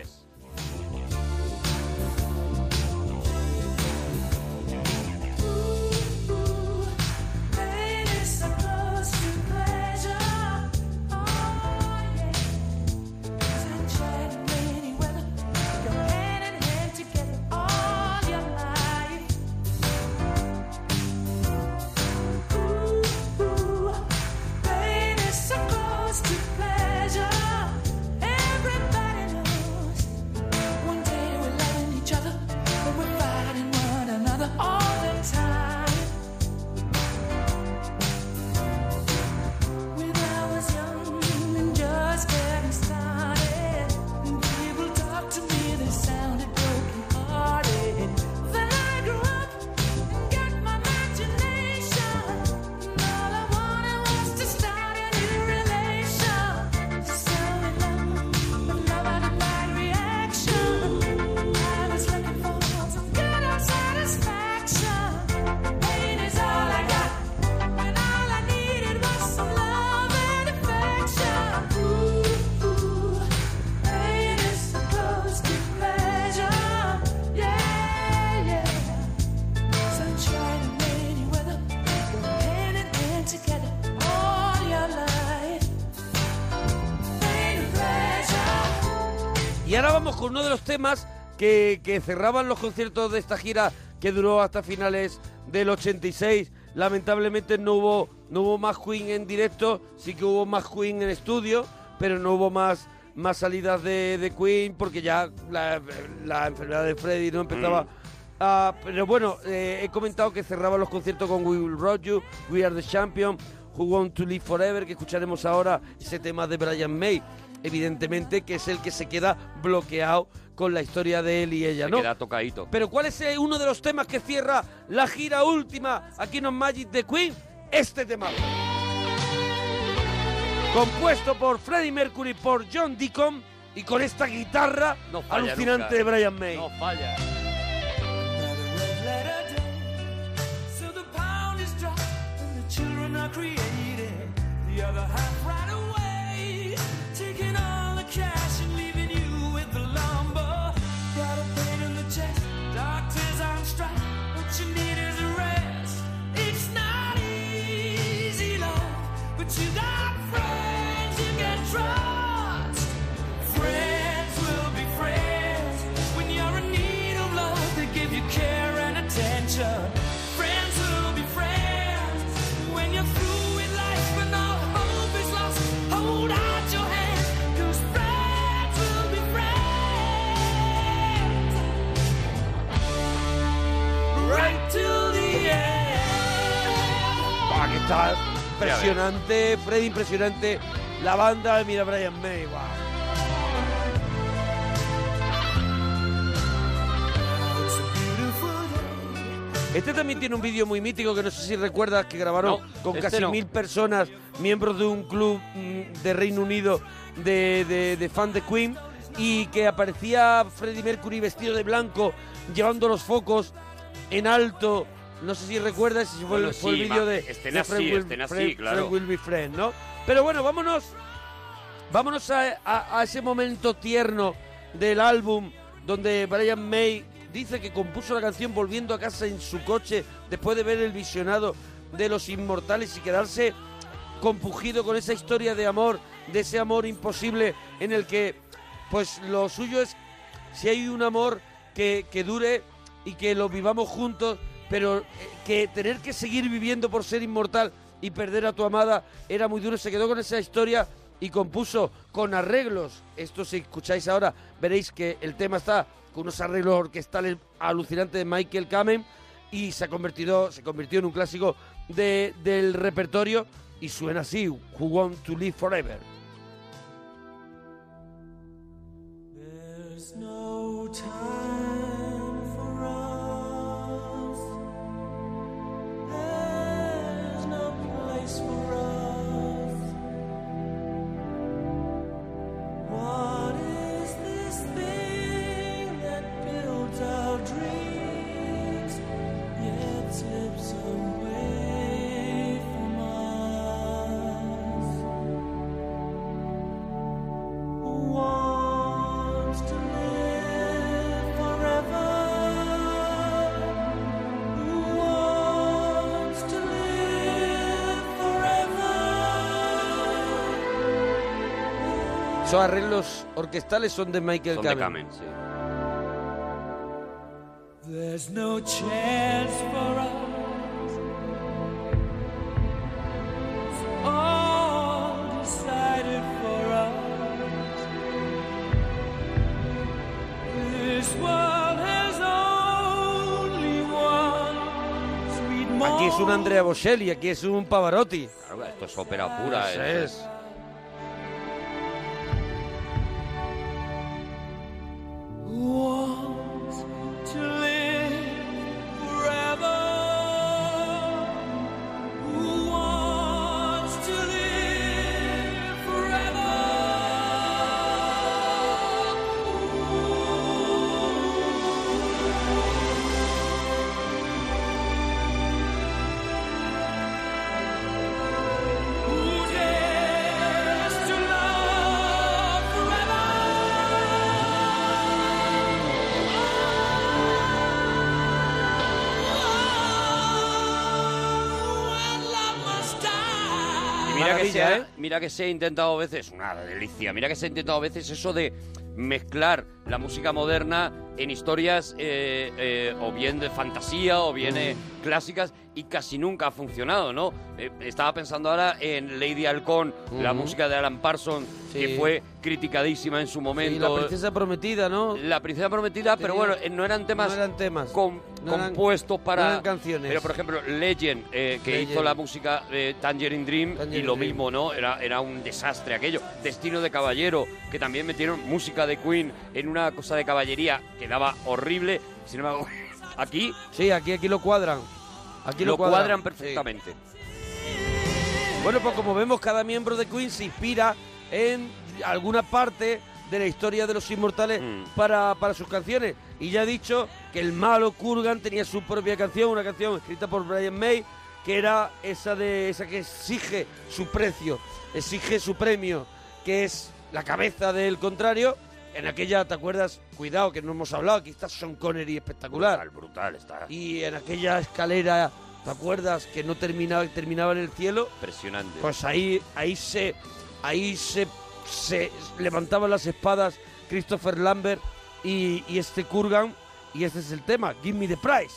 Pain is so close to pleasure. Everybody knows
Y ahora vamos con uno de los temas que, que cerraban los conciertos de esta gira que duró hasta finales del 86. Lamentablemente no hubo, no hubo más Queen en directo, sí que hubo más Queen en estudio, pero no hubo más, más salidas de, de Queen porque ya la, la enfermedad de Freddy no empezaba... Ah, pero bueno, eh, he comentado que cerraba los conciertos con We Will Rock You, We Are the Champion, Who Want to Live Forever, que escucharemos ahora ese tema de Brian May, evidentemente que es el que se queda bloqueado con la historia de él y ella,
Se
¿no?
queda tocadito.
Pero ¿cuál es eh, uno de los temas que cierra la gira última aquí en On Magic de Queen? Este tema. Compuesto por Freddie Mercury, por John Deacon y con esta guitarra
No falla
alucinante
nunca. eh.
de Brian May.
No falla.
letter day. So the pound is dropped and the children are created. The other half right away. Taking all the cash and leaving you with the lumber. Got a pain in the chest. Doctors on strike. What you need is a rest. It's not easy, love. But you got friends you can trust. Friends will be friends when you're in need of love. They give you care and attention. Friends will be friends when you're through with life and all hope is lost. Hold out your hand, 'cause friends will be friends right till the end.
Buah, Ah, que está impresionante, Freddy impresionante. La banda, mira Brian May, guau. Este también tiene un vídeo muy mítico que no sé si recuerdas que grabaron
No,
con
este
casi
no.
mil personas, miembros de un club mm, de Reino Unido de, de, de fan de Queen, y que aparecía Freddie Mercury vestido de blanco, llevando los focos en alto. No sé si recuerdas, si fue, el-
Bueno,
fue el
sí,
vídeo
ma-
de,
estén
de
así,
Friend Will-
estén así,
Friend-
claro.
Friend Will Be Friend, ¿no? Pero bueno, vámonos Vámonos a, a- a ese momento tierno del álbum donde Brian May dice que compuso la canción volviendo a casa en su coche después de ver el visionado de los inmortales y quedarse compugido con esa historia de amor, de ese amor imposible en el que pues lo suyo es si hay un amor que, que dure y que lo vivamos juntos, pero eh, que tener que seguir viviendo por ser inmortal y perder a tu amada era muy duro. Se quedó con esa historia y compuso con arreglos. Esto si escucháis ahora veréis que el tema está con unos arreglos orquestales alucinantes de Michael Kamen y se ha convertido, se convirtió en un clásico de- del repertorio y suena así, Who Want to Live Forever.
There's no time for us. There's no place for us. What is this thing that builds our dreams yet slips away from us? Who wants to live forever? Who wants to live forever?
Esos arreglos orquestales son de Michael
Son de
Kamen.
Kamen,
There's no chance for us. It's all decided for us. This world has only one sweet
Aquí es un
moment.
Andrea Bocelli, aquí es un Pavarotti.
Claro, esto es ópera pura.
Eso
eh.
es.
Who wants to live forever? Who wants to live forever? Who dares to love
Y mira que, se
Maravilla,
ha,
¿eh?
¿eh?
¿eh?
mira que se ha intentado a veces, una delicia, mira que se ha intentado a veces eso de mezclar la música moderna en historias eh, eh, o bien de fantasía o bien eh,
Mm.
clásicas y casi nunca ha funcionado, ¿no? Eh, estaba pensando ahora en Lady Halcón, la
Ujú.
música de Alan Parsons, que
Sí.
fue criticadísima en su momento.
Y la princesa prometida, ¿no?
La princesa prometida, pero bueno, eh, no eran temas, com-
No eran-
compuestos para...
no eran canciones.
Pero, por ejemplo, Legend, eh, que
Legend.
hizo la música de Tangerine Dream, y
Tangerine
lo
Dream.
mismo, ¿no? Era, era un desastre aquello. Destino de Caballero, que también metieron música de Queen en una cosa de caballería que daba horrible. Sin embargo, aquí...
Sí, aquí, aquí lo cuadran. Aquí lo,
lo cuadran,
sí.
perfectamente.
Bueno, pues como vemos, cada miembro de Queen se inspira en alguna parte de la historia de los inmortales
Mm.
para, para sus canciones. Y ya he dicho que el malo Kurgan tenía su propia canción, una canción escrita por Brian May, que era esa de esa que exige su precio, exige su premio, que es la cabeza del contrario. En aquella, ¿te acuerdas? Cuidado, que no hemos hablado, aquí está Sean Connery espectacular.
Brutal está.
Y en aquella escalera, ¿te acuerdas? Que no terminaba, terminaba en el cielo.
Impresionante.
Pues ahí, ahí se, ahí se, se levantaban las espadas Christopher Lambert y, y este Kurgan. Y este es el tema, Give Me the Prize.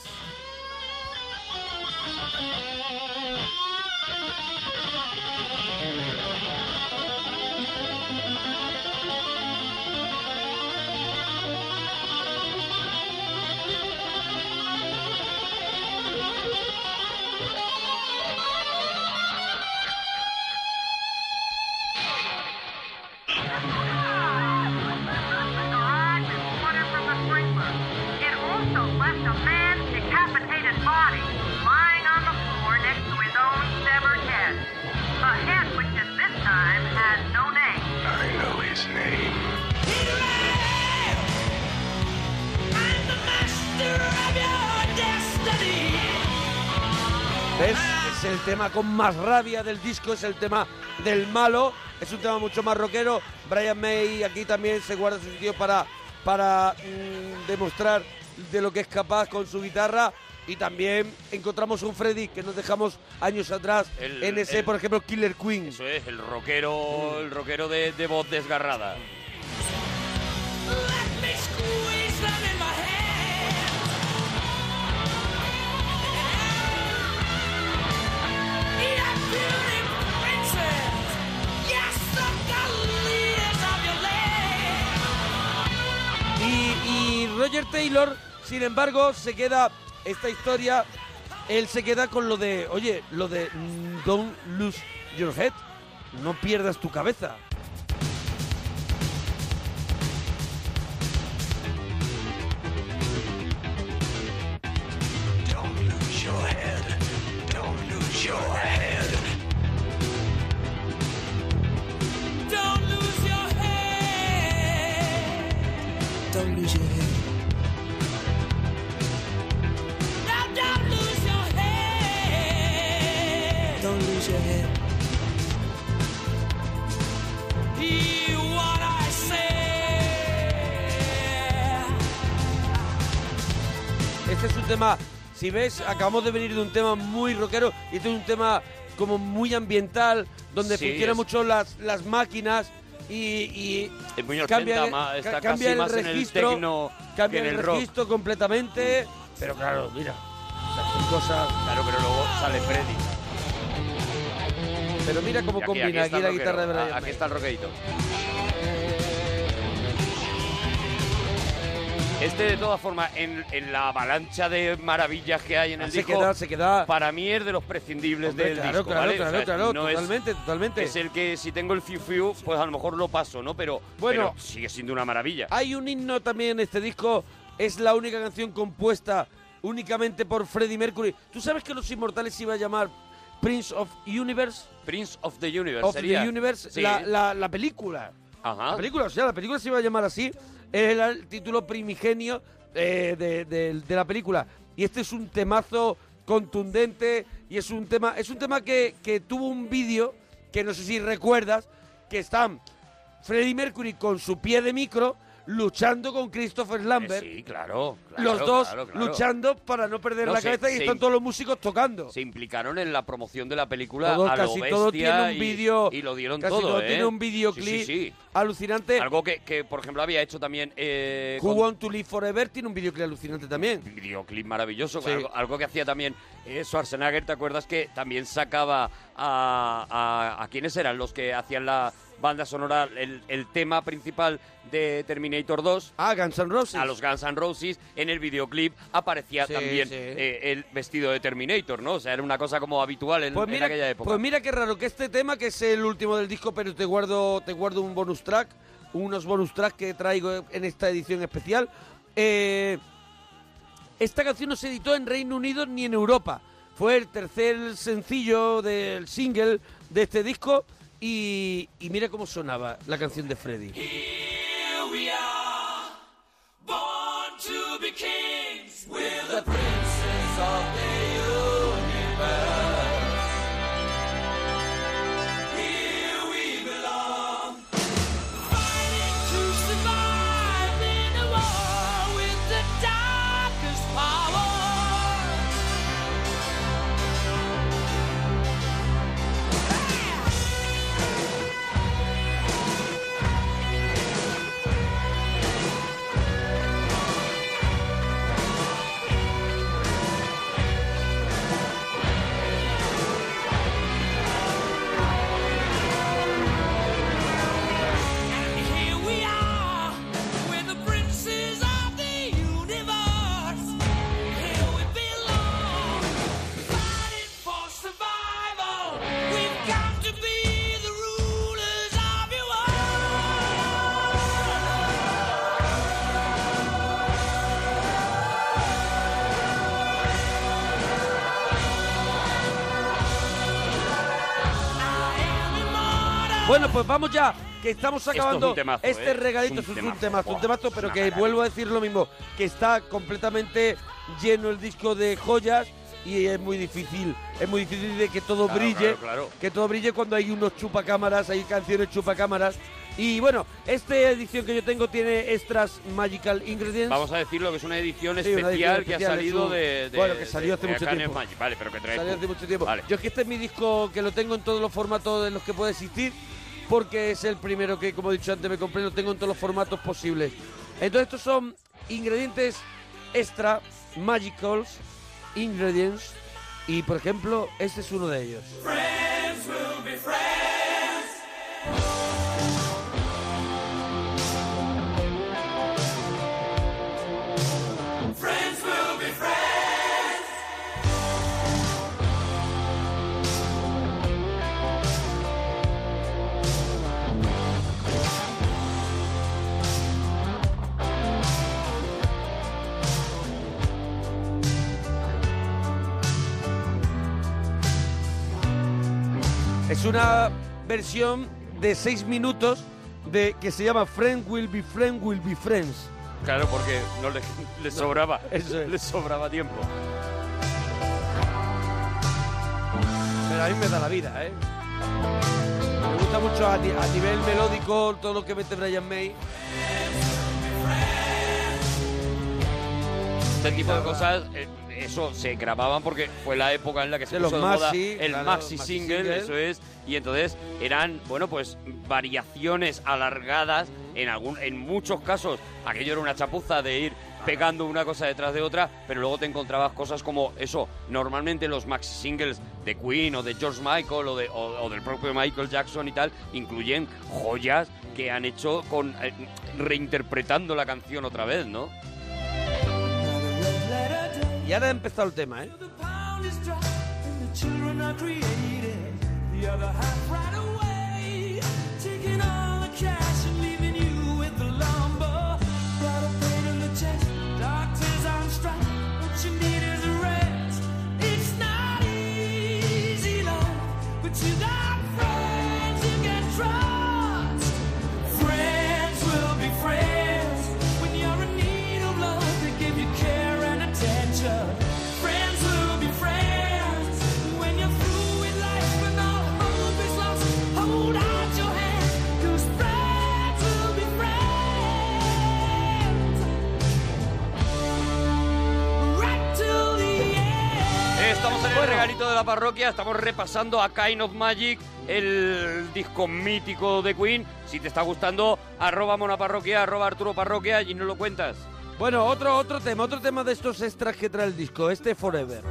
It also left a man's decapitated body lying on the floor next to his own severed head. A head which at this time has no name. I know his name. I'm the master of your destiny.
¿Ves? Es el tema con más rabia del disco, es el tema del malo, es un tema mucho más rockero. Brian May aquí también se guarda su sitio para, para mm, demostrar de lo que es capaz con su guitarra. Y también encontramos un Freddy que nos dejamos años atrás
El-
en ese,
el-
por ejemplo, Killer Queen.
Eso es, el rockero, el rockero de, de voz desgarrada.
Let me squeeze them in my hands. Yeah, beauty princess. Yes, I'm the leaders of
Y, y
your land.
Roger Taylor, sin embargo, se queda esta historia. Él se queda con lo de, oye, lo de mm, don't lose your head, no pierdas tu cabeza.
Don't lose your head. Don't lose your head. Don't lose your head. Don't lose your head. Now don't lose your head. Don't lose your head. Hear what I say.
Este es un tema, si ves, acabamos de venir de un tema muy rockero y este es un tema como muy ambiental, donde
Sí,
funcionan
es-
mucho las, las máquinas y, y
Es muy 80,
cambia,
ma-
ca-
está casi
cambia el
más en el
registro,
tecno
cambia
que en
el,
el rock. Mm.
registro completamente, pero claro, mira, estas son cosas...
Claro, pero luego sale Freddy.
Pero mira cómo
Mm. Y
combina
está
aquí la
el rockero,
guitarra
Ah,
de Brian
a- Aquí
May.
está el rockerito. Este, de todas formas, en, en la avalancha de maravillas que hay en el
Ah, Se
disco,
queda- se queda...
para mí es de los prescindibles
Hombre,
del
claro,
disco,
claro,
¿vale? O
claro,
sea,
claro,
no es-
totalmente, totalmente.
Es el que si tengo el fiu fiu, pues a lo mejor lo paso, ¿no? Pero,
Bueno.
pero sigue siendo una maravilla.
Hay un himno también en este disco. Es la única canción compuesta únicamente por Freddie Mercury. ¿Tú sabes que Los Inmortales se iba a llamar Prince of Universe?
Prince of the Universe
Of
sería.
the Universe,
Sí.
la, la- la película.
Ajá.
La película, o sea, la película se iba a llamar así. Es el, el título primigenio eh, de, de- de la película. Y este es un temazo contundente y es un tema, es un tema que, que tuvo un vídeo que no sé si recuerdas, que están Freddie Mercury con su pie de micro, luchando con Christopher Lambert.
Eh, Sí, claro. claro,
los dos
claro, claro.
luchando para no perder
No,
la
se-
cabeza y
se
están
im-
todos los músicos tocando.
Se implicaron en la promoción de la película
Todo-
a lo
casi todo
bestia
tiene un
y-
vídeo-
y, lo dieron
casi
todo,
todo
¿eh?
tiene un videoclip
Sí, sí, sí.
Alucinante.
Algo que, que, por ejemplo, había hecho también... Eh,
Who
con-
Want to Live Forever tiene un videoclip alucinante también.
videoclip maravilloso,
Sí.
algo, algo que hacía también eh, Schwarzenegger, ¿te acuerdas que también sacaba a, a, a quiénes eran los que hacían la banda sonora, el, el tema principal de Terminator 2?
A Ah, Guns N' Roses.
A los Guns N' Roses, en el videoclip aparecía
Sí,
también
sí.
eh, el vestido de Terminator, ¿no? O sea, era una cosa como habitual en,
Pues
en
mira,
aquella época.
pues mira qué raro que este tema, que es el último del disco, pero te guardo, te guardo un bonus track, unos bonus track que traigo en esta edición especial. Eh, esta canción no se editó en Reino Unido ni en Europa. Fue el tercer sencillo del single de este disco y, y mira cómo sonaba la canción de Freddy.
Here we are, born to be kings. We're the princes of the universe. Here we belong, fighting to survive in a war with the darkest powers. Here we are, we're the princes of the universe. Here we belong, fighting for survival. We've got to be the rulers of your
Bueno, pues vamos ya, que estamos
es un
acabando
temazo,
este
¿eh?
regalito.
Es
Es
un
un,
temazo,
temazo, un
buah,
temazo,
es
pero
una
que
maravilla.
vuelvo a decir lo mismo, que está completamente lleno el disco de joyas y es muy difícil, es muy difícil de que todo
Claro,
brille,
claro, claro.
que todo brille cuando hay unos chupacámaras, hay canciones chupacámaras. Y bueno, esta edición que yo tengo tiene extras Magical Ingredients.
Vamos a decirlo que es una edición
Sí,
especial,
una edición
que ha
especial,
salido
es un-
de, de-
Bueno, que salió
de-
hace
de
mucho
Arcanes
tiempo.
Magic. Vale, pero que traes
Salió
tú.
hace mucho tiempo.
Vale.
Yo es que este es mi disco que lo tengo en todos los formatos en los que puede existir, porque es el primero que, como he dicho antes, me compré, lo tengo en todos los formatos posibles. Entonces estos son ingredientes extra, magicals, ingredients, y por ejemplo, este es uno de ellos.
Friends will be friends. Friends will be friends.
Es una versión de 6 minutos de que se llama Friend Will Be Friend Will Be Friends.
Claro, porque no le, le sobraba.
Eso
Le sobraba tiempo.
Pero a mí me da la vida, ¿eh? Me gusta mucho a, ni- a nivel melódico todo lo que mete Brian May.
Este tipo de cosas, eh, eso se grababan porque fue la época en la que se
De
puso
los
de moda
maxi,
el
claro,
maxi,
maxi
single,
single.
eso es, y entonces eran, bueno, pues variaciones alargadas en algún en muchos casos. Aquello era una chapuza de ir pegando una cosa detrás de otra, pero luego te encontrabas cosas como eso. Normalmente los maxi singles de Queen o de George Michael o, de- o- o del propio Michael Jackson y tal incluyen joyas que han hecho con eh, reinterpretando la canción otra vez, ¿no?
Y ahora ha empezado el tema, ¿eh?
pound is dry and the children are created. The other half right away, taking all the cash and leaving you with the lumber. Got a pain in the chest, doctors on strike. What you need is a rest. It's not easy, love, but you got friends you can trust. Friends will be friends when you're in need of love. They give you care and attention. Friends will be friends when you're through with life.
Eh, la parroquia, estamos repasando a Kind of Magic, el disco mítico de Queen. Si te está gustando, arroba monaparroquia, arroba Arturo Parroquia y nos lo cuentas.
Bueno, otro, otro tema, otro tema de estos extras que trae el disco, este Forever.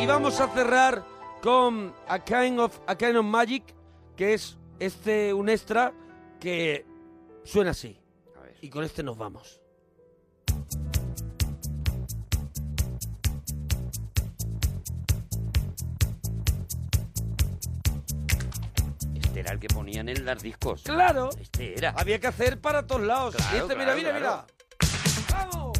Y vamos a cerrar con A Kind of, a kind of Magic, que es este, un extra que suena así. Y con este nos vamos.
Este era el que ponían en los discos.
¡Claro!
Este era.
Había que hacer para todos lados.
Claro,
este, mira,
claro,
mira,
claro.
mira. ¡Vamos!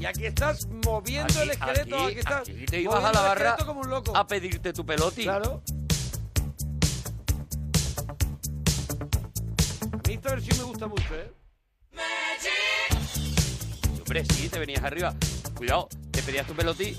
Y aquí estás moviendo
Aquí-
el esqueleto,
aquí-
aquí, estás.
aquí te ibas
moviendo
a la
el
barra
esqueleto como un loco.
a pedirte tu peloti.
Claro. A mí esta versión me gusta mucho, ¿eh?
Hombre, sí, te venías arriba. Cuidado, te pedías tu peloti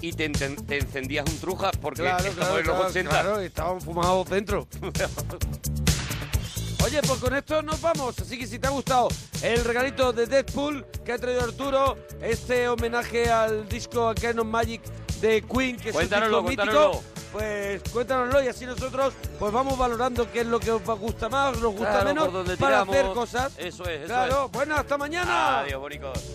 y te, enten- te encendías un truja porque
Claro,
estamos
claro,
en los
claro,
80.
claro, estaban fumados dentro. Oye, pues con esto nos vamos. Así que si te ha gustado el regalito de Deadpool que ha traído Arturo, este homenaje al disco A Kind of Magic de Queen, que
Cuéntanoslo,
es un disco
cuéntanoslo.
mítico, pues cuéntanoslo y así nosotros pues vamos valorando qué es lo que os gusta más, nos gusta
Claro,
menos,
por donde
para
tiramos.
hacer cosas.
Eso es, eso
claro,
es.
bueno, hasta mañana.
Adiós, bonicos.